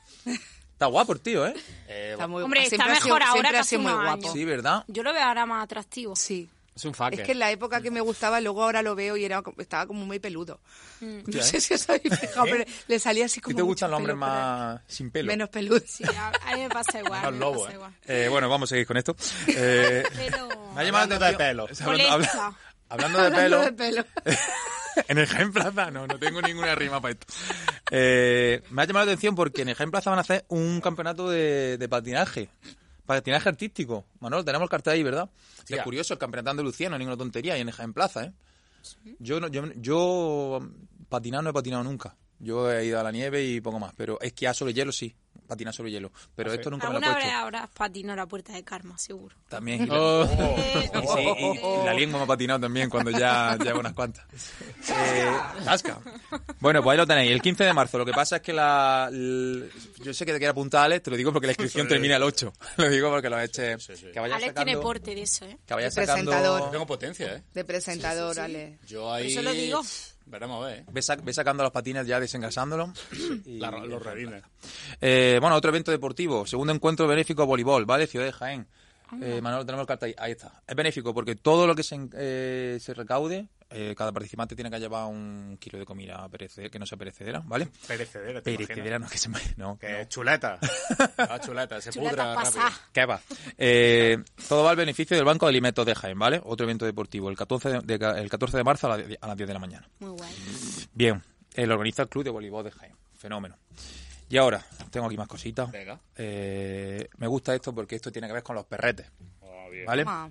[SPEAKER 7] Está guapo el tío, ¿eh?
[SPEAKER 2] Está muy
[SPEAKER 6] Hombre,
[SPEAKER 2] guapo.
[SPEAKER 6] está
[SPEAKER 2] Siempre ha sido-
[SPEAKER 6] mejor ahora
[SPEAKER 2] Siempre
[SPEAKER 6] que
[SPEAKER 2] ha
[SPEAKER 6] hace
[SPEAKER 2] sido muy
[SPEAKER 6] unos
[SPEAKER 2] guapo.
[SPEAKER 6] años.
[SPEAKER 7] Sí, ¿verdad?
[SPEAKER 6] Yo lo veo ahora más atractivo.
[SPEAKER 2] Sí.
[SPEAKER 8] Es un fucker.
[SPEAKER 2] Es que en la época que me gustaba, luego ahora lo veo y era co- estaba como muy peludo.
[SPEAKER 6] Mm.
[SPEAKER 2] No sé si os habéis fijado, pero le salía así
[SPEAKER 7] ¿Qué
[SPEAKER 2] como.
[SPEAKER 7] ¿Eh? te
[SPEAKER 2] mucho
[SPEAKER 7] gustan los hombres
[SPEAKER 2] pelo por ahí.
[SPEAKER 7] más sin pelo?
[SPEAKER 2] Menos peludo.
[SPEAKER 6] Sí, a, a mí
[SPEAKER 7] (laughs)
[SPEAKER 6] me pasa igual.
[SPEAKER 8] Menos
[SPEAKER 6] me
[SPEAKER 8] lobo,
[SPEAKER 6] pasa
[SPEAKER 8] ¿eh?
[SPEAKER 6] igual.
[SPEAKER 7] Eh, bueno, vamos a seguir con esto. Eh,
[SPEAKER 6] Pero...
[SPEAKER 7] me ha llamado la
[SPEAKER 8] Hablando de
[SPEAKER 7] atención-
[SPEAKER 6] Colecha.
[SPEAKER 7] habla- hablando de
[SPEAKER 2] Hablando
[SPEAKER 7] pelo.
[SPEAKER 2] de pelo.
[SPEAKER 7] (laughs) en el Jaén Plaza, no, no tengo ninguna rima para esto. Eh, me ha llamado la atención porque en el Jaén Plaza van a hacer un campeonato de, de patinaje. Patinaje artístico. Manolo, tenemos el cartel ahí, ¿verdad? Es curioso, el campeonato de Andalucía no es ninguna tontería y en el Jaén Plaza, ¿eh? Yo, no, yo, yo patinar no he patinado nunca. Yo he ido a la nieve y poco más, pero esquiar sobre hielo sí, patinar sobre hielo.
[SPEAKER 8] Ah,
[SPEAKER 7] Pero esto nunca me lo
[SPEAKER 6] Alguna
[SPEAKER 7] he
[SPEAKER 6] vez
[SPEAKER 7] puesto.
[SPEAKER 6] habrás patinado la puerta de Karma, seguro. (laughs)
[SPEAKER 7] También.
[SPEAKER 8] (laughs)
[SPEAKER 7] y la-
[SPEAKER 8] Oh.
[SPEAKER 7] Oh.
[SPEAKER 6] Eh,
[SPEAKER 7] Y sí, y- y la lengua me ha patinado también cuando ya llevo unas cuantas. Eh, tasca. Bueno, pues ahí lo tenéis, el 15 de marzo. Lo que pasa es que la... l- yo sé que te quiero apuntar, Alex, te lo digo porque la inscripción termina el 8. (laughs) Lo digo porque lo eche... Que vayas
[SPEAKER 6] Alex
[SPEAKER 7] sacando...
[SPEAKER 6] tiene porte de eso, ¿eh?
[SPEAKER 7] Que vayas
[SPEAKER 2] De
[SPEAKER 7] sacando...
[SPEAKER 2] presentador.
[SPEAKER 8] Tengo
[SPEAKER 6] (clears throat)
[SPEAKER 8] potencia, ¿eh?
[SPEAKER 2] De presentador, Ale.
[SPEAKER 8] Yo ahí...
[SPEAKER 6] Eso lo digo.
[SPEAKER 8] Veremos a ver, ¿eh?
[SPEAKER 7] Ve, sac- ve sacando los patines ya desengasándolos.
[SPEAKER 8] La- los redines.
[SPEAKER 7] Eh, bueno, otro evento deportivo. Segundo encuentro benéfico voleibol, ¿vale? Ciudad de Jaén. Eh, Manuel, tenemos el cartel ahí. Ahí está. Es benéfico porque todo lo que se, en- eh, se recaude, eh, cada participante tiene que llevar un kilo de comida perecedera, que no sea perecedera, ¿vale?
[SPEAKER 8] Perecedera, te
[SPEAKER 7] Perecedera,
[SPEAKER 8] imaginas?
[SPEAKER 7] no, que se me... No.
[SPEAKER 8] Que es chuleta. Ah, chuleta, se
[SPEAKER 6] Chuleta
[SPEAKER 8] pudra
[SPEAKER 6] pasá.
[SPEAKER 8] rápido.
[SPEAKER 7] ¿Qué va? Eh, todo va al beneficio del Banco de Alimentos de Jaén, ¿vale? Otro evento deportivo, el 14 de, de- el 14 de marzo a, la- a las 10 de la mañana.
[SPEAKER 6] Muy guay.
[SPEAKER 7] Bien, eh, lo organiza el Club de Voleibol de Jaén. Fenómeno. Y ahora, tengo aquí más cositas.
[SPEAKER 8] Venga.
[SPEAKER 7] Eh, me gusta esto porque esto tiene que ver con los perretes.
[SPEAKER 8] Ah,
[SPEAKER 7] ¿Vale?
[SPEAKER 2] Toma.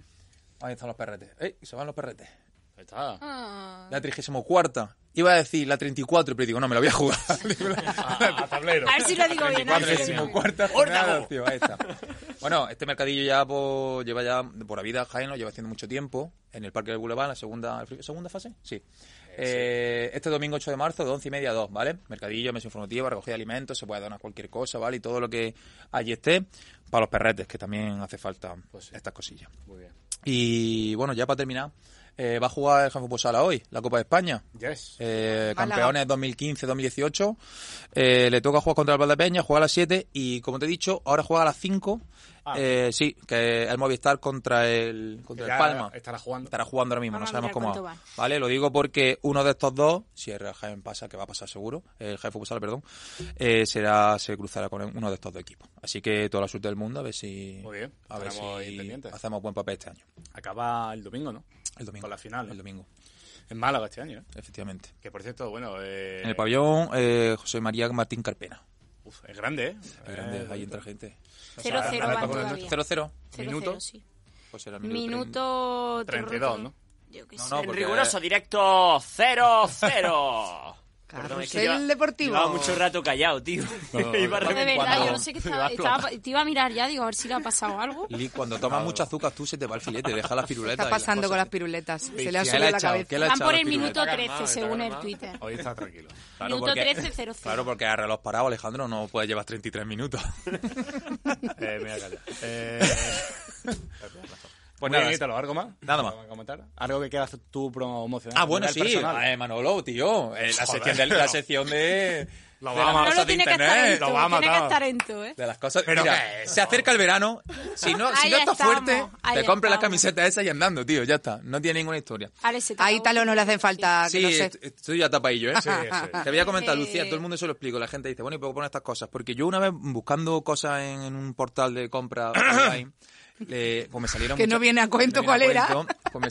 [SPEAKER 7] Ahí están los perretes. ¡Ey! Se van los perretes.
[SPEAKER 8] Ahí está.
[SPEAKER 6] Ah.
[SPEAKER 8] (laughs)
[SPEAKER 7] La 34. Iba a decir la 34, pero digo, no, me la voy a jugar. Digo, la-
[SPEAKER 8] A, a Ah, tablero.
[SPEAKER 6] A ver si lo digo bien. a ver si lo digo bien.
[SPEAKER 7] 34 jornada de ocio, ahí está. Bueno, este mercadillo ya po, lleva ya por la vida Jaén, lo lleva haciendo mucho tiempo, en el Parque del Boulevard, la segunda, segunda fase, sí. Eh, este domingo 8 de marzo, de 11 y media a 2, ¿vale? Mercadillo, mesa informativa, recogida de alimentos, se puede donar cualquier cosa, ¿vale? Y todo lo que allí esté para los perretes, que también hace falta estas cosillas.
[SPEAKER 8] Muy bien.
[SPEAKER 7] Y bueno, ya para terminar, eh, va a jugar el Jaén Fútbol Sala hoy, la Copa de España.
[SPEAKER 8] Yes.
[SPEAKER 7] Eh,
[SPEAKER 2] Málaga.
[SPEAKER 7] campeones 2015-2018. Eh, le toca jugar contra el Valdepeña, juega a las 7 y, como te he dicho, ahora juega a las 5.
[SPEAKER 8] Ah.
[SPEAKER 7] Eh, sí, que el Movistar contra el, contra el
[SPEAKER 8] Ya
[SPEAKER 7] Palma.
[SPEAKER 8] Estará jugando.
[SPEAKER 7] Estará jugando ahora mismo,
[SPEAKER 6] Vamos a
[SPEAKER 7] no sabemos
[SPEAKER 6] mirar
[SPEAKER 7] cómo.
[SPEAKER 6] cuánto
[SPEAKER 7] va.
[SPEAKER 6] va.
[SPEAKER 7] Vale, lo digo porque uno de estos dos, si el Real Jaén pasa, que va a pasar seguro, el Jaén Fútbol Sala, perdón, eh, será, se cruzará con uno de estos dos equipos. Así que toda la suerte del mundo, a ver si,
[SPEAKER 8] Muy bien,
[SPEAKER 7] a ver
[SPEAKER 8] estaremos ahí
[SPEAKER 7] si
[SPEAKER 8] pendientes.
[SPEAKER 7] hacemos buen papel este año.
[SPEAKER 8] Acaba el domingo, ¿no?
[SPEAKER 7] El domingo.
[SPEAKER 8] Con la final, ¿eh?
[SPEAKER 7] El domingo,
[SPEAKER 8] En Málaga este año, ¿eh?
[SPEAKER 7] efectivamente.
[SPEAKER 8] Que por cierto, bueno. Eh,
[SPEAKER 7] En el pabellón, eh, José María Martín Carpena.
[SPEAKER 8] uf, es grande, ¿eh?
[SPEAKER 7] Qué grande, ahí entra gente.
[SPEAKER 6] Cero,
[SPEAKER 8] sea,
[SPEAKER 6] cero
[SPEAKER 8] la
[SPEAKER 6] van
[SPEAKER 8] época de
[SPEAKER 6] todavía.
[SPEAKER 7] 0-0.
[SPEAKER 6] Cero,
[SPEAKER 8] minuto.
[SPEAKER 6] cero, sí.
[SPEAKER 7] Pues era
[SPEAKER 6] Minuto...
[SPEAKER 8] 32, ¿no?
[SPEAKER 6] Yo qué
[SPEAKER 7] No,
[SPEAKER 6] sé.
[SPEAKER 7] no,
[SPEAKER 5] En
[SPEAKER 7] porque-
[SPEAKER 5] riguroso directo 0-0.
[SPEAKER 2] (laughs)
[SPEAKER 5] Perdón, es que
[SPEAKER 2] Carrusel
[SPEAKER 5] lleva-
[SPEAKER 2] deportivo.
[SPEAKER 5] Llevaba mucho rato callado,
[SPEAKER 7] (laughs)
[SPEAKER 5] tío. Iba a
[SPEAKER 6] De verdad,
[SPEAKER 5] reventar.
[SPEAKER 6] yo no sé qué estaba, estaba- Te (laughs) iba a mirar ya, digo, a ver si le ha pasado algo.
[SPEAKER 7] 30. Li, cuando tomas mucha azúcar, tú se te va el filete, deja las
[SPEAKER 2] ¿Qué
[SPEAKER 7] piruletas.
[SPEAKER 2] está pasando con las piruletas? Se le ha
[SPEAKER 7] ¿Qué
[SPEAKER 2] subido
[SPEAKER 7] le ha
[SPEAKER 2] la
[SPEAKER 7] echado? ¿Qué
[SPEAKER 2] cabeza.
[SPEAKER 7] le ha
[SPEAKER 6] Van
[SPEAKER 7] echado
[SPEAKER 6] por
[SPEAKER 7] las
[SPEAKER 6] el minuto
[SPEAKER 7] piruletas?
[SPEAKER 6] 13, según el Twitter.
[SPEAKER 8] Hoy está tranquilo.
[SPEAKER 6] Minuto 13, 0
[SPEAKER 7] Claro, porque a reloj parado, Alejandro, no puedes llevar 33
[SPEAKER 6] (laughs)
[SPEAKER 7] minutos.
[SPEAKER 8] Eh, mira, calla. Eh,
[SPEAKER 7] Pues
[SPEAKER 8] muy bien,
[SPEAKER 7] nada,
[SPEAKER 8] Ítalo, ¿algo más?
[SPEAKER 7] Nada más.
[SPEAKER 8] ¿Algo comentar? ¿Algo que quieras tú promocionar?
[SPEAKER 7] Ah, bueno,
[SPEAKER 8] A
[SPEAKER 7] sí.
[SPEAKER 8] nivel personal.
[SPEAKER 7] Eh, Manolo, tío. eh, la, sección
[SPEAKER 8] (laughs)
[SPEAKER 7] de, la sección de.
[SPEAKER 8] Lo
[SPEAKER 7] de las
[SPEAKER 8] vamos a-
[SPEAKER 6] No
[SPEAKER 7] cosas
[SPEAKER 6] lo
[SPEAKER 7] de
[SPEAKER 6] tiene que estar
[SPEAKER 7] internet.
[SPEAKER 6] en
[SPEAKER 8] lo va a
[SPEAKER 6] todo, tiene que
[SPEAKER 8] matar.
[SPEAKER 6] estar en todo, ¿eh?
[SPEAKER 7] De las cosas.
[SPEAKER 8] ¿Pero
[SPEAKER 7] Mira,
[SPEAKER 8] qué es
[SPEAKER 7] se acerca el verano. Si no, si
[SPEAKER 6] Ahí
[SPEAKER 7] no estás
[SPEAKER 6] estamos,
[SPEAKER 7] fuerte,
[SPEAKER 6] ahí
[SPEAKER 7] te compras las
[SPEAKER 6] estamos.
[SPEAKER 7] camisetas esas y andando, tío. Ya está. No tiene ninguna historia.
[SPEAKER 6] Ahí se te
[SPEAKER 2] Ahí
[SPEAKER 6] acabó.
[SPEAKER 2] talo no le hacen falta, que
[SPEAKER 7] Sí,
[SPEAKER 2] lo sé.
[SPEAKER 7] est- estoy ya tapadillo, ¿eh?
[SPEAKER 2] (laughs)
[SPEAKER 8] sí.
[SPEAKER 7] Te voy a comentar, Lucía,
[SPEAKER 6] Eh.
[SPEAKER 7] todo el mundo se lo explico. La gente dice, bueno, ¿y puedo poner estas cosas? Porque yo una vez buscando cosas en, en un portal de
[SPEAKER 2] (coughs)
[SPEAKER 7] compra online, le- pues me salieron
[SPEAKER 2] Que no viene a cuento
[SPEAKER 7] no viene a
[SPEAKER 2] cuál era.
[SPEAKER 7] cuento, pues me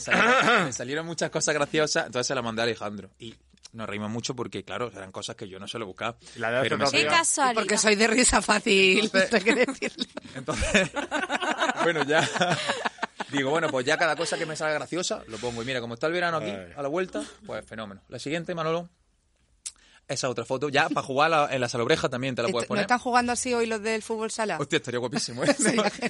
[SPEAKER 2] (coughs)
[SPEAKER 7] salieron, me salieron muchas cosas graciosas, entonces se las mandé a Alejandro. Y nos reímos mucho porque, claro, eran cosas que yo no se lo buscaba.
[SPEAKER 8] La de
[SPEAKER 7] pero me
[SPEAKER 8] otro
[SPEAKER 6] Qué
[SPEAKER 8] día.
[SPEAKER 7] salieron-
[SPEAKER 6] casualidad.
[SPEAKER 2] Porque soy de risa fácil, (laughs) Este, no sé qué decirle.
[SPEAKER 7] entonces, bueno, ya. (laughs) Digo, bueno, pues ya cada cosa que me salga graciosa lo pongo. Y mira, como está el verano aquí, a la vuelta, pues fenómeno. La siguiente, Manolo. Esa otra foto. Ya, para jugar a la- en la salobreja también te la puedes
[SPEAKER 2] Est- ¿No
[SPEAKER 7] poner. Pues
[SPEAKER 2] están jugando así hoy los del fútbol sala?
[SPEAKER 7] Hostia, estaría guapísimo,
[SPEAKER 6] (laughs)
[SPEAKER 7] ¿eh?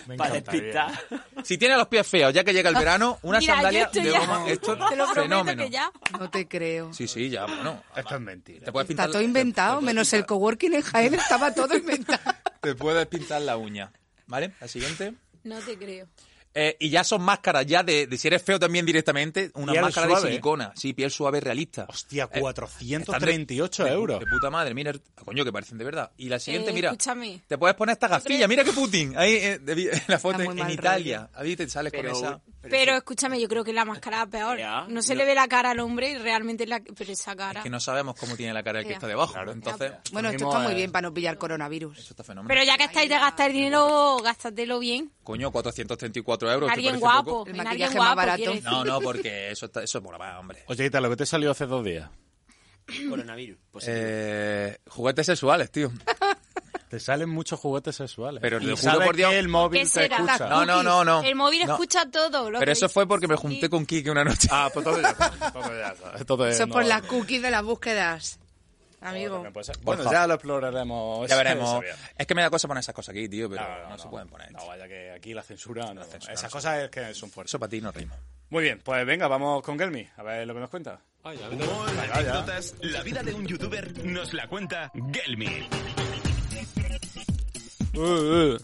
[SPEAKER 8] Me
[SPEAKER 5] Para
[SPEAKER 8] encantaría.
[SPEAKER 5] despistar.
[SPEAKER 7] si tiene los pies feos, ya que llega el verano, una
[SPEAKER 6] Mira, yo
[SPEAKER 7] sandalia
[SPEAKER 6] estoy
[SPEAKER 7] de
[SPEAKER 6] ya-
[SPEAKER 7] goma. Esto
[SPEAKER 6] Te lo prometo
[SPEAKER 7] fenómeno.
[SPEAKER 6] que ya.
[SPEAKER 2] No te creo.
[SPEAKER 7] Sí, sí, ya, bueno.
[SPEAKER 8] Esto es mentira.
[SPEAKER 7] Te puedes
[SPEAKER 2] Está
[SPEAKER 7] pintar,
[SPEAKER 2] todo inventado, menos el coworking en Jaén estaba todo inventado.
[SPEAKER 7] Te puedes pintar la uña. ¿Vale? La siguiente.
[SPEAKER 6] No te creo.
[SPEAKER 7] Eh, y ya son máscaras, ya de, de si eres feo también directamente, una
[SPEAKER 8] Piel
[SPEAKER 7] máscara
[SPEAKER 8] suave.
[SPEAKER 7] de silicona, sí, piel suave realista.
[SPEAKER 8] Hostia,
[SPEAKER 7] Eh,
[SPEAKER 8] 438
[SPEAKER 7] están de-
[SPEAKER 8] euros.
[SPEAKER 7] De, de puta madre, mira, coño, que parecen de verdad. Y la siguiente,
[SPEAKER 6] Eh,
[SPEAKER 7] mira,
[SPEAKER 6] escúchame.
[SPEAKER 7] te puedes poner esta gafilla, mira que Putin, ahí eh, de- (laughs) en la foto
[SPEAKER 2] Está muy
[SPEAKER 7] en,
[SPEAKER 2] mal
[SPEAKER 7] Italia, ahí te sales
[SPEAKER 5] Pero-
[SPEAKER 7] con esa.
[SPEAKER 6] Pero escúchame, yo creo que la máscara es peor.
[SPEAKER 5] Ya.
[SPEAKER 6] No se le ve la cara al hombre y realmente la... Pero esa cara...
[SPEAKER 7] Es que no sabemos cómo tiene la cara el que
[SPEAKER 6] Ya.
[SPEAKER 7] está debajo, entonces,
[SPEAKER 2] Bueno, esto
[SPEAKER 8] mismo,
[SPEAKER 2] está muy
[SPEAKER 8] eh,
[SPEAKER 2] bien para no pillar coronavirus.
[SPEAKER 7] eso está fenómeno.
[SPEAKER 6] Pero ya que estáis de gastar dinero, gástatelo bien.
[SPEAKER 7] Coño, 434 euros. ¿te
[SPEAKER 6] Alguien
[SPEAKER 7] parece
[SPEAKER 6] guapo.
[SPEAKER 7] poco?
[SPEAKER 2] El
[SPEAKER 6] en
[SPEAKER 2] maquillaje
[SPEAKER 6] alguien
[SPEAKER 2] más
[SPEAKER 6] guapo,
[SPEAKER 2] barato.
[SPEAKER 6] quiero decir.
[SPEAKER 7] No, no, porque eso, está, eso es por la va, hombre.
[SPEAKER 8] Oye, Ítalo, que te salió hace dos días? Pues
[SPEAKER 5] Coronavirus.
[SPEAKER 8] (laughs)
[SPEAKER 5] positivo.
[SPEAKER 7] Eh, juguetes sexuales, tío.
[SPEAKER 4] Te salen muchos juguetes sexuales.
[SPEAKER 7] Pero te
[SPEAKER 4] y
[SPEAKER 7] lo juro
[SPEAKER 4] sabe
[SPEAKER 7] por Dios-
[SPEAKER 4] que el móvil
[SPEAKER 6] ¿Qué
[SPEAKER 4] te
[SPEAKER 6] será?
[SPEAKER 4] escucha.
[SPEAKER 7] No, no, no, no.
[SPEAKER 6] El móvil
[SPEAKER 7] No.
[SPEAKER 6] escucha (laughs) todo. lo
[SPEAKER 7] Pero
[SPEAKER 6] que
[SPEAKER 7] eso
[SPEAKER 6] dice.
[SPEAKER 7] fue porque me junté con Kike una noche.
[SPEAKER 8] Ah, pues todo ya está, todo
[SPEAKER 7] (laughs)
[SPEAKER 8] ya está,
[SPEAKER 7] pues,
[SPEAKER 8] todo
[SPEAKER 2] Eso
[SPEAKER 8] no-
[SPEAKER 2] por las cookies de las búsquedas, amigo.
[SPEAKER 8] También puede ser.
[SPEAKER 7] Por
[SPEAKER 8] Bueno,
[SPEAKER 7] favor.
[SPEAKER 4] Ya lo exploraremos.
[SPEAKER 7] ya veremos.
[SPEAKER 8] sabía.
[SPEAKER 7] Es que me da cosa poner esas cosas aquí, tío, pero
[SPEAKER 4] Ah,
[SPEAKER 7] no, se pueden poner.
[SPEAKER 4] No, vaya que aquí la censura. No.
[SPEAKER 7] censura
[SPEAKER 4] Esas
[SPEAKER 7] no se
[SPEAKER 4] cosas es que son fuertes.
[SPEAKER 7] Eso para ti no rima.
[SPEAKER 8] Muy bien, pues venga, vamos con Gelmi, a ver lo que nos cuenta.
[SPEAKER 1] Humor, anécdotas, la vida de un youtuber nos la cuenta Gelmi.
[SPEAKER 8] Uh,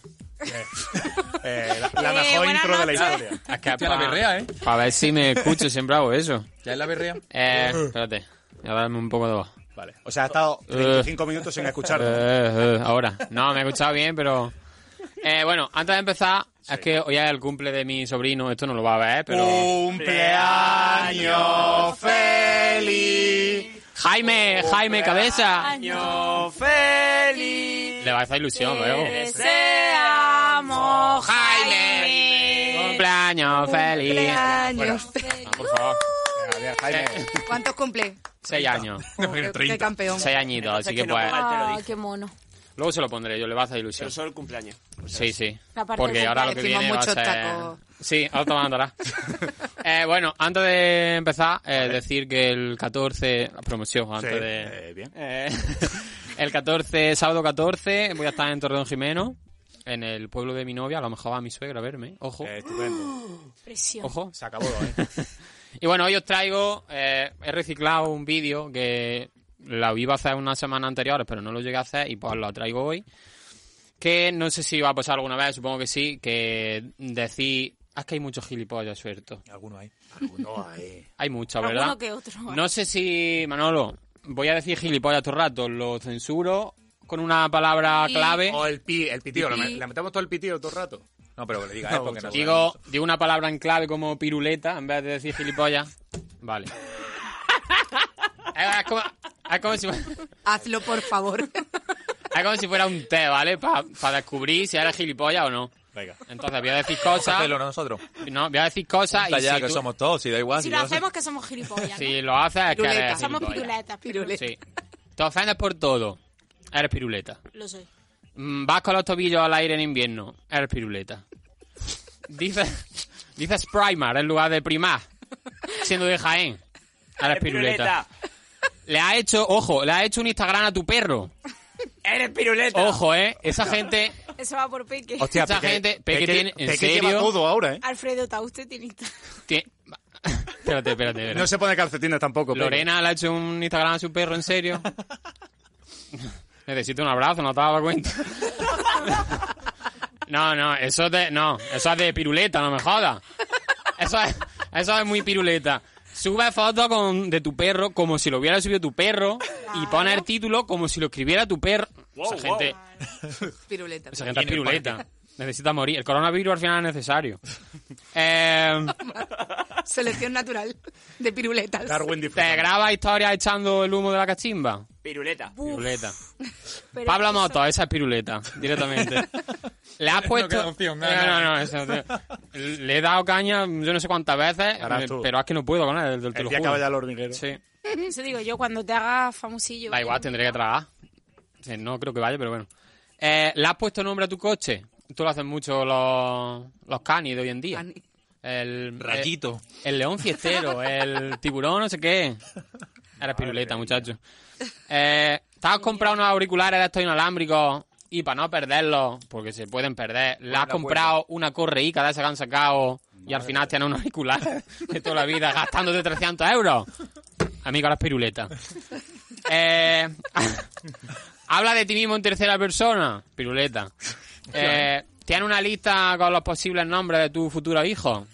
[SPEAKER 8] Eh, la la
[SPEAKER 6] Eh,
[SPEAKER 8] mejor
[SPEAKER 6] buenas
[SPEAKER 8] intro de la
[SPEAKER 6] noches.
[SPEAKER 8] historia.
[SPEAKER 7] Es que es la berrea, ¿eh?
[SPEAKER 11] A ver si me escucho, siempre hago eso.
[SPEAKER 7] Ya es la berrea.
[SPEAKER 11] Eh, espérate, voy a darme un poco de voz.
[SPEAKER 8] Vale. O sea, ha estado 25 minutos sin escucharlo.
[SPEAKER 11] Eh, eh, ahora. No, me he escuchado bien, pero... Eh, bueno, antes de empezar, es que hoy es el cumple de mi sobrino, esto no lo va a ver, pero...
[SPEAKER 8] ¡Cumpleaños feliz!
[SPEAKER 11] Jaime, Jaime, cabeza.
[SPEAKER 6] Año feliz.
[SPEAKER 11] Le va a hacer ilusión luego.
[SPEAKER 6] Deseamos, Jaime.
[SPEAKER 11] Cumpleaños feliz. Ah,
[SPEAKER 2] Cumpleaños.
[SPEAKER 11] Por favor.
[SPEAKER 8] Javier, Jaime.
[SPEAKER 2] ¿Cuántos cumple?
[SPEAKER 11] Seis
[SPEAKER 8] (laughs)
[SPEAKER 11] años.
[SPEAKER 2] Qué- Qué campeón.
[SPEAKER 11] Seis añitos,
[SPEAKER 5] Entonces
[SPEAKER 11] así que
[SPEAKER 5] que no
[SPEAKER 11] pues...
[SPEAKER 5] ponga-
[SPEAKER 6] Ah, qué mono.
[SPEAKER 11] Luego se lo pondré yo, le va a hacer ilusión.
[SPEAKER 5] Pero solo el cumpleaños. O sea,
[SPEAKER 11] Sí, sí.
[SPEAKER 6] Aparte
[SPEAKER 11] Porque
[SPEAKER 6] de
[SPEAKER 11] ahora lo
[SPEAKER 2] que
[SPEAKER 11] que
[SPEAKER 2] decimos
[SPEAKER 11] viene va a
[SPEAKER 2] muchos
[SPEAKER 11] ser...
[SPEAKER 2] tacos.
[SPEAKER 11] Sí, ahora
[SPEAKER 2] (laughs)
[SPEAKER 11] te mandará. eh, bueno, antes de empezar, eh, decir que el 14... La promoción, antes
[SPEAKER 8] Sí,
[SPEAKER 11] de...
[SPEAKER 8] eh, bien.
[SPEAKER 11] Eh, (laughs) el 14, sábado 14, voy a estar en Torreón Jimeno, en el pueblo de mi novia, a lo mejor va mi suegra a verme, ojo,
[SPEAKER 8] Eh, estupendo.
[SPEAKER 6] Presión.
[SPEAKER 11] ojo.
[SPEAKER 8] Se acabó, ¿eh?
[SPEAKER 11] Y bueno, hoy os traigo, eh, he reciclado un vídeo que la iba a hacer unas semanas anteriores, pero no lo llegué a hacer y pues lo traigo hoy. Que no sé si va a pasar alguna vez, supongo que sí, que decir, "Ah, es que hay muchos gilipollas sueltos.
[SPEAKER 7] Alguno hay.
[SPEAKER 8] No hay.
[SPEAKER 11] Hay muchos,
[SPEAKER 6] Alguno
[SPEAKER 11] ¿verdad?
[SPEAKER 6] que otro.
[SPEAKER 11] No sé si, Manolo, voy a decir gilipollas todo el rato, lo censuro con una palabra
[SPEAKER 6] Y-
[SPEAKER 11] clave.
[SPEAKER 8] O el, pi, el pitío,
[SPEAKER 6] Pipí.
[SPEAKER 8] le met- le metemos todo el pitío todo el rato.
[SPEAKER 7] No, pero que le diga, ¿eh? Porque no
[SPEAKER 11] Digo, digo una palabra en clave como piruleta en vez de decir gilipollas. Vale. Es como, es como si, es
[SPEAKER 2] Hazlo, por favor.
[SPEAKER 11] como si fuera un té, ¿vale? Para descubrir si eres gilipollas o no.
[SPEAKER 7] Venga.
[SPEAKER 11] Entonces voy a decir
[SPEAKER 7] Vamos a
[SPEAKER 11] cosas.
[SPEAKER 7] hacerlo nosotros.
[SPEAKER 11] No, voy a decir cosas y
[SPEAKER 7] Está ya
[SPEAKER 11] si,
[SPEAKER 7] que
[SPEAKER 11] tú-
[SPEAKER 7] somos todos, si da igual.
[SPEAKER 6] Si
[SPEAKER 7] si
[SPEAKER 6] lo
[SPEAKER 7] ya lo sé.
[SPEAKER 6] hacemos, que somos
[SPEAKER 11] (laughs)
[SPEAKER 6] gilipollas. ¿no?
[SPEAKER 11] si lo haces es que
[SPEAKER 2] Piruleta.
[SPEAKER 11] eres
[SPEAKER 6] Somos
[SPEAKER 11] gilipollas.
[SPEAKER 6] piruletas. piruletas.
[SPEAKER 2] Piruleta.
[SPEAKER 11] Sí. Te ofendes por todo. Eres piruleta.
[SPEAKER 6] Lo soy.
[SPEAKER 11] Mm, Vas con los tobillos al aire en invierno. Eres piruleta. (laughs) Dices, dices primar en lugar de primar. Siendo de Jaén. Eres
[SPEAKER 5] ¡Eres piruleta!
[SPEAKER 11] piruleta. Le ha hecho, ojo, le ha hecho un Instagram a tu perro.
[SPEAKER 5] ¡Eres piruleta!
[SPEAKER 11] Ojo, eh. Esa gente,
[SPEAKER 6] Eso va por Peque.
[SPEAKER 8] Hostia,
[SPEAKER 11] Esa
[SPEAKER 8] Peque-
[SPEAKER 11] gente- Peque
[SPEAKER 8] Peque-
[SPEAKER 11] tiene- en
[SPEAKER 8] Peque lleva
[SPEAKER 11] serio.
[SPEAKER 8] todo ahora, ¿eh?
[SPEAKER 6] Alfredo, ¿está usted tiene Instagram?
[SPEAKER 11] tie- Espérate, espérate, espérate.
[SPEAKER 8] No se pone calcetines tampoco. Peque.
[SPEAKER 11] Lorena le ha hecho un Instagram a su perro,
[SPEAKER 8] (laughs)
[SPEAKER 11] ¿en serio? Necesito un abrazo, no te
[SPEAKER 8] (laughs)
[SPEAKER 11] daba cuenta. No, no, eso es de, no, eso es de piruleta, no me jodas. Eso es, eso es muy piruleta. Sube fotos con, de tu perro como si lo hubiera subido tu perro y pone el título como si lo escribiera tu perro. esa gente,
[SPEAKER 2] Piruleta.
[SPEAKER 11] esa gente es piruleta. Necesita morir. El coronavirus al final es necesario. Eh,
[SPEAKER 2] Selección natural de piruletas.
[SPEAKER 8] Darwin
[SPEAKER 11] ¿Te
[SPEAKER 8] disfrutando.
[SPEAKER 11] graba historias echando el humo de la cachimba?
[SPEAKER 5] Piruleta.
[SPEAKER 11] Piruleta.
[SPEAKER 6] (laughs) Pero
[SPEAKER 11] Pablo
[SPEAKER 6] eso-
[SPEAKER 11] Moto, esa es piruleta,
[SPEAKER 8] (laughs)
[SPEAKER 11] directamente. Le has puesto.
[SPEAKER 7] queda opción, no,
[SPEAKER 11] no, no, no, eso, tío. Le he dado caña yo no sé cuántas veces,
[SPEAKER 8] Harás
[SPEAKER 11] eh,
[SPEAKER 8] tú.
[SPEAKER 11] pero es que no puedo con él, te lo
[SPEAKER 8] El día que
[SPEAKER 11] juro.
[SPEAKER 8] vaya al hormiguero.
[SPEAKER 11] Sí.
[SPEAKER 6] (laughs) Eso digo yo, cuando te hagas famosillo. eh.
[SPEAKER 11] Da igual, tendré que tragar. Sí, No creo que vaya, pero bueno. Eh, ¿Le has puesto nombre a tu coche? Tú lo hacen mucho los, los canis de hoy en día.
[SPEAKER 2] Cani.
[SPEAKER 11] El, eh,
[SPEAKER 7] Rayito.
[SPEAKER 11] El, el león fiestero, el tiburón, no sé qué. Era piruleta, muchacho. Eh, ¿Te has comprado unos auriculares de estos inalámbricos? Y para no perderlos, porque se pueden perder, le has comprado una correica de esas que han sacado y al final tienes un auricular de toda la vida gastándote 300 euros. Amigo, ahora es piruleta. Eh, (laughs) habla de ti mismo en tercera persona. Piruleta. Eh, ¿Tienes una lista con los posibles nombres de tu futuro hijo?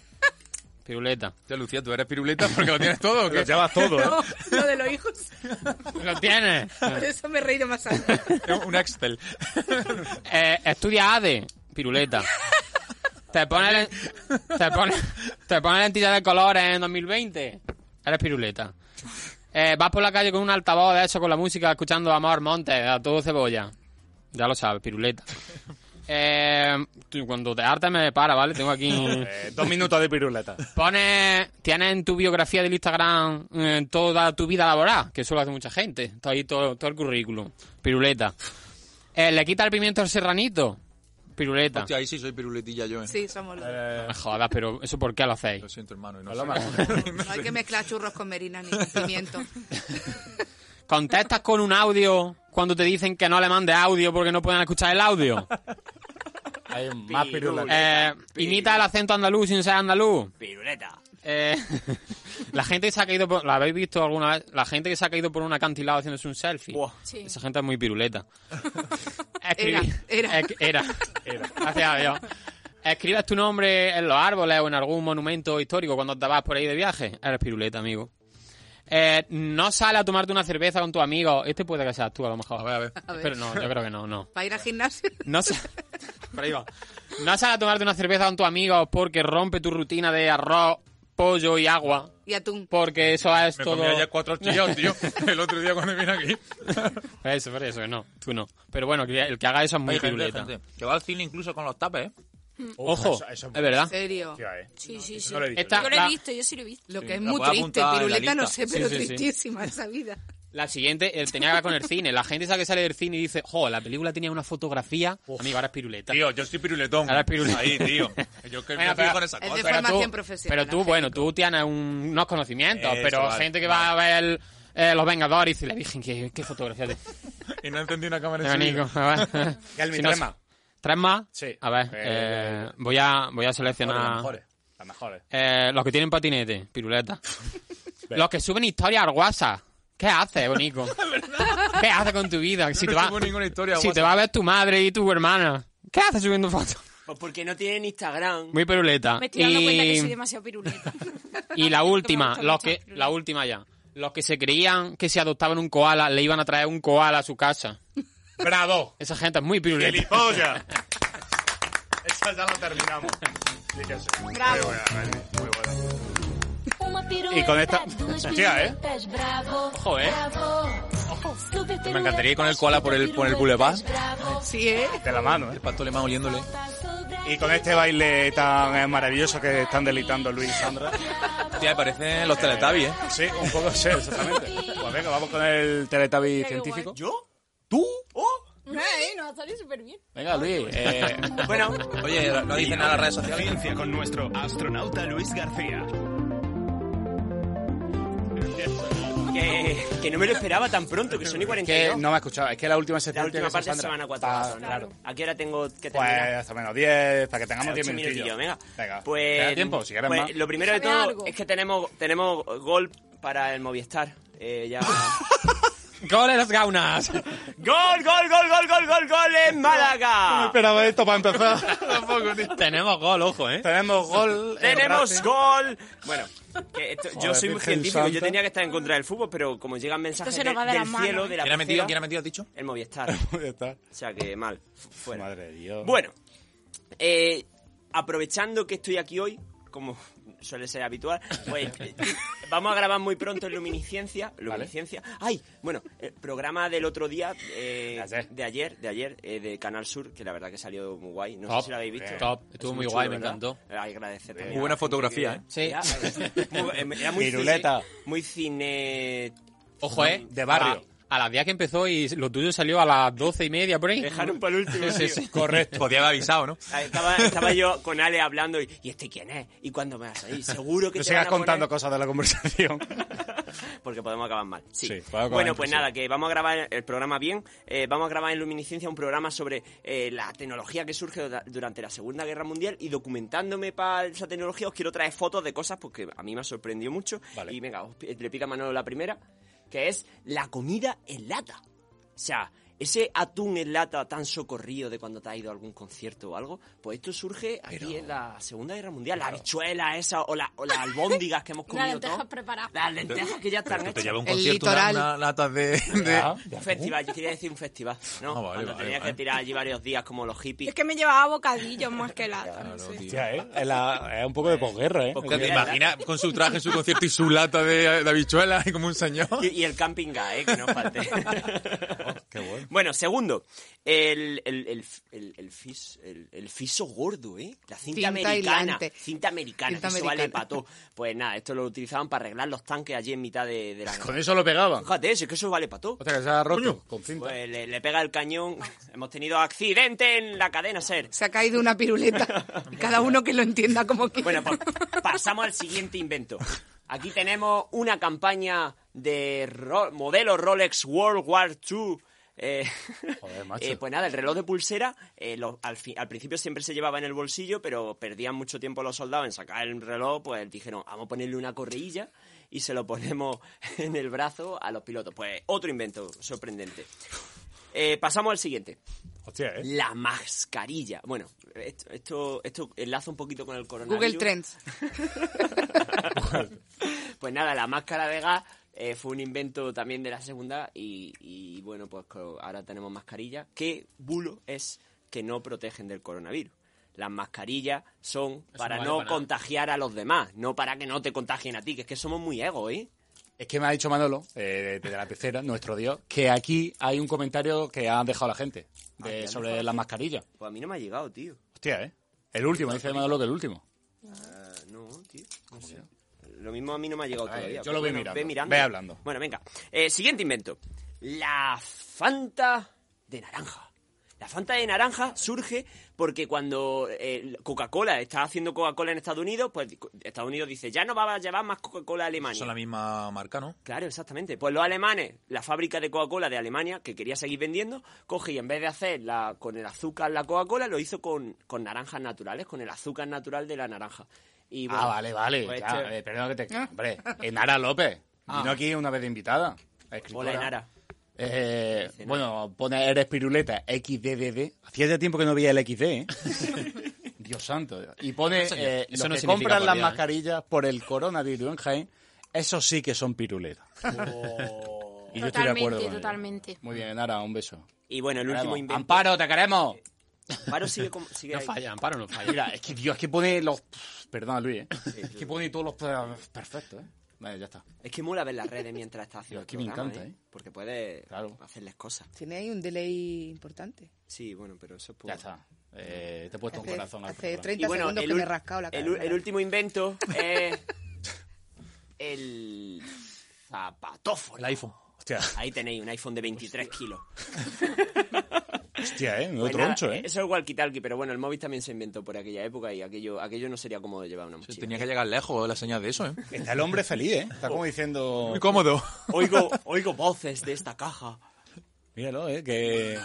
[SPEAKER 11] Piruleta.
[SPEAKER 7] Ya, Lucía, tú eres piruleta porque lo tienes todo. ¿o qué?
[SPEAKER 8] Lo llevas todo, ¿eh?
[SPEAKER 2] No, lo de los hijos.
[SPEAKER 11] ¿Lo tienes?
[SPEAKER 2] Por eso me he reído más alto.
[SPEAKER 7] (laughs) Un Excel.
[SPEAKER 11] (laughs) Eh, estudia ADE. Piruleta. ¿Te pones, len- te pones, te pones lentillas de colores en 2020? Eres piruleta. Eh, vas por la calle con un altavoz de eso, con la música, escuchando Amor Montes, a todo cebolla. Ya lo sabes, piruleta. Eh, tú, cuando te hartes me para, ¿vale? Tengo aquí...
[SPEAKER 8] Eh, Dos minutos de piruleta.
[SPEAKER 11] Pones, tienes en tu biografía del Instagram eh, toda tu vida laboral, que eso lo hace mucha gente. Está ahí todo, todo el currículum. Piruleta. Eh, ¿Le quita el pimiento al serranito? Piruleta.
[SPEAKER 7] Hostia, ahí sí soy piruletilla yo, ¿eh?
[SPEAKER 2] Sí, somos los dos.
[SPEAKER 11] No me jodas, pero ¿eso por qué lo hacéis?
[SPEAKER 7] Lo siento, hermano. y no
[SPEAKER 4] Hola,
[SPEAKER 7] sé.
[SPEAKER 4] Marco.
[SPEAKER 2] (laughs) No hay que mezclar churros con merinas ni pimiento.
[SPEAKER 11] ¿Contestas con un audio cuando te dicen que no le mandes audio porque no pueden escuchar el audio?
[SPEAKER 4] Hay más piruleta.
[SPEAKER 11] Eh, ¿Imita el acento andaluz sin ser andaluz?
[SPEAKER 5] Piruleta.
[SPEAKER 11] Eh, (laughs) la gente que se ha caído por... ¿La habéis visto alguna vez? La gente que se ha caído por un acantilado haciéndose un selfie.
[SPEAKER 5] Buah.
[SPEAKER 6] Sí.
[SPEAKER 11] Esa gente es
[SPEAKER 2] (laughs)
[SPEAKER 11] muy piruleta.
[SPEAKER 2] Era, era.
[SPEAKER 11] escri-
[SPEAKER 2] (laughs)
[SPEAKER 11] era. Gracias a Dios. Escribas tu nombre en los árboles o en algún monumento histórico cuando te vas por ahí de viaje. Eres piruleta, amigo. Eh, no sale a tomarte una cerveza con tu amigo. Este puede que seas tú, a lo mejor. A ver, a ver.
[SPEAKER 2] (laughs) A ver.
[SPEAKER 11] Pero no, yo creo que no, no.
[SPEAKER 2] (laughs) Para ir al gimnasio.
[SPEAKER 11] No sa- Por ahí va. No sal a tomarte una cerveza con tus amigos porque rompe tu rutina de arroz, pollo y agua.
[SPEAKER 2] Y atún.
[SPEAKER 11] Porque eso es
[SPEAKER 7] Me
[SPEAKER 11] todo.
[SPEAKER 7] comía ya cuatro hostillas,
[SPEAKER 11] (laughs)
[SPEAKER 7] tío, (laughs) el otro día cuando vine aquí.
[SPEAKER 11] Eso, por eso, que no. Tú no. Pero bueno, que el que haga eso es muy
[SPEAKER 7] Hay gente,
[SPEAKER 11] piruleta.
[SPEAKER 7] gente que va al cine incluso con los tapes, ¿eh?
[SPEAKER 11] Ojo,
[SPEAKER 8] Eso- eso-
[SPEAKER 11] es verdad.
[SPEAKER 2] En serio.
[SPEAKER 8] Hostia, eh.
[SPEAKER 6] Sí, sí, sí.
[SPEAKER 8] No lo he dicho.
[SPEAKER 11] Esta-
[SPEAKER 6] Yo lo
[SPEAKER 11] la-
[SPEAKER 6] he visto, yo sí lo he visto.
[SPEAKER 2] Lo que es
[SPEAKER 7] la
[SPEAKER 2] muy
[SPEAKER 7] puedo
[SPEAKER 2] triste.
[SPEAKER 7] apuntar en la
[SPEAKER 2] Piruleta no
[SPEAKER 7] lista.
[SPEAKER 2] sé, pero
[SPEAKER 11] Sí, sí, sí.
[SPEAKER 2] tristísima esa vida.
[SPEAKER 11] La siguiente eh, tenía que ver con el cine. La gente sabe que sale del cine y dice, jo, la película tenía una fotografía. Amigo, ahora es piruleta.
[SPEAKER 7] Tío, yo soy piruletón.
[SPEAKER 11] Ahora es piruleta.
[SPEAKER 7] Ahí, (laughs) tío. Yo que
[SPEAKER 11] Bueno,
[SPEAKER 7] me
[SPEAKER 11] pero-
[SPEAKER 7] fui con esa
[SPEAKER 2] Es
[SPEAKER 7] cosa.
[SPEAKER 2] de
[SPEAKER 11] Pero
[SPEAKER 2] formación
[SPEAKER 11] tú-
[SPEAKER 2] profesional,
[SPEAKER 11] Pero tú,
[SPEAKER 2] Ángel.
[SPEAKER 11] bueno, tú tienes un- unos conocimientos,
[SPEAKER 7] Eso,
[SPEAKER 11] pero
[SPEAKER 7] vale,
[SPEAKER 11] gente que va a ver eh, Los Vengadores y dice, la Virgen, qué, qué fotografía de...
[SPEAKER 7] Y no encendí una cámara
[SPEAKER 11] de
[SPEAKER 7] en
[SPEAKER 11] abanico. (laughs) A ver.
[SPEAKER 8] (laughs) Galmi,
[SPEAKER 11] Si no-
[SPEAKER 8] tres más.
[SPEAKER 11] ¿Tres más?
[SPEAKER 8] Sí.
[SPEAKER 11] A ver,
[SPEAKER 8] Eh,
[SPEAKER 11] eh, voy, a, voy a
[SPEAKER 8] Las
[SPEAKER 11] seleccionar
[SPEAKER 8] mejores. Las mejores.
[SPEAKER 11] eh, los que tienen patinete,
[SPEAKER 8] (laughs)
[SPEAKER 11] piruleta. los que suben historias al WhatsApp. ¿Qué
[SPEAKER 8] (laughs)
[SPEAKER 11] haces, Bonico? ¿Qué haces con tu vida? Si,
[SPEAKER 7] No
[SPEAKER 11] te, va,
[SPEAKER 7] subo ninguna historia,
[SPEAKER 11] si te
[SPEAKER 7] WhatsApp.
[SPEAKER 11] va a ver tu madre y tu hermana. ¿Qué haces subiendo fotos?
[SPEAKER 5] Pues porque no tienen Instagram.
[SPEAKER 11] Muy piruleta.
[SPEAKER 6] Me estoy dando
[SPEAKER 11] y,
[SPEAKER 6] cuenta que soy demasiado piruleta.
[SPEAKER 11] y
[SPEAKER 6] (laughs)
[SPEAKER 11] la
[SPEAKER 6] Me
[SPEAKER 11] última,
[SPEAKER 6] gusta
[SPEAKER 11] los
[SPEAKER 6] mucho
[SPEAKER 11] que,
[SPEAKER 6] las piruletas.
[SPEAKER 11] la última ya. Los que se creían que si adoptaban un koala, le iban a traer un koala a su casa.
[SPEAKER 8] ¡Bravo!
[SPEAKER 11] Esa gente es muy piruleta.
[SPEAKER 8] ¡Gilipollas! Esta ya la terminamos. Sí que sí. Muy buena, eh. Raimi, muy buena.
[SPEAKER 13] Y con esta.
[SPEAKER 8] Hostia, ¿eh?
[SPEAKER 11] Ojo, eh.
[SPEAKER 13] Me encantaría ir con el koala por el, por el boulevard.
[SPEAKER 2] Sí, ¿eh?
[SPEAKER 8] De la mano, ¿eh?
[SPEAKER 7] El pato alemán oliéndole.
[SPEAKER 8] Y con este baile tan eh, maravilloso que están deleitando Luis y Sandra.
[SPEAKER 7] Tía, parecen los Teletubbies, ¿eh?
[SPEAKER 8] Sí, un poco sí, exactamente. Pues venga, vamos con el Teletubby científico.
[SPEAKER 5] ¿Yo?
[SPEAKER 8] ¿Tú?
[SPEAKER 6] Eh, nos ha salido súper bien.
[SPEAKER 11] Venga, Luis. eh,
[SPEAKER 5] pues, (laughs) Bueno,
[SPEAKER 7] Oye, no dicen nada en las redes sociales.
[SPEAKER 1] Ciencia con nuestro astronauta Luis García.
[SPEAKER 5] que, que no me lo esperaba tan pronto, que son y 42.
[SPEAKER 8] Que no me ha escuchado. Es que la última sección
[SPEAKER 5] La última
[SPEAKER 8] tiene que ser
[SPEAKER 5] parte se
[SPEAKER 8] Sandra.
[SPEAKER 5] van a cuatro.
[SPEAKER 8] Pa-
[SPEAKER 5] horas.
[SPEAKER 8] Claro.
[SPEAKER 5] ¿A qué hora tengo que
[SPEAKER 8] Pues
[SPEAKER 5] terminar?
[SPEAKER 8] hasta menos 10, para que tengamos 10
[SPEAKER 5] Ocho
[SPEAKER 8] minutillos.
[SPEAKER 5] minutillos, venga.
[SPEAKER 8] Venga.
[SPEAKER 5] Pues,
[SPEAKER 8] ¿Te da tiempo? Si quieres
[SPEAKER 5] pues,
[SPEAKER 8] más.
[SPEAKER 5] Lo primero de
[SPEAKER 6] Sabe
[SPEAKER 5] todo
[SPEAKER 6] algo.
[SPEAKER 5] es que tenemos, tenemos gol para el Movistar. Eh, ya...
[SPEAKER 11] (laughs) ¡Goles las gaunas!
[SPEAKER 5] ¡Gol, gol, gol, gol, gol, gol, gol
[SPEAKER 8] (laughs)
[SPEAKER 5] en Málaga!
[SPEAKER 8] esperaba esto para (laughs) empezar.
[SPEAKER 11] Tenemos gol, ojo, eh.
[SPEAKER 8] Tenemos gol. eh,
[SPEAKER 5] ¡Tenemos
[SPEAKER 8] Racing.
[SPEAKER 5] gol! Bueno, que esto- yo
[SPEAKER 8] Joder,
[SPEAKER 5] soy un
[SPEAKER 8] Virgen
[SPEAKER 5] científico, yo
[SPEAKER 8] Santa.
[SPEAKER 5] tenía que estar en contra del fútbol, pero como llegan mensajes
[SPEAKER 6] Esto se nos
[SPEAKER 5] de-
[SPEAKER 6] va de
[SPEAKER 5] del
[SPEAKER 6] las manos,
[SPEAKER 5] cielo,
[SPEAKER 6] ¿eh?
[SPEAKER 5] de la
[SPEAKER 7] ¿Quién ha metido?
[SPEAKER 5] pecera,
[SPEAKER 7] ¿Quién ha metido, has dicho? (laughs)
[SPEAKER 5] el Movistar.
[SPEAKER 8] Ya está.
[SPEAKER 5] O sea que mal. Fuera.
[SPEAKER 8] Madre de Dios.
[SPEAKER 5] Bueno, eh, aprovechando que estoy aquí hoy, como suele ser habitual,
[SPEAKER 7] (laughs)
[SPEAKER 5] pues, eh, vamos a grabar muy pronto en Luminiscencia. Luminiscencia. Ay, bueno, el programa del otro día, eh,
[SPEAKER 8] De ayer.
[SPEAKER 5] de ayer, de, ayer, eh, de Canal Sur, que la verdad que salió muy guay. No
[SPEAKER 11] Top,
[SPEAKER 5] sé si lo habéis visto.
[SPEAKER 11] top. Estuvo muy guay, me
[SPEAKER 5] ¿verdad?
[SPEAKER 11] encantó.
[SPEAKER 5] Eh, Agradecer también.
[SPEAKER 7] Muy
[SPEAKER 5] a la
[SPEAKER 7] buena
[SPEAKER 5] gente
[SPEAKER 7] fotografía, ¿eh?
[SPEAKER 11] Sí. (laughs)
[SPEAKER 5] Era, eh, ah, muy, era muy
[SPEAKER 8] Piruleta.
[SPEAKER 5] cine- Muy cine...
[SPEAKER 11] Ojo, eh.
[SPEAKER 8] De barrio.
[SPEAKER 11] A, a las 10 que empezó y lo tuyo salió a las 12 y media por ahí.
[SPEAKER 5] Dejaron para el último,
[SPEAKER 11] Sí,
[SPEAKER 5] tío.
[SPEAKER 11] sí.
[SPEAKER 7] Correcto. Podía haber avisado, ¿no?
[SPEAKER 5] Ah, Estaba, estaba yo con Ale hablando y, ¿y este quién es? ¿Y cuándo me vas a ir? Seguro que
[SPEAKER 8] No
[SPEAKER 5] te van
[SPEAKER 8] sigas
[SPEAKER 5] a
[SPEAKER 8] contando
[SPEAKER 5] poner-
[SPEAKER 8] cosas de la
[SPEAKER 5] (laughs)
[SPEAKER 8] conversación.
[SPEAKER 5] Porque podemos acabar mal.
[SPEAKER 8] Sí,
[SPEAKER 5] Sí.
[SPEAKER 8] podemos acabar
[SPEAKER 5] bueno,
[SPEAKER 8] mal,
[SPEAKER 5] pues
[SPEAKER 8] sí.
[SPEAKER 5] nada, que vamos a grabar el programa bien. Eh, vamos a grabar en Luminiscencia un programa sobre eh, la tecnología que surge da- durante la Segunda Guerra Mundial y documentándome para esa tecnología os quiero traer fotos de cosas porque a mí me ha sorprendido mucho.
[SPEAKER 8] Vale.
[SPEAKER 5] Y venga, os pi- le pica a Manolo la primera, que es la comida en lata. O sea, ese atún en lata tan socorrido de cuando te has ido a algún concierto o algo, pues esto surge aquí en la Segunda Guerra Mundial. La habichuela esa o, la,
[SPEAKER 8] (laughs)
[SPEAKER 5] o las albóndigas que hemos comido
[SPEAKER 6] Las lentejas
[SPEAKER 5] todos.
[SPEAKER 6] preparadas.
[SPEAKER 5] Las lentejas que ya están
[SPEAKER 7] Te
[SPEAKER 5] hechas.
[SPEAKER 7] lleva un
[SPEAKER 2] El
[SPEAKER 7] concierto,
[SPEAKER 2] litoral.
[SPEAKER 7] una, una
[SPEAKER 5] (laughs)
[SPEAKER 7] lata de... de-
[SPEAKER 5] Un festival, yo quería decir un festival, ¿no?
[SPEAKER 7] Ah, vale,
[SPEAKER 5] Cuando
[SPEAKER 7] vale,
[SPEAKER 5] tenías
[SPEAKER 7] vale.
[SPEAKER 5] que tirar allí varios días como los hippies.
[SPEAKER 6] Es que me llevaba bocadillos más que lata. no sé.
[SPEAKER 7] tío.
[SPEAKER 8] Ya, ¿eh? Es, la- es un poco de posguerra, ¿eh?
[SPEAKER 5] Pues
[SPEAKER 7] Porque te imaginas con su traje, su concierto y su lata de, de habichuela y como un señor. (laughs)
[SPEAKER 5] Y, y el camping gas, ¿eh? Que no falte.
[SPEAKER 7] Oh, Qué bueno.
[SPEAKER 5] bueno, Bueno, segundo, el, el, el, el, el fis- el- el fiso gordo, ¿eh? La cinta,
[SPEAKER 2] Cinta
[SPEAKER 5] americana.
[SPEAKER 2] aislante.
[SPEAKER 5] Cinta americana,
[SPEAKER 2] Cinta
[SPEAKER 5] que eso
[SPEAKER 2] americana.
[SPEAKER 5] vale pató. Pues nada, esto lo utilizaban para arreglar los tanques allí en mitad de, de la...
[SPEAKER 8] Con eso lo pegaban.
[SPEAKER 5] Fíjate, si es que eso vale pató.
[SPEAKER 8] Hostia, que se ha roto con cinta.
[SPEAKER 5] Pues le, le pega el cañón. Hemos tenido accidente en la cadena SER.
[SPEAKER 2] Se ha caído una
[SPEAKER 5] (laughs)
[SPEAKER 2] piruleta. (laughs) Cada uno que lo entienda como quiera.
[SPEAKER 5] Bueno, pues pasamos al siguiente invento. Aquí tenemos una campaña de ro- modelo Rolex World War II. eh,
[SPEAKER 8] macho.
[SPEAKER 5] eh, pues nada, el reloj de pulsera eh, lo- al, fi- al principio siempre se llevaba en el bolsillo, pero perdían mucho tiempo los soldados en sacar el reloj, pues dijeron, vamos a ponerle una correilla y se lo ponemos (laughs) en el brazo a los pilotos. Pues otro invento sorprendente. Eh, pasamos al siguiente.
[SPEAKER 8] Hostia, ¿eh?
[SPEAKER 5] La mascarilla. Bueno, esto, esto, esto enlaza un poquito con el coronavirus.
[SPEAKER 2] Google Trends.
[SPEAKER 5] (laughs)
[SPEAKER 2] (laughs)
[SPEAKER 5] Pues nada, la máscara de gas eh, fue un invento también de la segunda y, y, bueno, pues co- ahora tenemos mascarilla. ¿Qué bulo es que no protegen del coronavirus? Las mascarillas son para
[SPEAKER 11] no vale
[SPEAKER 5] no
[SPEAKER 11] para nada.
[SPEAKER 5] contagiar a los demás, no para que no te contagien a ti, que es que somos muy ego, ¿eh?
[SPEAKER 8] Es que me ha dicho Manolo, eh, de, de la pecera, nuestro Dios, que aquí hay un comentario que han dejado la gente de-
[SPEAKER 5] han dejado
[SPEAKER 8] Eh, sobre la mascarilla.
[SPEAKER 5] Pues a mí no me ha llegado, tío.
[SPEAKER 8] Hostia, ¿eh? El último, dice Manolo que el último.
[SPEAKER 5] Ah, no, tío. no sé. Lo mismo a mí no me ha llegado
[SPEAKER 8] Ay,
[SPEAKER 5] todavía.
[SPEAKER 8] yo
[SPEAKER 5] pero
[SPEAKER 8] lo voy
[SPEAKER 5] bueno,
[SPEAKER 8] mirando.
[SPEAKER 5] Ve mirando.
[SPEAKER 8] Ve hablando.
[SPEAKER 5] Bueno, venga. Eh, siguiente invento. La Fanta de naranja. La Fanta de naranja surge porque cuando eh, Coca-Cola está haciendo Coca-Cola en Estados Unidos, pues Estados Unidos dice, ya no va a llevar más Coca-Cola a Alemania.
[SPEAKER 7] Son la misma marca, ¿no?
[SPEAKER 5] Claro, exactamente. Pues los alemanes, la fábrica de Coca-Cola de Alemania, que quería seguir vendiendo, coge y en vez de hacer la- con el azúcar la Coca-Cola, lo hizo con, con naranjas naturales, con el azúcar natural de la naranja. Y bueno,
[SPEAKER 8] ah, vale, vale.
[SPEAKER 5] pues
[SPEAKER 8] ya,
[SPEAKER 5] este- Ah.
[SPEAKER 8] eh, perdón que te... Hombre, Enara López. Vino aquí una vez de invitada. escritora.
[SPEAKER 5] Hola, Enara.
[SPEAKER 8] Eh, bueno, pone eres piruleta, XDDD. Hacía ya tiempo que no veía el XD,
[SPEAKER 5] (laughs)
[SPEAKER 8] ¿eh? Dios santo. Y pone,
[SPEAKER 11] No, señor,
[SPEAKER 8] eh,
[SPEAKER 11] eso
[SPEAKER 8] los
[SPEAKER 11] no
[SPEAKER 8] que
[SPEAKER 11] significa
[SPEAKER 8] compran las
[SPEAKER 11] todavía, ¿eh?
[SPEAKER 8] mascarillas por el coronavirus en Jaén, esos sí que son piruletas.
[SPEAKER 5] Oh.
[SPEAKER 8] Y yo estoy de acuerdo.
[SPEAKER 6] Totalmente,
[SPEAKER 8] con ello.
[SPEAKER 6] totalmente.
[SPEAKER 8] Muy bien, Enara, un beso.
[SPEAKER 5] Y bueno, el
[SPEAKER 8] Te
[SPEAKER 5] último
[SPEAKER 8] queremos.
[SPEAKER 5] invento.
[SPEAKER 8] Amparo, te queremos.
[SPEAKER 5] Amparo sigue, como- sigue
[SPEAKER 11] No
[SPEAKER 5] ahí.
[SPEAKER 11] falla, Amparo no falla.
[SPEAKER 8] Mira, es que Dios, es que pone los. Perdón, Luis, ¿eh? Es que pone todos los. Perfecto, ¿eh? Vale, ya está.
[SPEAKER 5] Es que mola ver las redes mientras estás haciendo.
[SPEAKER 8] Yo,
[SPEAKER 5] el
[SPEAKER 8] que me
[SPEAKER 5] programa,
[SPEAKER 8] encanta, ¿eh?
[SPEAKER 5] Porque puedes
[SPEAKER 8] Claro.
[SPEAKER 5] hacerles cosas.
[SPEAKER 2] Tiene ahí un delay importante.
[SPEAKER 5] Sí, bueno, pero eso es por-
[SPEAKER 8] Ya está. Eh, te he puesto un
[SPEAKER 2] Hace,
[SPEAKER 8] corazón al
[SPEAKER 2] hace
[SPEAKER 8] programa.
[SPEAKER 2] 30 segundos que
[SPEAKER 5] ul-
[SPEAKER 2] me he rascado la cara.
[SPEAKER 5] el ul- el último invento es. (laughs) el. zapatófono.
[SPEAKER 7] El iPhone.
[SPEAKER 8] Hostia,
[SPEAKER 5] Ahí tenéis un iPhone de 23 kilos.
[SPEAKER 8] hostia, ¿eh? Me
[SPEAKER 5] Pues
[SPEAKER 8] doy
[SPEAKER 5] nada,
[SPEAKER 8] troncho, ¿eh?
[SPEAKER 5] Eso es walkie-talkie, pero bueno, el móvil también se inventó por aquella época y aquello, aquello no sería cómodo llevar una
[SPEAKER 7] Se
[SPEAKER 5] mochila.
[SPEAKER 7] tenía que llegar lejos la señal de eso, ¿eh?
[SPEAKER 8] Está el hombre feliz, ¿eh? Está como diciendo...
[SPEAKER 7] Muy cómodo.
[SPEAKER 5] Oigo, oigo voces de esta caja.
[SPEAKER 8] Míralo, ¿eh? Que...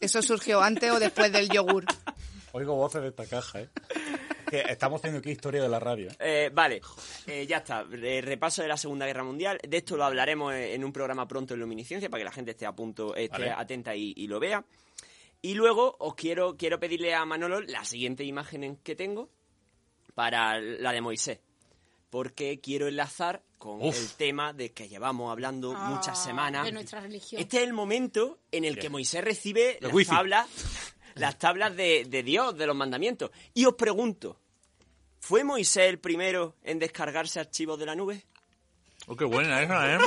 [SPEAKER 2] Eso surgió antes o después del
[SPEAKER 5] (laughs)
[SPEAKER 2] yogur.
[SPEAKER 8] Oigo voces de esta caja, ¿eh? Que estamos haciendo aquí historia de la radio.
[SPEAKER 5] Eh, vale, eh, ya está. Eh, repaso de la Segunda Guerra Mundial. De esto lo hablaremos en en un programa pronto en Luminiscencia para que la gente esté a punto, esté
[SPEAKER 8] Vale.
[SPEAKER 5] atenta y, y lo vea. Y luego os quiero, quiero pedirle a Manolo la siguiente imagen en que tengo para la de Moisés. Porque quiero enlazar con
[SPEAKER 8] Uf.
[SPEAKER 5] el tema de que llevamos hablando
[SPEAKER 6] Ah,
[SPEAKER 5] muchas semanas.
[SPEAKER 6] De nuestra religión.
[SPEAKER 5] Este es el momento en el que Moisés recibe las
[SPEAKER 8] wifi.
[SPEAKER 5] tablas,
[SPEAKER 8] (laughs)
[SPEAKER 5] las tablas de, de Dios, de los mandamientos. Y os pregunto, ¿fue Moisés el primero en descargarse archivos de la nube?
[SPEAKER 7] Oh, qué buena esa, ¿eh?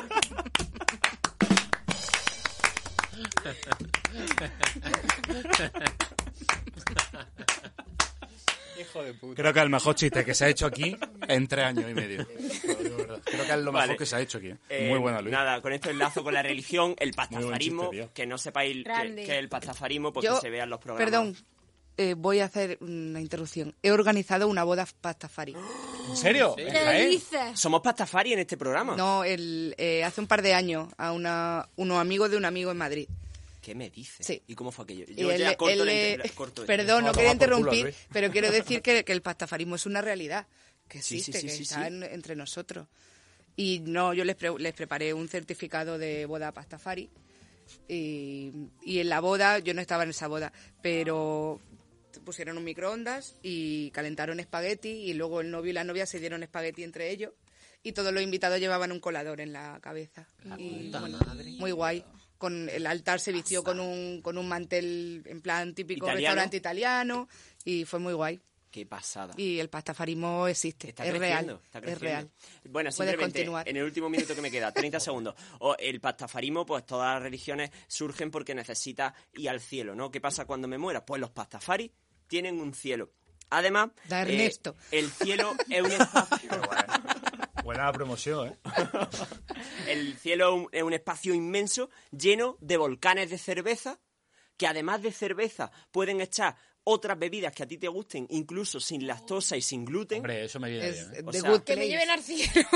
[SPEAKER 8] Creo que es el mejor chiste que se ha hecho aquí en tres años y medio. Creo que es lo mejor
[SPEAKER 5] Vale.
[SPEAKER 8] que se ha hecho aquí.
[SPEAKER 5] Eh,
[SPEAKER 8] Muy buena, Luis.
[SPEAKER 5] Nada, con esto
[SPEAKER 8] (laughs)
[SPEAKER 5] enlazo con la religión, el
[SPEAKER 8] buen chiste,
[SPEAKER 5] pastafarismo,
[SPEAKER 8] tío.
[SPEAKER 5] que no sepáis que,
[SPEAKER 6] Grande.
[SPEAKER 5] Pues que el pastafarismo porque
[SPEAKER 2] Yo-
[SPEAKER 5] se vean los programas.
[SPEAKER 2] Perdón, eh, voy a hacer una interrupción. He organizado una boda pastafari.
[SPEAKER 8] (gasps) ¿En serio? E? ¿En
[SPEAKER 6] ¿Qué
[SPEAKER 8] Jaén?
[SPEAKER 6] dices?
[SPEAKER 5] Somos pastafari en este programa.
[SPEAKER 2] No, el, eh, hace un par de años a una, unos amigos de un amigo en Madrid.
[SPEAKER 5] ¿Qué me dices?
[SPEAKER 2] Sí.
[SPEAKER 5] ¿Y cómo fue aquello?
[SPEAKER 2] Y
[SPEAKER 5] Yo
[SPEAKER 2] él-
[SPEAKER 5] ya corto
[SPEAKER 2] él,
[SPEAKER 5] la
[SPEAKER 2] eh,
[SPEAKER 5] inter- la- corto esto.
[SPEAKER 2] perdón, no
[SPEAKER 8] Vamos a
[SPEAKER 2] quería
[SPEAKER 8] tomar Ah, por culo,
[SPEAKER 2] interrumpir,
[SPEAKER 8] Luis.
[SPEAKER 2] pero quiero decir que, que el pastafarismo es una realidad, que
[SPEAKER 5] Sí, sí,
[SPEAKER 2] existe,
[SPEAKER 5] sí,
[SPEAKER 2] que
[SPEAKER 5] sí,
[SPEAKER 2] está
[SPEAKER 5] sí.
[SPEAKER 2] en- entre nosotros. Y no, yo les, pre- les preparé un certificado de boda pastafari y, y en la boda, yo no estaba en esa boda, pero pusieron un microondas y calentaron espagueti y luego el novio y la novia se dieron espagueti entre ellos y todos los invitados llevaban un colador en la cabeza. Y, bueno, muy guay. Con el altar se vistió con un, con un mantel en plan típico
[SPEAKER 5] Italiano.
[SPEAKER 2] restaurante italiano y fue muy guay.
[SPEAKER 5] Qué pasada.
[SPEAKER 2] Y el pastafarismo existe, es real,
[SPEAKER 5] creciendo, está
[SPEAKER 2] es
[SPEAKER 5] creciendo.
[SPEAKER 2] real.
[SPEAKER 5] Bueno,
[SPEAKER 2] Puedes
[SPEAKER 5] simplemente,
[SPEAKER 2] continuar.
[SPEAKER 5] en el último minuto que me
[SPEAKER 2] (laughs)
[SPEAKER 5] queda, 30 segundos. O el pastafarismo, pues todas las religiones surgen porque necesitas ir al cielo, ¿no? ¿Qué pasa cuando me muera? Pues los pastafaris tienen un cielo. Además, eh,
[SPEAKER 2] Da Ernesto. (laughs)
[SPEAKER 5] el cielo es un espacio...
[SPEAKER 14] Buena promoción, ¿eh?
[SPEAKER 5] El cielo es un- es un espacio inmenso lleno de volcanes de cerveza, que además de cerveza pueden echar otras bebidas que a ti te gusten, incluso sin lactosa y sin gluten.
[SPEAKER 8] Hombre, eso me viene
[SPEAKER 2] Es
[SPEAKER 5] bien, ¿eh?
[SPEAKER 2] the
[SPEAKER 5] O sea,
[SPEAKER 2] good
[SPEAKER 6] Que me
[SPEAKER 2] place.
[SPEAKER 6] lleven al cielo.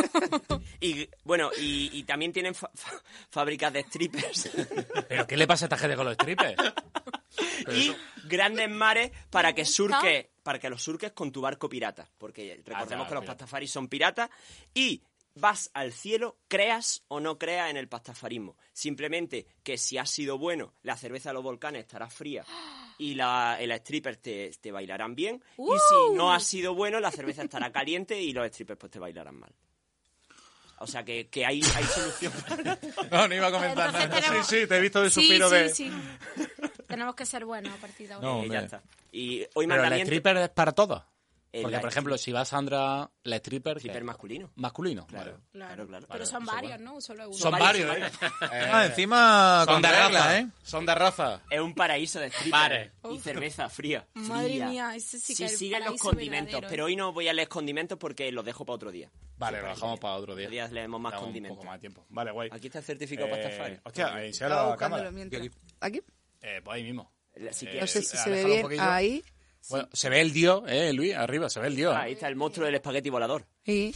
[SPEAKER 5] Y bueno, y, y también tienen fa- fa- fábricas de strippers
[SPEAKER 8] ¿Pero qué le pasa a esta gente con los
[SPEAKER 5] (laughs)
[SPEAKER 8] strippers?
[SPEAKER 5] y grandes mares para que surques, para que los surques con tu barco pirata. Porque recordemos
[SPEAKER 8] Ah,
[SPEAKER 5] que los
[SPEAKER 8] mira.
[SPEAKER 5] pastafaris son piratas. Y vas al cielo, creas o no creas en el pastafarismo. Simplemente que si has sido bueno, la cerveza de los volcanes estará fría y la, el stripper te, te bailarán bien. Y
[SPEAKER 6] ¡Uh!
[SPEAKER 5] si no has sido bueno, la cerveza estará caliente y los strippers pues te bailarán mal. O sea que, que hay, hay solución.
[SPEAKER 7] No, no iba a comentar
[SPEAKER 6] Entonces
[SPEAKER 7] nada.
[SPEAKER 6] tenemos-
[SPEAKER 14] Sí, sí, te he visto de
[SPEAKER 6] Sí,
[SPEAKER 14] suspiro
[SPEAKER 6] sí,
[SPEAKER 14] de...
[SPEAKER 6] sí. Tenemos que ser buenos a partir de ahora.
[SPEAKER 7] No,
[SPEAKER 5] Y Eh, ya
[SPEAKER 7] hombre.
[SPEAKER 5] está. Y hoy
[SPEAKER 8] Pero el
[SPEAKER 5] mandamiento...
[SPEAKER 8] stripper es para todos.
[SPEAKER 5] El
[SPEAKER 8] Porque, por ejemplo, si va Sandra, la stripper...
[SPEAKER 5] stripper
[SPEAKER 8] ¿qué?
[SPEAKER 5] masculino.
[SPEAKER 8] Masculino.
[SPEAKER 5] Claro,
[SPEAKER 8] vale.
[SPEAKER 5] claro, claro.
[SPEAKER 6] Pero son varios, ¿no? Solo uno.
[SPEAKER 8] Son varios, ¿eh?
[SPEAKER 7] Ah, encima
[SPEAKER 8] Son
[SPEAKER 7] con
[SPEAKER 8] de
[SPEAKER 7] reglas,
[SPEAKER 8] raza,
[SPEAKER 7] ¿eh?
[SPEAKER 8] Son de raza.
[SPEAKER 5] Es un paraíso de strippers
[SPEAKER 8] Vale.
[SPEAKER 5] y cerveza fría.
[SPEAKER 6] Madre
[SPEAKER 5] fría.
[SPEAKER 6] mía, ese sí que
[SPEAKER 5] Sí,
[SPEAKER 6] es el
[SPEAKER 5] siguen los
[SPEAKER 6] paraíso
[SPEAKER 5] condimentos,
[SPEAKER 6] verdadero, ¿eh?
[SPEAKER 5] pero hoy no voy a leer condimentos porque los dejo para otro día.
[SPEAKER 8] Vale, lo dejamos para otro día.
[SPEAKER 5] Otro día leemos más
[SPEAKER 8] Damos Un
[SPEAKER 5] condimentos.
[SPEAKER 8] poco más de tiempo. Vale, guay.
[SPEAKER 5] Aquí está el certificado para Pastafari.
[SPEAKER 14] Hostia, eh, se
[SPEAKER 2] Estaba
[SPEAKER 14] la
[SPEAKER 2] buscándolo
[SPEAKER 14] cámara.
[SPEAKER 2] mientras. ¿Aquí?
[SPEAKER 8] Eh, pues ahí mismo.
[SPEAKER 5] La- si
[SPEAKER 8] Eh,
[SPEAKER 5] quieres-
[SPEAKER 2] No sé si se
[SPEAKER 14] aléjalo
[SPEAKER 2] ve
[SPEAKER 14] un
[SPEAKER 2] bien
[SPEAKER 14] poquillo.
[SPEAKER 2] ahí.
[SPEAKER 8] Bueno, se ve el dios, eh, Luis, arriba, se ve el dios.
[SPEAKER 5] Ah, ahí está el monstruo del espagueti volador.
[SPEAKER 2] Y,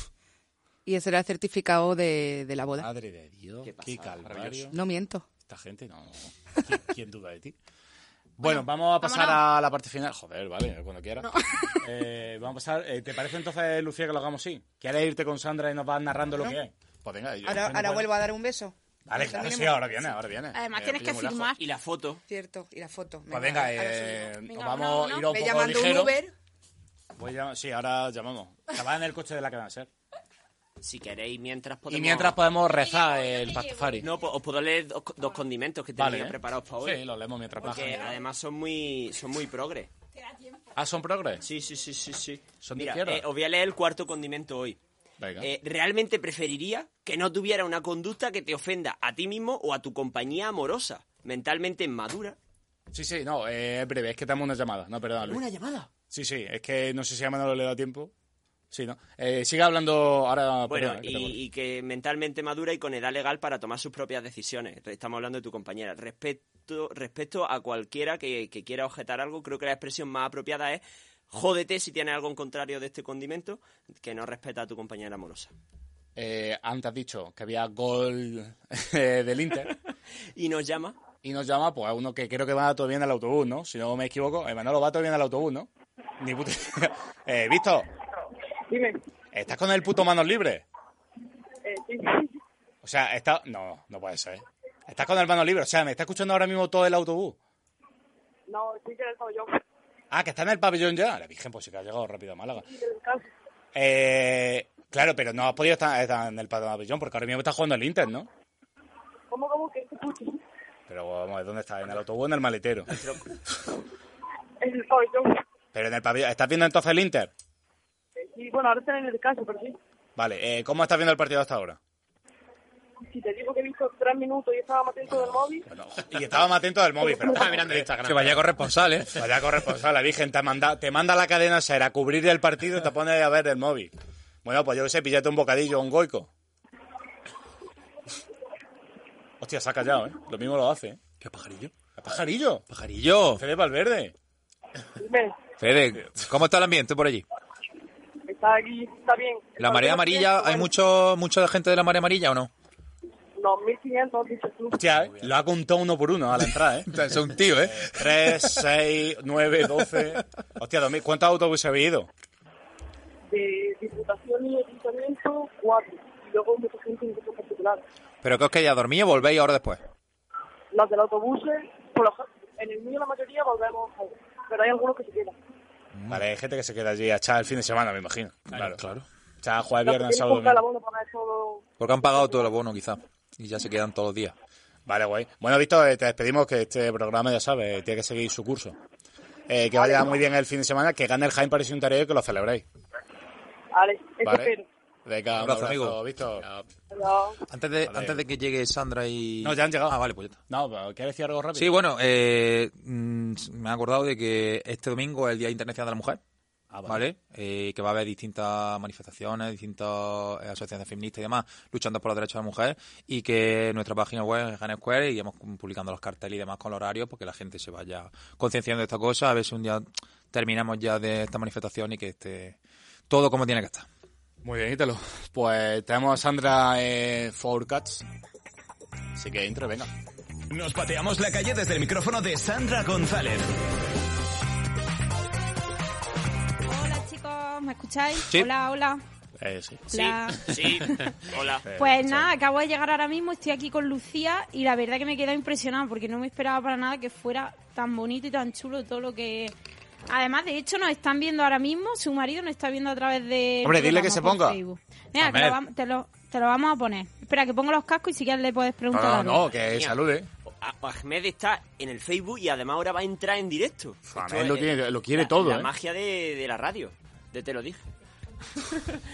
[SPEAKER 2] y ese era el certificado de, de la boda.
[SPEAKER 8] Madre de Dios,
[SPEAKER 5] Qué
[SPEAKER 8] qué,
[SPEAKER 5] pasada,
[SPEAKER 8] calvario.
[SPEAKER 2] No miento.
[SPEAKER 8] Esta gente no.
[SPEAKER 2] (laughs)
[SPEAKER 8] ¿Quién, quién duda de ti? Bueno, vamos a pasar a la parte final. Joder, vale, cuando quieras. (laughs) Eh, vamos a pasar. eh, ¿Te parece entonces, Lucía, que lo hagamos así? ¿Quieres irte con Sandra y nos vas narrando lo que es? Pues venga, yo-
[SPEAKER 2] Ahora,
[SPEAKER 8] yo no
[SPEAKER 2] ahora
[SPEAKER 8] puedo.
[SPEAKER 2] vuelvo a dar un beso.
[SPEAKER 8] Vale,
[SPEAKER 2] Ahora
[SPEAKER 8] claro, sí,
[SPEAKER 2] mismo.
[SPEAKER 8] ahora viene, ahora viene.
[SPEAKER 6] Además
[SPEAKER 8] Eh,
[SPEAKER 6] tienes
[SPEAKER 8] pillo
[SPEAKER 6] que
[SPEAKER 8] muy lejos.
[SPEAKER 6] firmar.
[SPEAKER 5] Y la foto.
[SPEAKER 2] Cierto, y la foto.
[SPEAKER 8] Pues venga,
[SPEAKER 2] ahora
[SPEAKER 8] eh,
[SPEAKER 2] subimos.
[SPEAKER 8] nos
[SPEAKER 6] Venga,
[SPEAKER 8] vamos
[SPEAKER 6] vámonos.
[SPEAKER 8] a ir un
[SPEAKER 2] Ve
[SPEAKER 8] poco
[SPEAKER 2] llamando
[SPEAKER 8] ligero.
[SPEAKER 2] un Uber.
[SPEAKER 8] Voy llam- sí, ahora llamamos. Se va en el coche de la que ¿eh? van a ser.
[SPEAKER 5] Si queréis, mientras podemos...
[SPEAKER 8] Y mientras podemos rezar el pastafari.
[SPEAKER 5] No, pues os puedo leer dos, dos condimentos que
[SPEAKER 8] Vale,
[SPEAKER 5] tenía
[SPEAKER 8] ¿eh?
[SPEAKER 5] preparados para hoy.
[SPEAKER 8] Sí, los leemos mientras
[SPEAKER 5] porque
[SPEAKER 8] bajan.
[SPEAKER 5] además son muy, son muy progres.
[SPEAKER 8] Ah, ¿son progres?
[SPEAKER 5] Sí, sí, sí, sí, sí.
[SPEAKER 8] Son de
[SPEAKER 5] Mira,
[SPEAKER 8] izquierda.
[SPEAKER 5] eh, os voy a leer el cuarto condimento hoy.
[SPEAKER 8] Venga.
[SPEAKER 5] Eh, realmente preferiría que no tuviera una conducta que te ofenda a ti mismo o a tu compañía amorosa, mentalmente madura.
[SPEAKER 8] Sí, sí, no, eh, es breve, es que tenemos una llamada. No, perdón, Luis.
[SPEAKER 5] ¿Una llamada?
[SPEAKER 8] Sí, sí, es que no sé si a Manolo le da tiempo. Sí, ¿no? Eh, sigue hablando ahora.
[SPEAKER 5] Bueno,
[SPEAKER 8] perdona, que te corto.
[SPEAKER 5] y, y que mentalmente madura y con edad legal para tomar sus propias decisiones. Estamos hablando de tu compañera. Respecto, respecto a cualquiera que, que quiera objetar algo, creo que la expresión más apropiada es jódete si tienes algo en contrario de este condimento que no respeta a tu compañera amorosa.
[SPEAKER 8] Eh, antes has dicho que había gol eh, del Inter
[SPEAKER 5] (laughs) Y nos llama
[SPEAKER 8] y nos llama, pues, a uno que creo que va todo bien al autobús, ¿no? Si no me equivoco, eh, Manolo va todo bien al autobús, ¿no? Ni puta... (laughs) eh, Víctor,
[SPEAKER 9] Dime,
[SPEAKER 8] ¿estás con el puto manos libres?
[SPEAKER 9] eh, sí,
[SPEAKER 8] O sea, está... No, no puede ser. Estás con el manos libres, o sea, me está escuchando ahora mismo todo el autobús.
[SPEAKER 9] no, sí que soy yo.
[SPEAKER 8] Ah, que está en el pabellón ya. La Virgen, pues sí que ha llegado rápido a Málaga.
[SPEAKER 9] del caso.
[SPEAKER 8] Eh, claro, pero no has podido estar, estar en el pabellón porque ahora mismo estás jugando el Inter, ¿no?
[SPEAKER 9] ¿Cómo, cómo que este te escucho?
[SPEAKER 8] Pero vamos, a ver, ¿dónde estás? ¿En el autobús o en el maletero?
[SPEAKER 9] Eh, soy yo.
[SPEAKER 8] Pero en el pabellón. ¿Estás viendo entonces el Inter?
[SPEAKER 9] Eh, sí, bueno, ahora estoy en el caso, pero sí.
[SPEAKER 8] Vale, eh, ¿cómo estás viendo el partido hasta ahora?
[SPEAKER 9] Si te digo que he visto tres minutos y estaba más atento del móvil,
[SPEAKER 8] Bueno, y estaba más atento del móvil, pero.
[SPEAKER 11] Estaba mirando el Instagram.
[SPEAKER 7] Que vaya corresponsal, ¿eh?
[SPEAKER 8] Vaya corresponsal, la Virgen te manda, te manda a la cadena ser a cubrir el partido y te pone a ver el móvil. Bueno, pues yo qué sé, pillate un bocadillo, un goico. Hostia, se ha callado, ¿eh? Lo mismo lo hace, ¿eh?
[SPEAKER 7] ¿Qué pajarillo?
[SPEAKER 8] ¿El pajarillo?
[SPEAKER 7] ¡Pajarillo!
[SPEAKER 8] Fede Valverde.
[SPEAKER 9] dime,
[SPEAKER 7] Fede, ¿cómo está el ambiente por allí?
[SPEAKER 9] está aquí, está bien.
[SPEAKER 7] ¿La marea amarilla, hay mucho, mucha gente de la marea amarilla o no?
[SPEAKER 9] Los 1500, dices tú.
[SPEAKER 8] Hostia, ¿eh? lo ha contado uno por uno a la entrada, ¿eh?
[SPEAKER 7] (laughs) Es un tío, ¿eh?
[SPEAKER 8] 3, 6, 9, 12. Hostia, 2000. ¿cuántos autobuses habéis ido?
[SPEAKER 9] De diputación y ayuntamiento, cuatro. Y luego mucha gente en grupos particulares.
[SPEAKER 7] ¿Pero qué os quedáis a dormir o volvéis ahora después?
[SPEAKER 9] Los del autobús, por lo gen- en el mío la mayoría volvemos, a- pero hay algunos que se quedan.
[SPEAKER 8] Vale, hay gente que se queda allí a echar el fin de semana, me imagino. Mm. Claro, claro. O sea,
[SPEAKER 9] Los
[SPEAKER 8] jueves,
[SPEAKER 9] que tienen
[SPEAKER 8] viernes, sábado,
[SPEAKER 9] que comprar el
[SPEAKER 8] domingo.
[SPEAKER 9] abono para ver todo.
[SPEAKER 7] Porque han pagado todo el abono, quizá. Y ya se quedan todos los días.
[SPEAKER 8] eh, Vale, guay. Bueno, Víctor, eh, te despedimos que este programa, ya sabes, tiene que seguir su curso. Eh, que vaya muy bien el fin de semana, que gane el Jaén París un y que lo celebréis.
[SPEAKER 9] Vale, eso
[SPEAKER 8] Vale.
[SPEAKER 9] espero.
[SPEAKER 8] Venga, un
[SPEAKER 7] Un abrazo,
[SPEAKER 8] abrazo,
[SPEAKER 7] amigo.
[SPEAKER 8] Víctor.
[SPEAKER 9] Adiós.
[SPEAKER 7] Antes de,
[SPEAKER 8] Vale.
[SPEAKER 7] antes de que llegue Sandra y...
[SPEAKER 8] No, ya han llegado.
[SPEAKER 7] Ah, vale, pues ya está.
[SPEAKER 8] No, pero ¿quieres decir algo rápido?
[SPEAKER 7] Sí, bueno, eh, mm, me he acordado de que este domingo es el Día Internacional de la Mujer.
[SPEAKER 8] Ah, vale.
[SPEAKER 7] vale. Eh, que va a haber distintas manifestaciones, distintas eh, asociaciones feministas y demás luchando por los derechos de la mujer. Y que en nuestra página web es Hanna Square y vamos publicando los carteles y demás con los horarios porque la gente se vaya concienciando de esta cosa. A ver si un día terminamos ya de esta manifestación y que esté todo como tiene que estar.
[SPEAKER 8] Muy bien, Ítalo. Pues tenemos a Sandra eh, Fourcats. Así que intro, venga.
[SPEAKER 1] Nos pateamos la calle desde el micrófono de Sandra González.
[SPEAKER 6] Hola chicos, ¿me escucháis?
[SPEAKER 1] Sí.
[SPEAKER 6] Hola, hola.
[SPEAKER 8] Eh, sí.
[SPEAKER 6] Hola.
[SPEAKER 8] (laughs)
[SPEAKER 5] (laughs) Sí, hola.
[SPEAKER 6] Pues nada, acabo de llegar ahora mismo, estoy aquí con Lucía y la verdad que me he quedado impresionada porque no me esperaba para nada que fuera tan bonito y tan chulo todo lo que... Además, de hecho, nos están viendo ahora mismo, su marido nos está viendo a través de...
[SPEAKER 8] Hombre, dile que se ponga.
[SPEAKER 6] Mira,
[SPEAKER 8] A
[SPEAKER 6] que lo
[SPEAKER 8] ver.
[SPEAKER 6] vam- te, lo, te lo vamos a poner. Espera, que pongo los cascos y si quieres le puedes
[SPEAKER 8] No,
[SPEAKER 6] preguntar
[SPEAKER 8] no,
[SPEAKER 6] algo.
[SPEAKER 8] no, que salude.
[SPEAKER 5] Ah, Ahmed está en el Facebook y además ahora va a entrar en directo. Esto
[SPEAKER 8] Pues Ahmed lo
[SPEAKER 5] es-
[SPEAKER 8] tiene- lo quiere
[SPEAKER 5] la-
[SPEAKER 8] todo,
[SPEAKER 5] La
[SPEAKER 8] ¿eh?
[SPEAKER 5] magia de, de la radio, de te
[SPEAKER 8] (laughs)
[SPEAKER 5] lo dije.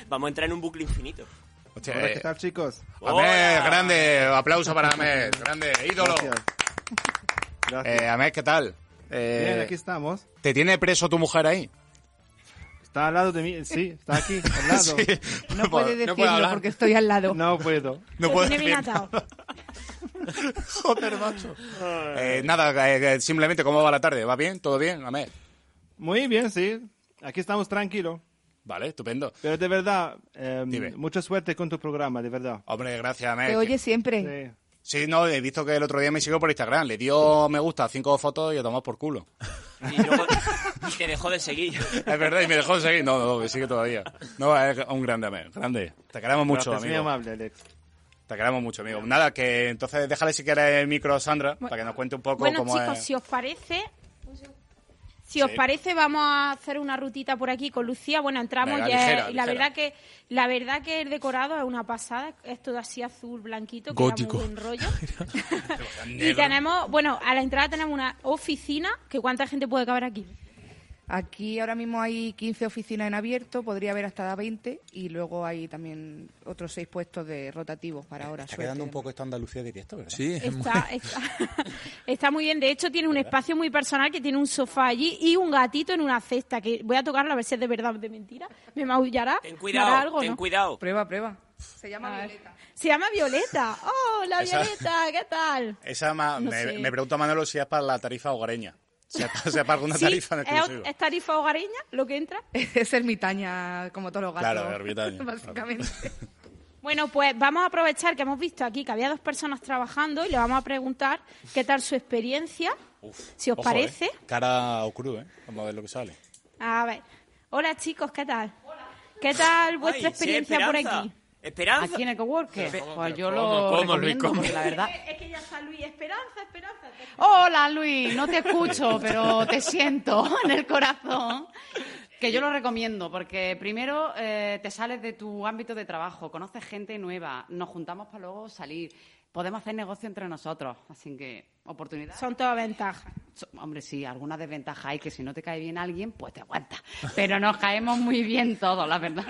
[SPEAKER 5] Vamos a entrar en un bucle infinito.
[SPEAKER 8] eh,
[SPEAKER 15] Hola, ¿qué tal, chicos?
[SPEAKER 8] Ahmed, grande. Aplauso para Ahmed. Grande, ídolo.
[SPEAKER 15] Gracias. Gracias.
[SPEAKER 8] Eh, Ahmed, ¿qué tal? Eh,
[SPEAKER 15] Bien, aquí estamos.
[SPEAKER 8] ¿Te tiene preso tu mujer ahí?
[SPEAKER 15] Está al lado de mí, sí, está aquí, al lado.
[SPEAKER 11] (laughs)
[SPEAKER 8] Sí. (laughs)
[SPEAKER 2] No puede
[SPEAKER 15] No puedo
[SPEAKER 2] decirlo
[SPEAKER 15] hablar.
[SPEAKER 2] porque estoy al lado.
[SPEAKER 15] No puedo.
[SPEAKER 8] No puedo
[SPEAKER 6] Tiene bien atado.
[SPEAKER 8] (laughs) Joder, macho. Eh, nada, eh, eh, simplemente, ¿cómo va la tarde? ¿Va bien? ¿Todo bien, Ahmed?
[SPEAKER 15] Muy bien, sí. Aquí estamos tranquilo.
[SPEAKER 8] Vale, estupendo.
[SPEAKER 15] Pero de verdad, eh,
[SPEAKER 8] Dime.
[SPEAKER 15] mucha suerte con tu programa, de verdad.
[SPEAKER 8] Hombre, gracias, Ahmed.
[SPEAKER 2] Te oye siempre.
[SPEAKER 15] Sí.
[SPEAKER 8] Sí, no, he visto que el otro día me siguió por Instagram. Le dio me gusta a cinco fotos y a tomar por culo.
[SPEAKER 5] Y luego y te dejó de seguir.
[SPEAKER 8] Es verdad, y me dejó de seguir. No, no, me sigue todavía. No, es un grande, Ahmed. Grande. Te queremos mucho,
[SPEAKER 15] Gracias, muy
[SPEAKER 8] amigo.
[SPEAKER 15] amable, Alex.
[SPEAKER 8] Te queremos mucho, amigo. Nada, que entonces déjale si quieres el micro a Sandra para que nos cuente un poco
[SPEAKER 6] Bueno,
[SPEAKER 8] cómo
[SPEAKER 6] chicos,
[SPEAKER 8] es.
[SPEAKER 6] si os parece. Si os
[SPEAKER 8] Sí.
[SPEAKER 6] parece, vamos a hacer una rutita por aquí con Lucía. Bueno, entramos
[SPEAKER 8] Venga,
[SPEAKER 6] ya.
[SPEAKER 8] ligera,
[SPEAKER 6] y
[SPEAKER 8] ligera.
[SPEAKER 6] la verdad que la verdad que el decorado es una pasada. Es todo así azul, blanquito, que
[SPEAKER 7] Gótico.
[SPEAKER 6] da muy buen rollo. y
[SPEAKER 8] (laughs)
[SPEAKER 6] tenemos, bueno, a la entrada tenemos una oficina. que ¿Cuánta gente puede caber aquí?
[SPEAKER 2] Aquí ahora mismo hay 15 oficinas en abierto, podría haber hasta 20 y luego hay también otros seis puestos de rotativos para ahora.
[SPEAKER 8] Está quedando un poco esto Andalucía directo, ¿verdad?
[SPEAKER 7] Sí,
[SPEAKER 6] Está, está, (laughs) está muy bien. De hecho, tiene un espacio muy personal que tiene un sofá allí y un gatito en una cesta. Que voy a tocarlo a ver si es de verdad o de mentira. Me maullará.
[SPEAKER 5] Ten
[SPEAKER 6] me hará
[SPEAKER 5] cuidado,
[SPEAKER 6] algo,
[SPEAKER 5] ten
[SPEAKER 6] ¿no?
[SPEAKER 5] cuidado.
[SPEAKER 2] Prueba, prueba. Se
[SPEAKER 6] A
[SPEAKER 2] llama
[SPEAKER 6] ver.
[SPEAKER 2] Violeta.
[SPEAKER 6] Se llama Violeta. ¡Oh, la
[SPEAKER 8] Esa-
[SPEAKER 6] Violeta! ¿Qué tal?
[SPEAKER 8] Esa ma-
[SPEAKER 6] No
[SPEAKER 8] me,
[SPEAKER 6] sé.
[SPEAKER 8] me pregunta Manolo si es para la tarifa hogareña. Si es, si es para alguna
[SPEAKER 6] Sí,
[SPEAKER 8] tarifa en
[SPEAKER 6] es,
[SPEAKER 8] exclusivo.
[SPEAKER 6] es tarifa hogareña lo que entra.
[SPEAKER 2] (laughs) Es ermitaña, como todos los gatos.
[SPEAKER 8] Claro, ermitaña.
[SPEAKER 2] Básicamente.
[SPEAKER 6] Bueno, pues vamos a aprovechar que hemos visto aquí que había dos personas trabajando y le vamos a preguntar qué tal su experiencia, si os
[SPEAKER 8] Ojo, ¿eh?
[SPEAKER 6] parece.
[SPEAKER 8] Cara o cruz, ¿eh? Vamos a ver lo que sale.
[SPEAKER 6] A ver. Hola chicos, ¿qué tal? ¿Qué tal vuestra
[SPEAKER 5] Ay, sí,
[SPEAKER 6] experiencia por
[SPEAKER 5] Esperanza.
[SPEAKER 6] aquí?
[SPEAKER 5] Esperanza.
[SPEAKER 16] Aquí en el coworker.
[SPEAKER 5] Pero ¿cómo,
[SPEAKER 16] Pues
[SPEAKER 5] pero
[SPEAKER 16] yo
[SPEAKER 11] cómo,
[SPEAKER 16] lo
[SPEAKER 11] cómo,
[SPEAKER 16] recomiendo,
[SPEAKER 11] Luis, cómo?
[SPEAKER 16] la verdad.
[SPEAKER 6] (laughs) Es que ya está Luis, Esperanza, Esperanza.
[SPEAKER 16] Hola Luis, no te
[SPEAKER 2] (laughs)
[SPEAKER 16] escucho, pero te siento en el corazón. Que yo lo recomiendo porque primero eh, te sales de tu ámbito de trabajo, conoces gente nueva, nos juntamos para luego salir, podemos hacer negocio entre nosotros, así que oportunidad.
[SPEAKER 6] Son todas ventajas.
[SPEAKER 16] So- Hombre, sí, alguna desventaja hay que si no te cae bien alguien, pues te aguanta. Pero nos caemos muy bien todos, la verdad.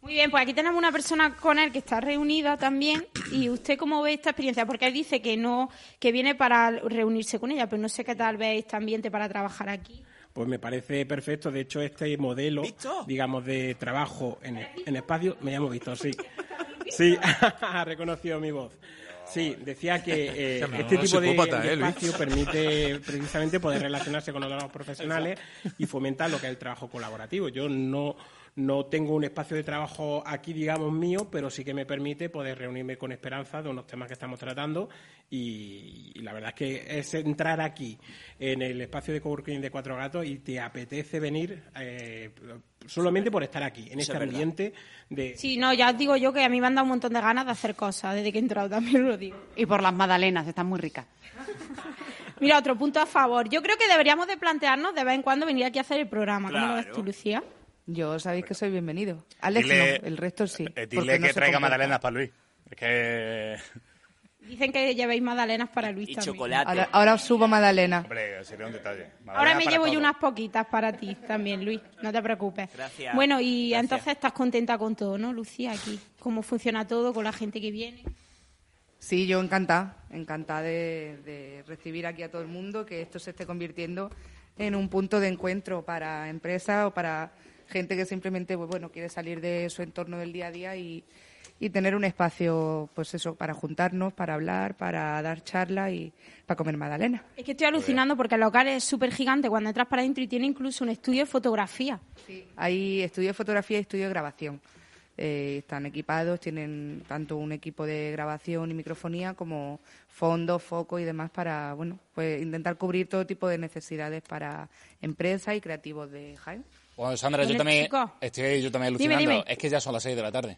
[SPEAKER 6] Muy bien, pues aquí tenemos una persona con él que está reunida también. ¿Y usted cómo ve esta experiencia? Porque él dice que no, que viene para reunirse con ella, pero no sé qué tal ve este ambiente para trabajar aquí.
[SPEAKER 17] Pues me parece perfecto. De hecho, este modelo, digamos, de trabajo en, en espacio, me llamo Víctor,
[SPEAKER 6] (laughs)
[SPEAKER 17] sí. Sí, ha reconocido mi voz. Sí, decía
[SPEAKER 8] (laughs)
[SPEAKER 17] que eh,
[SPEAKER 7] Se llama
[SPEAKER 17] este tipo de,
[SPEAKER 7] psicópata,
[SPEAKER 17] de
[SPEAKER 7] eh, Luis.
[SPEAKER 17] espacio permite precisamente poder relacionarse con otros profesionales y fomentar lo que es el trabajo colaborativo. Yo no, no tengo un espacio de trabajo aquí, digamos, mío, pero sí que me permite poder reunirme con esperanza de unos temas que estamos tratando y, y la verdad es que es entrar aquí, en el espacio de coworking de Cuatro Gatos y te apetece venir eh, solamente por estar aquí, en este
[SPEAKER 5] Eso es verdad.
[SPEAKER 17] ambiente de...
[SPEAKER 6] Sí, no, ya os digo yo que a mí me han dado un montón de ganas de hacer cosas desde que he entrado, también lo digo.
[SPEAKER 16] Y por las magdalenas, están muy ricas.
[SPEAKER 6] Mira, otro punto a favor. Yo creo que deberíamos de plantearnos de vez en cuando venir aquí a hacer el programa. ¿Cómo lo ves
[SPEAKER 8] Claro.
[SPEAKER 6] tú, Lucía?
[SPEAKER 2] Yo sabéis que soy bienvenido. Alex
[SPEAKER 8] Dile-
[SPEAKER 2] no, el resto sí.
[SPEAKER 8] Eh,
[SPEAKER 2] porque
[SPEAKER 8] dile
[SPEAKER 2] no
[SPEAKER 8] que
[SPEAKER 2] se
[SPEAKER 8] traiga
[SPEAKER 2] comporta.
[SPEAKER 8] magdalenas para Luis. Es que...
[SPEAKER 6] Dicen que llevéis magdalenas para Luis también.
[SPEAKER 2] Ahora, ahora os subo Magdalena.
[SPEAKER 18] Hombre, sería un detalle. Magdalena
[SPEAKER 6] Ahora me
[SPEAKER 18] para
[SPEAKER 6] llevo yo
[SPEAKER 18] todo.
[SPEAKER 6] unas poquitas para ti también, Luis. No te preocupes.
[SPEAKER 18] Gracias.
[SPEAKER 6] Bueno, y
[SPEAKER 18] Gracias.
[SPEAKER 6] entonces estás contenta con todo, ¿no, Lucía? Aquí, cómo funciona todo, con la gente que viene.
[SPEAKER 2] Sí, yo encantada, encantada de, de recibir aquí a todo el mundo, que esto se esté convirtiendo en un punto de encuentro para empresas o para gente que simplemente pues, bueno, quiere salir de su entorno del día a día y, y tener un espacio pues eso, para juntarnos, para hablar, para dar charla y para comer magdalena.
[SPEAKER 6] Es que estoy alucinando porque el local es súper gigante cuando entras para adentro y tiene incluso un estudio de fotografía.
[SPEAKER 2] Hay estudio de fotografía y estudio de grabación. Eh, están equipados, tienen tanto un equipo de grabación y microfonía como fondos, foco y demás para, bueno, pues intentar cubrir todo tipo de necesidades para empresas y creativos de Jaén.
[SPEAKER 8] Bueno, Sandra, yo
[SPEAKER 2] Bueno,
[SPEAKER 8] también,
[SPEAKER 2] chicos.
[SPEAKER 8] estoy, yo también
[SPEAKER 6] Dime,
[SPEAKER 8] alucinando.
[SPEAKER 6] dime.
[SPEAKER 8] Es que ya son las 6 de la tarde.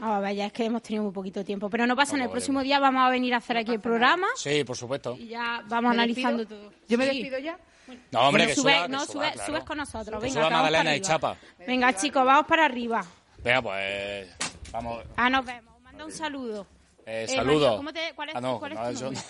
[SPEAKER 6] Ah, vaya, es que hemos tenido muy poquito tiempo. Pero no pasa nada, el
[SPEAKER 8] vale,
[SPEAKER 6] próximo día vamos a venir a hacer aquí el programa
[SPEAKER 8] Sí, por supuesto.
[SPEAKER 6] ¿Ah? y ya vamos
[SPEAKER 2] ¿Me
[SPEAKER 6] analizando
[SPEAKER 2] despido?
[SPEAKER 6] todo.
[SPEAKER 2] ¿Yo me
[SPEAKER 6] Sí.
[SPEAKER 2] despido ya?
[SPEAKER 8] No, hombre,
[SPEAKER 6] Bueno,
[SPEAKER 8] que
[SPEAKER 6] sube-
[SPEAKER 8] suba,
[SPEAKER 6] no,
[SPEAKER 8] que suba,
[SPEAKER 6] sube-
[SPEAKER 8] claro.
[SPEAKER 6] subes con nosotros.
[SPEAKER 8] Que
[SPEAKER 6] Venga,
[SPEAKER 8] suba
[SPEAKER 6] que vamos para
[SPEAKER 8] Magdalena y
[SPEAKER 6] arriba.
[SPEAKER 8] Chapa.
[SPEAKER 6] Venga, chicos, vamos para arriba.
[SPEAKER 8] Venga, pues vamos.
[SPEAKER 6] Ah, nos vemos. Manda un saludo.
[SPEAKER 8] Eh,
[SPEAKER 6] Eh, Mario,
[SPEAKER 8] saludo.
[SPEAKER 6] ¿cómo te- ¿Cuál es,
[SPEAKER 8] ah, no,
[SPEAKER 6] cuál es
[SPEAKER 8] no, (laughs)
[SPEAKER 6] tu
[SPEAKER 8] eso-
[SPEAKER 6] nombre?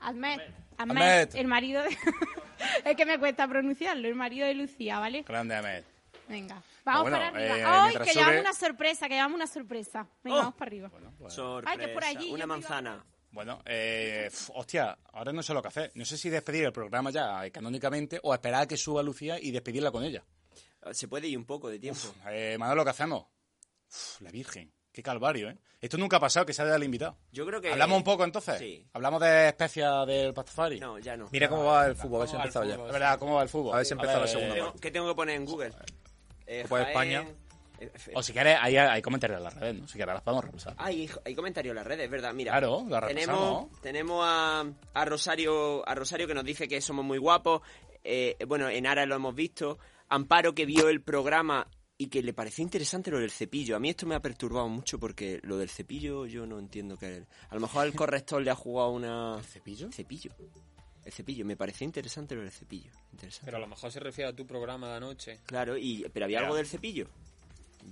[SPEAKER 6] Ahmed. Ahmed,
[SPEAKER 8] Ahmed.
[SPEAKER 6] el marido de... (laughs) es que me cuesta pronunciarlo, el marido de Lucía, ¿vale?
[SPEAKER 8] Grande Ahmed.
[SPEAKER 6] Venga, vamos
[SPEAKER 8] Bueno,
[SPEAKER 6] para arriba.
[SPEAKER 8] eh,
[SPEAKER 6] ¡Ay,
[SPEAKER 8] mientras
[SPEAKER 6] que llevamos
[SPEAKER 8] sube-
[SPEAKER 6] una sorpresa, que llevamos una sorpresa! Venga, vamos para arriba.
[SPEAKER 5] Sorpresa.
[SPEAKER 6] Ay, que por allí, yo
[SPEAKER 5] Una
[SPEAKER 6] te
[SPEAKER 5] manzana.
[SPEAKER 8] Bueno, eh, f- hostia, ahora no sé lo que hacer. No sé si despedir el programa ya eh, canónicamente o esperar a que suba Lucía y despedirla con ella.
[SPEAKER 5] Ah, Se puede ir un poco de tiempo.
[SPEAKER 8] Eh, Manolo, ¿qué hacemos? Uf, la Virgen, qué calvario, ¿eh? Esto nunca ha pasado que se haya el invitado.
[SPEAKER 5] Yo creo que...
[SPEAKER 8] ¿Hablamos un poco entonces?
[SPEAKER 5] Sí.
[SPEAKER 8] ¿Hablamos de especias del pastafari? No,
[SPEAKER 5] ya no.
[SPEAKER 7] Mira cómo va el fútbol, a ver si ha
[SPEAKER 8] ¿Cómo va
[SPEAKER 7] empezado
[SPEAKER 8] el
[SPEAKER 7] ya.
[SPEAKER 8] fútbol? Es verdad, ¿cómo va el fútbol?
[SPEAKER 7] A ver si ha empezado la segunda
[SPEAKER 5] Tengo- ¿Qué tengo que poner en Google? Eh,
[SPEAKER 8] Copa de
[SPEAKER 5] Jaén-
[SPEAKER 8] España.
[SPEAKER 5] Eh, f-
[SPEAKER 8] O si quieres, ahí hay comentarios en las redes, ¿no? Si quieres, las podemos repasar.
[SPEAKER 5] Ah, hay, hay comentarios en las redes, ¿verdad? Mira.
[SPEAKER 8] Claro, la repasamos.
[SPEAKER 5] tenemos, tenemos a, a Rosario a Rosario que nos dice que somos muy guapos. Eh, bueno, en Ara lo hemos visto. Amparo que vio el programa y que le pareció interesante lo del cepillo. A mí esto me ha perturbado mucho porque lo del cepillo yo no entiendo qué es. A lo mejor el corrector le ha jugado una... ¿El
[SPEAKER 8] cepillo?
[SPEAKER 5] Cepillo. El cepillo. Me pareció interesante lo del cepillo. Interesante.
[SPEAKER 11] Pero a lo mejor se refiere a tu programa de anoche.
[SPEAKER 5] Claro, y, pero había
[SPEAKER 11] Ya.
[SPEAKER 5] algo del cepillo.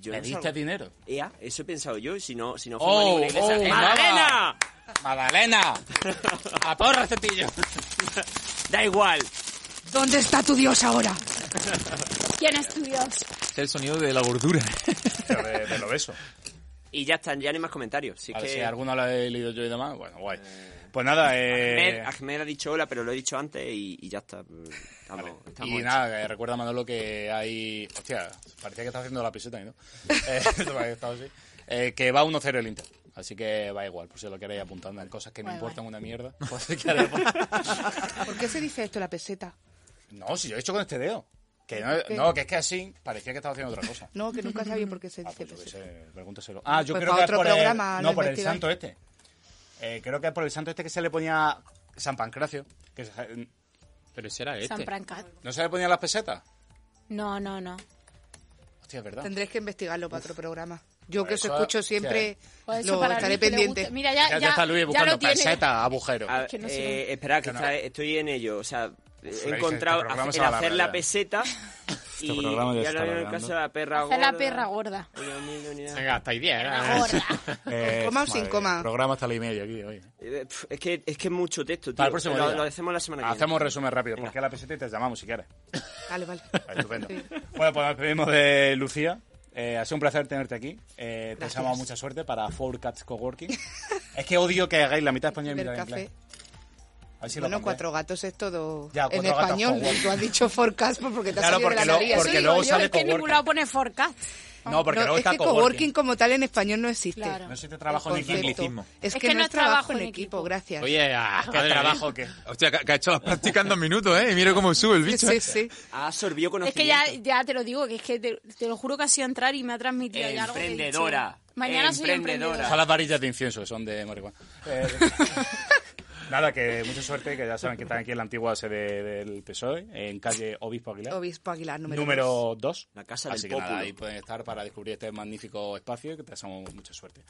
[SPEAKER 5] Yo
[SPEAKER 11] ¿Le
[SPEAKER 5] no sé
[SPEAKER 11] diste
[SPEAKER 5] algo-
[SPEAKER 8] dinero?
[SPEAKER 5] Ea, eso he pensado yo, si no, si no fuimos a
[SPEAKER 8] ¡Oh!
[SPEAKER 5] ninguna iglesia.
[SPEAKER 8] oh,
[SPEAKER 5] ¡Magdalena!
[SPEAKER 8] ¡Magdalena! ¡A porra, el cepillo!
[SPEAKER 5] da igual.
[SPEAKER 2] ¿Dónde está tu Dios ahora?
[SPEAKER 6] ¿Quién es tu Dios?
[SPEAKER 7] Es el sonido de la gordura.
[SPEAKER 8] de, de lo beso.
[SPEAKER 5] Y ya están, ya no hay más comentarios. Si, es
[SPEAKER 8] A ver
[SPEAKER 5] que
[SPEAKER 8] si alguno lo he leído yo y demás, bueno, guay. Pues nada, eh...
[SPEAKER 5] Ahmed, Ahmed ha dicho hola, pero lo he dicho antes y, y ya está. Mm, Estamos, estamos
[SPEAKER 8] Y
[SPEAKER 5] hechos.
[SPEAKER 8] nada, que recuerda Manolo que hay. Hostia, parecía que está haciendo la piseta,
[SPEAKER 2] (laughs)
[SPEAKER 8] ¿no? Eh, (laughs) estaba así. Eh, que va 1-0 el Inter. Así que va igual, por si lo queréis apuntando. Hay cosas que me
[SPEAKER 2] Guay,
[SPEAKER 8] importan
[SPEAKER 2] (laughs)
[SPEAKER 8] una mierda. (laughs) Pues, si queréis-
[SPEAKER 2] ¿Por qué se dice esto la peseta?
[SPEAKER 8] no, si yo he hecho con este dedo. Que no,
[SPEAKER 2] ¿Qué?
[SPEAKER 8] no, que es que así parecía que estaba haciendo otra cosa.
[SPEAKER 2] No, que nunca sabía por qué se dice peseta.
[SPEAKER 8] Eh, Pregúntaselo. Ah, yo
[SPEAKER 2] Pues
[SPEAKER 8] creo
[SPEAKER 2] para
[SPEAKER 8] que
[SPEAKER 2] otro
[SPEAKER 8] es por
[SPEAKER 2] programa
[SPEAKER 8] el,
[SPEAKER 2] lo
[SPEAKER 8] no, por el
[SPEAKER 2] investigáis.
[SPEAKER 8] santo este. Eh, creo que es por el santo este que se le ponía San Pancracio. Que se-
[SPEAKER 11] Pero ese era
[SPEAKER 6] San
[SPEAKER 11] este.
[SPEAKER 6] Francat.
[SPEAKER 8] ¿No se le ponían las pesetas?
[SPEAKER 6] No, no, no.
[SPEAKER 8] Hostia, es verdad.
[SPEAKER 2] Tendréis que investigarlo para otro programa. Yo
[SPEAKER 8] Pues
[SPEAKER 2] que os
[SPEAKER 8] eso-
[SPEAKER 2] escucho siempre,
[SPEAKER 6] Pues eso
[SPEAKER 2] lo
[SPEAKER 6] para
[SPEAKER 2] estaré
[SPEAKER 6] Luis, que le
[SPEAKER 2] pendiente.
[SPEAKER 6] gusta. Mira, ya, ya, ya lo tiene.
[SPEAKER 8] agujeros.
[SPEAKER 5] A-
[SPEAKER 6] que no sé
[SPEAKER 5] eh, espera, que
[SPEAKER 8] Que no.
[SPEAKER 5] está- estoy en ello. O sea,
[SPEAKER 8] Este
[SPEAKER 5] he encontrado
[SPEAKER 8] programa se
[SPEAKER 5] hace- el
[SPEAKER 8] va a la
[SPEAKER 5] hacer
[SPEAKER 8] mierda.
[SPEAKER 5] la peseta
[SPEAKER 8] (laughs)
[SPEAKER 5] y,
[SPEAKER 8] Este programa ya
[SPEAKER 5] y
[SPEAKER 8] se está
[SPEAKER 5] ahora viene el
[SPEAKER 8] alargando.
[SPEAKER 5] caso de la perra
[SPEAKER 6] Hacer
[SPEAKER 5] gorda.
[SPEAKER 6] la perra gorda.
[SPEAKER 11] Venga, hasta ahí 10.
[SPEAKER 8] (laughs) Eh,
[SPEAKER 2] Coma o sin
[SPEAKER 8] madre,
[SPEAKER 2] coma.
[SPEAKER 8] El programa está a la y media aquí hoy.
[SPEAKER 5] Eh, pf, Es que es que es mucho texto, tío.
[SPEAKER 8] Para el próximo
[SPEAKER 5] lo,
[SPEAKER 8] día.
[SPEAKER 5] lo hacemos la semana que viene.
[SPEAKER 8] Hacemos un resumen rápido. ¿Por qué la peseta y
[SPEAKER 5] (laughs)
[SPEAKER 8] te llamamos si quieres?
[SPEAKER 2] Vale, vale.
[SPEAKER 8] Estupendo. Bueno, pues nos pedimos de Lucía. Eh, ha sido un placer tenerte aquí. Eh, te
[SPEAKER 2] Gracias.
[SPEAKER 8] deseamos mucha suerte para Four Cats Coworking. (laughs) es que odio que hagáis la mitad español y
[SPEAKER 2] Ver
[SPEAKER 8] mitad
[SPEAKER 2] café.
[SPEAKER 8] inglés. A ver si lo
[SPEAKER 2] bueno,
[SPEAKER 8] cambiáis.
[SPEAKER 2] cuatro gatos es todo
[SPEAKER 8] Ya,
[SPEAKER 2] en
[SPEAKER 8] cuatro gatos
[SPEAKER 2] español.
[SPEAKER 8] con huevo.
[SPEAKER 2] Tú has dicho forecast porque te ha
[SPEAKER 8] Claro,
[SPEAKER 2] salido de la
[SPEAKER 8] porque lo-
[SPEAKER 2] nariz.
[SPEAKER 8] porque
[SPEAKER 2] Eso digo
[SPEAKER 8] luego
[SPEAKER 2] yo,
[SPEAKER 8] sale
[SPEAKER 2] es que en ningún
[SPEAKER 8] coworking.
[SPEAKER 2] lado
[SPEAKER 6] pone forecast.
[SPEAKER 8] No, porque luego
[SPEAKER 2] es
[SPEAKER 8] está
[SPEAKER 2] que
[SPEAKER 8] coworking.
[SPEAKER 2] coworking como tal en español no existe.
[SPEAKER 6] Claro.
[SPEAKER 8] No existe trabajo en
[SPEAKER 2] El concepto.
[SPEAKER 7] equipo.
[SPEAKER 2] Es que, no es trabajo en equipo, gracias.
[SPEAKER 7] Oye, a,
[SPEAKER 8] ¿Qué trabajo que?
[SPEAKER 7] Hostia, que, que ha hecho las prácticas en dos minutos, ¿eh? Y mira cómo sube el bicho. ¿eh?
[SPEAKER 5] Ha absorbido
[SPEAKER 6] Es que ya, ya te lo digo, que es que te, te lo juro que ha sido entrar y me ha transmitido ya algo. que he dicho.
[SPEAKER 5] Emprendedora.
[SPEAKER 6] Mañana soy
[SPEAKER 5] Emprendedora.
[SPEAKER 6] emprendedora.
[SPEAKER 8] Son las varillas de incienso, que son de marihuana. Eh, (laughs) nada, que mucha suerte, que ya saben que están aquí en la antigua sede del PSOE, E, en calle Obispo Aguilar.
[SPEAKER 2] Obispo Aguilar, número, dos.
[SPEAKER 8] número 2.
[SPEAKER 5] La casa
[SPEAKER 8] Así
[SPEAKER 5] del
[SPEAKER 8] que nada,
[SPEAKER 5] pópulo.
[SPEAKER 8] ahí pueden estar para descubrir este magnífico espacio y que te deseamos mucha suerte.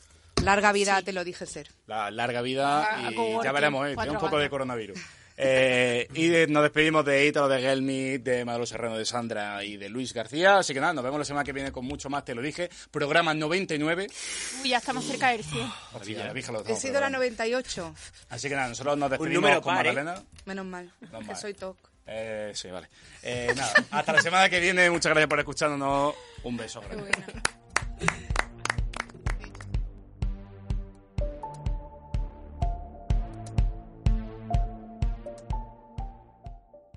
[SPEAKER 2] Larga vida, te lo dije ser.
[SPEAKER 8] La larga vida
[SPEAKER 2] Ah,
[SPEAKER 8] y
[SPEAKER 2] coworking,
[SPEAKER 5] Ah,
[SPEAKER 8] ya veremos, ¿eh? Tiene
[SPEAKER 2] cuatro
[SPEAKER 8] un poco de
[SPEAKER 2] gatos.
[SPEAKER 8] coronavirus. Eh, y de- nos despedimos de Ítalo, de Gelmi, de Maduro Serrano, de Sandra y de Luis García. Así que nada, nos vemos la semana que viene con mucho más, te lo dije. Programa 99.
[SPEAKER 6] Uy, ya estamos cerca del 100.
[SPEAKER 8] Maravilla, la Virgen lo
[SPEAKER 2] He
[SPEAKER 8] dejamos,
[SPEAKER 2] sido la
[SPEAKER 8] programa.
[SPEAKER 2] 98.
[SPEAKER 8] Así que nada, nosotros nos despedimos
[SPEAKER 5] número
[SPEAKER 8] con
[SPEAKER 5] par, ¿eh?
[SPEAKER 8] Magdalena.
[SPEAKER 2] Menos mal.
[SPEAKER 8] Menos
[SPEAKER 2] Que
[SPEAKER 8] mal.
[SPEAKER 2] soy TOC.
[SPEAKER 8] Eh, sí, vale. Eh, nada, hasta la semana que viene. Muchas gracias por escuchándonos. Un beso grande.